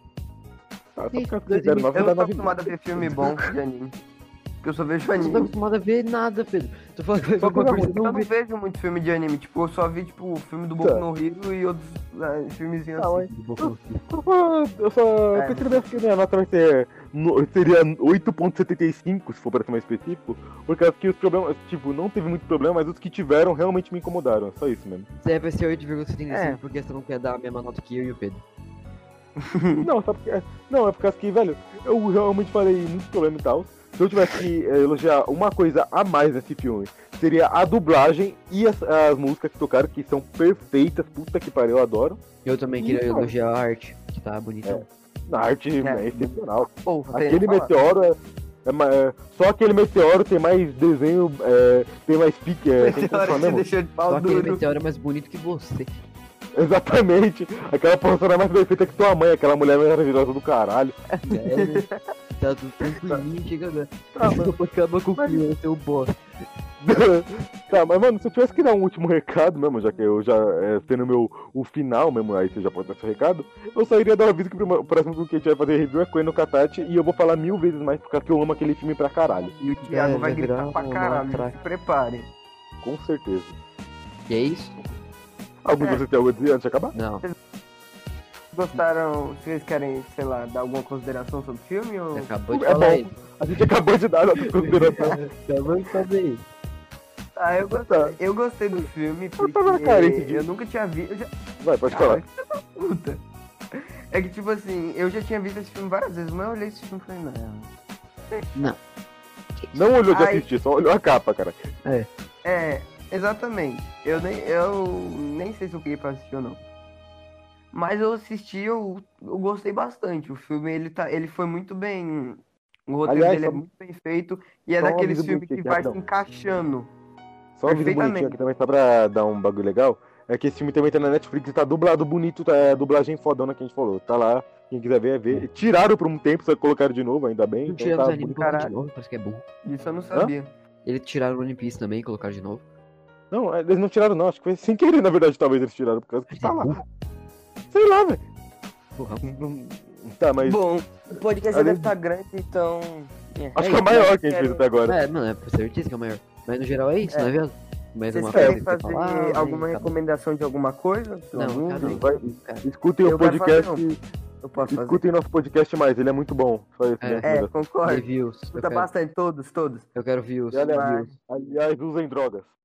[SPEAKER 1] Ah, só
[SPEAKER 2] Sim,
[SPEAKER 1] porque eu
[SPEAKER 2] dois
[SPEAKER 1] considero nove, eu
[SPEAKER 2] e meio.
[SPEAKER 3] Eu não
[SPEAKER 1] vou
[SPEAKER 3] tô
[SPEAKER 1] dar nove e meio.
[SPEAKER 3] acostumado a ver filme bom de anime. Porque eu só vejo
[SPEAKER 2] Você não tá
[SPEAKER 3] anime.
[SPEAKER 2] acostumado a ver nada, Pedro. Tu fala que vai ver
[SPEAKER 1] Só
[SPEAKER 2] alguma
[SPEAKER 1] coisa
[SPEAKER 2] coisa,
[SPEAKER 1] ruim.
[SPEAKER 2] tu não
[SPEAKER 3] Eu não
[SPEAKER 2] vê.
[SPEAKER 3] vejo muito filme de anime, tipo, eu só vi, tipo, o filme do Boku
[SPEAKER 1] Tá.
[SPEAKER 3] no Hero e outros ah, filmezinhos
[SPEAKER 1] Não,
[SPEAKER 3] assim.
[SPEAKER 1] é- Eu só. Eu só.
[SPEAKER 3] É.
[SPEAKER 1] Eu queria que minha nota vai ser. no- Seria 8.75, se for pra ser mais específico. Por causa que os problemas. Tipo, não teve muito problema, mas os que tiveram realmente me incomodaram. é Só isso mesmo.
[SPEAKER 2] Zé vai ser 8,75
[SPEAKER 3] É.
[SPEAKER 2] porque você não quer dar a mesma nota que eu e o Pedro.
[SPEAKER 3] Hum.
[SPEAKER 1] Não, sabe porque. Não, é por causa que, velho, eu realmente falei muito problema e tal. Se eu tivesse que eh, elogiar uma coisa a mais nesse filme, seria a dublagem e as, as músicas que tocaram, que são perfeitas. Puta que pariu, eu adoro.
[SPEAKER 2] Eu também queria
[SPEAKER 1] Então.
[SPEAKER 2] elogiar a arte, que tá bonitão.
[SPEAKER 1] Na arte
[SPEAKER 3] É.
[SPEAKER 1] é excepcional.
[SPEAKER 3] Pô, você
[SPEAKER 1] Aquele
[SPEAKER 3] fala.
[SPEAKER 1] meteoro é, é ma- é- Só aquele meteoro tem mais desenho, é, tem mais pique. É, tem
[SPEAKER 3] Meteoro
[SPEAKER 1] função
[SPEAKER 3] te
[SPEAKER 1] mesmo.
[SPEAKER 3] deixou de
[SPEAKER 2] Só
[SPEAKER 3] pau
[SPEAKER 2] aquele
[SPEAKER 3] duro.
[SPEAKER 2] meteoro é mais bonito que você.
[SPEAKER 1] Exatamente. Aquela professora mais perfeita que tua mãe, aquela mulher maravilhosa do caralho.
[SPEAKER 2] Sério? tá tudo tranquilinho, chega agora.
[SPEAKER 1] Ah,
[SPEAKER 2] Eu vou acabar com o clima, seu bosta.
[SPEAKER 1] tá, mas mano, se eu tivesse que dar um último recado mesmo, já que eu já é, tendo meu o final mesmo, aí você já pode dar seu recado, eu só iria dar um aviso que o prima- o próximo filme que a gente vai fazer review é Coen no Katati e eu vou falar mil vezes mais por causa que eu amo aquele filme pra caralho.
[SPEAKER 3] E o Thiago
[SPEAKER 2] É,
[SPEAKER 3] vai
[SPEAKER 2] vai virar
[SPEAKER 1] um
[SPEAKER 3] gritar pra
[SPEAKER 2] uma
[SPEAKER 3] caralho,
[SPEAKER 2] matraca.
[SPEAKER 3] se prepare.
[SPEAKER 1] Com certeza.
[SPEAKER 2] E é isso?
[SPEAKER 1] Algum
[SPEAKER 3] É.
[SPEAKER 1] de vocês tem algo a dizer antes de acabar?
[SPEAKER 2] Não.
[SPEAKER 3] Gostaram? Vocês querem, sei lá, dar alguma consideração sobre o filme? Ou...
[SPEAKER 2] Você acabou de
[SPEAKER 1] É
[SPEAKER 2] falar
[SPEAKER 1] bom.
[SPEAKER 2] isso.
[SPEAKER 1] A gente acabou de dar a nossa consideração.
[SPEAKER 2] Acabou de fazer isso.
[SPEAKER 3] Ah, eu gostei, eu gostei do filme porque
[SPEAKER 1] tava na carência
[SPEAKER 3] eu
[SPEAKER 1] disso.
[SPEAKER 3] nunca tinha visto.
[SPEAKER 1] Vai, pode falar.
[SPEAKER 3] Puta. É que, tipo assim, eu já tinha visto esse filme várias vezes, mas eu olhei esse filme e falei, não.
[SPEAKER 1] Não olhou de
[SPEAKER 3] Ai.
[SPEAKER 1] assistir, só olhou a capa, cara.
[SPEAKER 3] É, exatamente. Eu nem, eu nem sei se eu queria pra assistir ou não. Mas eu assisti, eu, eu gostei bastante. O filme, ele, tá, ele foi muito bem... O roteiro
[SPEAKER 1] Aliás,
[SPEAKER 3] dele é
[SPEAKER 1] só-
[SPEAKER 3] muito bem feito. E é
[SPEAKER 1] só um
[SPEAKER 3] daqueles
[SPEAKER 1] aviso
[SPEAKER 3] filmes que
[SPEAKER 1] bonitinho
[SPEAKER 3] vai
[SPEAKER 1] aqui,
[SPEAKER 3] se encaixando.
[SPEAKER 1] Só um aviso bonitinho
[SPEAKER 3] Perfeitamente.
[SPEAKER 1] aqui também, só pra dar um bagulho legal. É que esse filme também tá na Netflix e tá dublado bonito, tá é, a dublagem fodona que a gente falou. Tá lá, quem quiser ver, é ver. Tiraram por um tempo, só que colocaram de novo, ainda bem.
[SPEAKER 2] Hum. Não
[SPEAKER 1] Então
[SPEAKER 2] tiraram
[SPEAKER 1] tá
[SPEAKER 2] os animes e
[SPEAKER 1] bonito.
[SPEAKER 2] colocaram de
[SPEAKER 3] caralho.
[SPEAKER 2] novo, parece que é bom.
[SPEAKER 3] Isso eu não sabia.
[SPEAKER 2] Eles tiraram o One Piece também e colocaram de novo.
[SPEAKER 1] Não, eles não tiraram não, acho que foi sem querer, na verdade, talvez eles tiraram, por causa que tá lá.
[SPEAKER 2] é Burro,
[SPEAKER 1] Sei lá, velho.
[SPEAKER 2] burrão.
[SPEAKER 1] Não- Tá, mas
[SPEAKER 3] Bom, o podcast já
[SPEAKER 1] Ali-
[SPEAKER 3] deve estar grande, então... é.
[SPEAKER 1] acho
[SPEAKER 2] é
[SPEAKER 1] que é o
[SPEAKER 2] isso,
[SPEAKER 1] maior
[SPEAKER 3] eu
[SPEAKER 1] que a gente
[SPEAKER 3] quero-
[SPEAKER 1] fez até agora.
[SPEAKER 2] É, mano, é por certeza que é o maior. Mas no geral é isso,
[SPEAKER 3] É.
[SPEAKER 2] não é mesmo? Mais
[SPEAKER 3] Vocês
[SPEAKER 2] uma
[SPEAKER 3] querem
[SPEAKER 2] coisa pra
[SPEAKER 3] fazer
[SPEAKER 2] falar,
[SPEAKER 3] alguma
[SPEAKER 2] né? Tá bom.
[SPEAKER 3] recomendação de alguma coisa? De
[SPEAKER 2] Não,
[SPEAKER 3] algum-
[SPEAKER 2] cara, não.
[SPEAKER 1] Vai,
[SPEAKER 2] Cara,
[SPEAKER 1] escutem o
[SPEAKER 3] Eu quero
[SPEAKER 1] podcast,
[SPEAKER 3] fazer um- Eu posso fazer.
[SPEAKER 1] escutem nosso podcast mais, ele é muito bom. Só isso, né?
[SPEAKER 2] É.
[SPEAKER 1] minha
[SPEAKER 3] É,
[SPEAKER 1] recomendação.
[SPEAKER 3] concordo.
[SPEAKER 2] Reviews. Eu
[SPEAKER 3] Escuta
[SPEAKER 2] quero,
[SPEAKER 3] bastante todos, todos.
[SPEAKER 2] eu quero views.
[SPEAKER 1] E olha lá,
[SPEAKER 2] Reviews.
[SPEAKER 1] Aliás, usem drogas.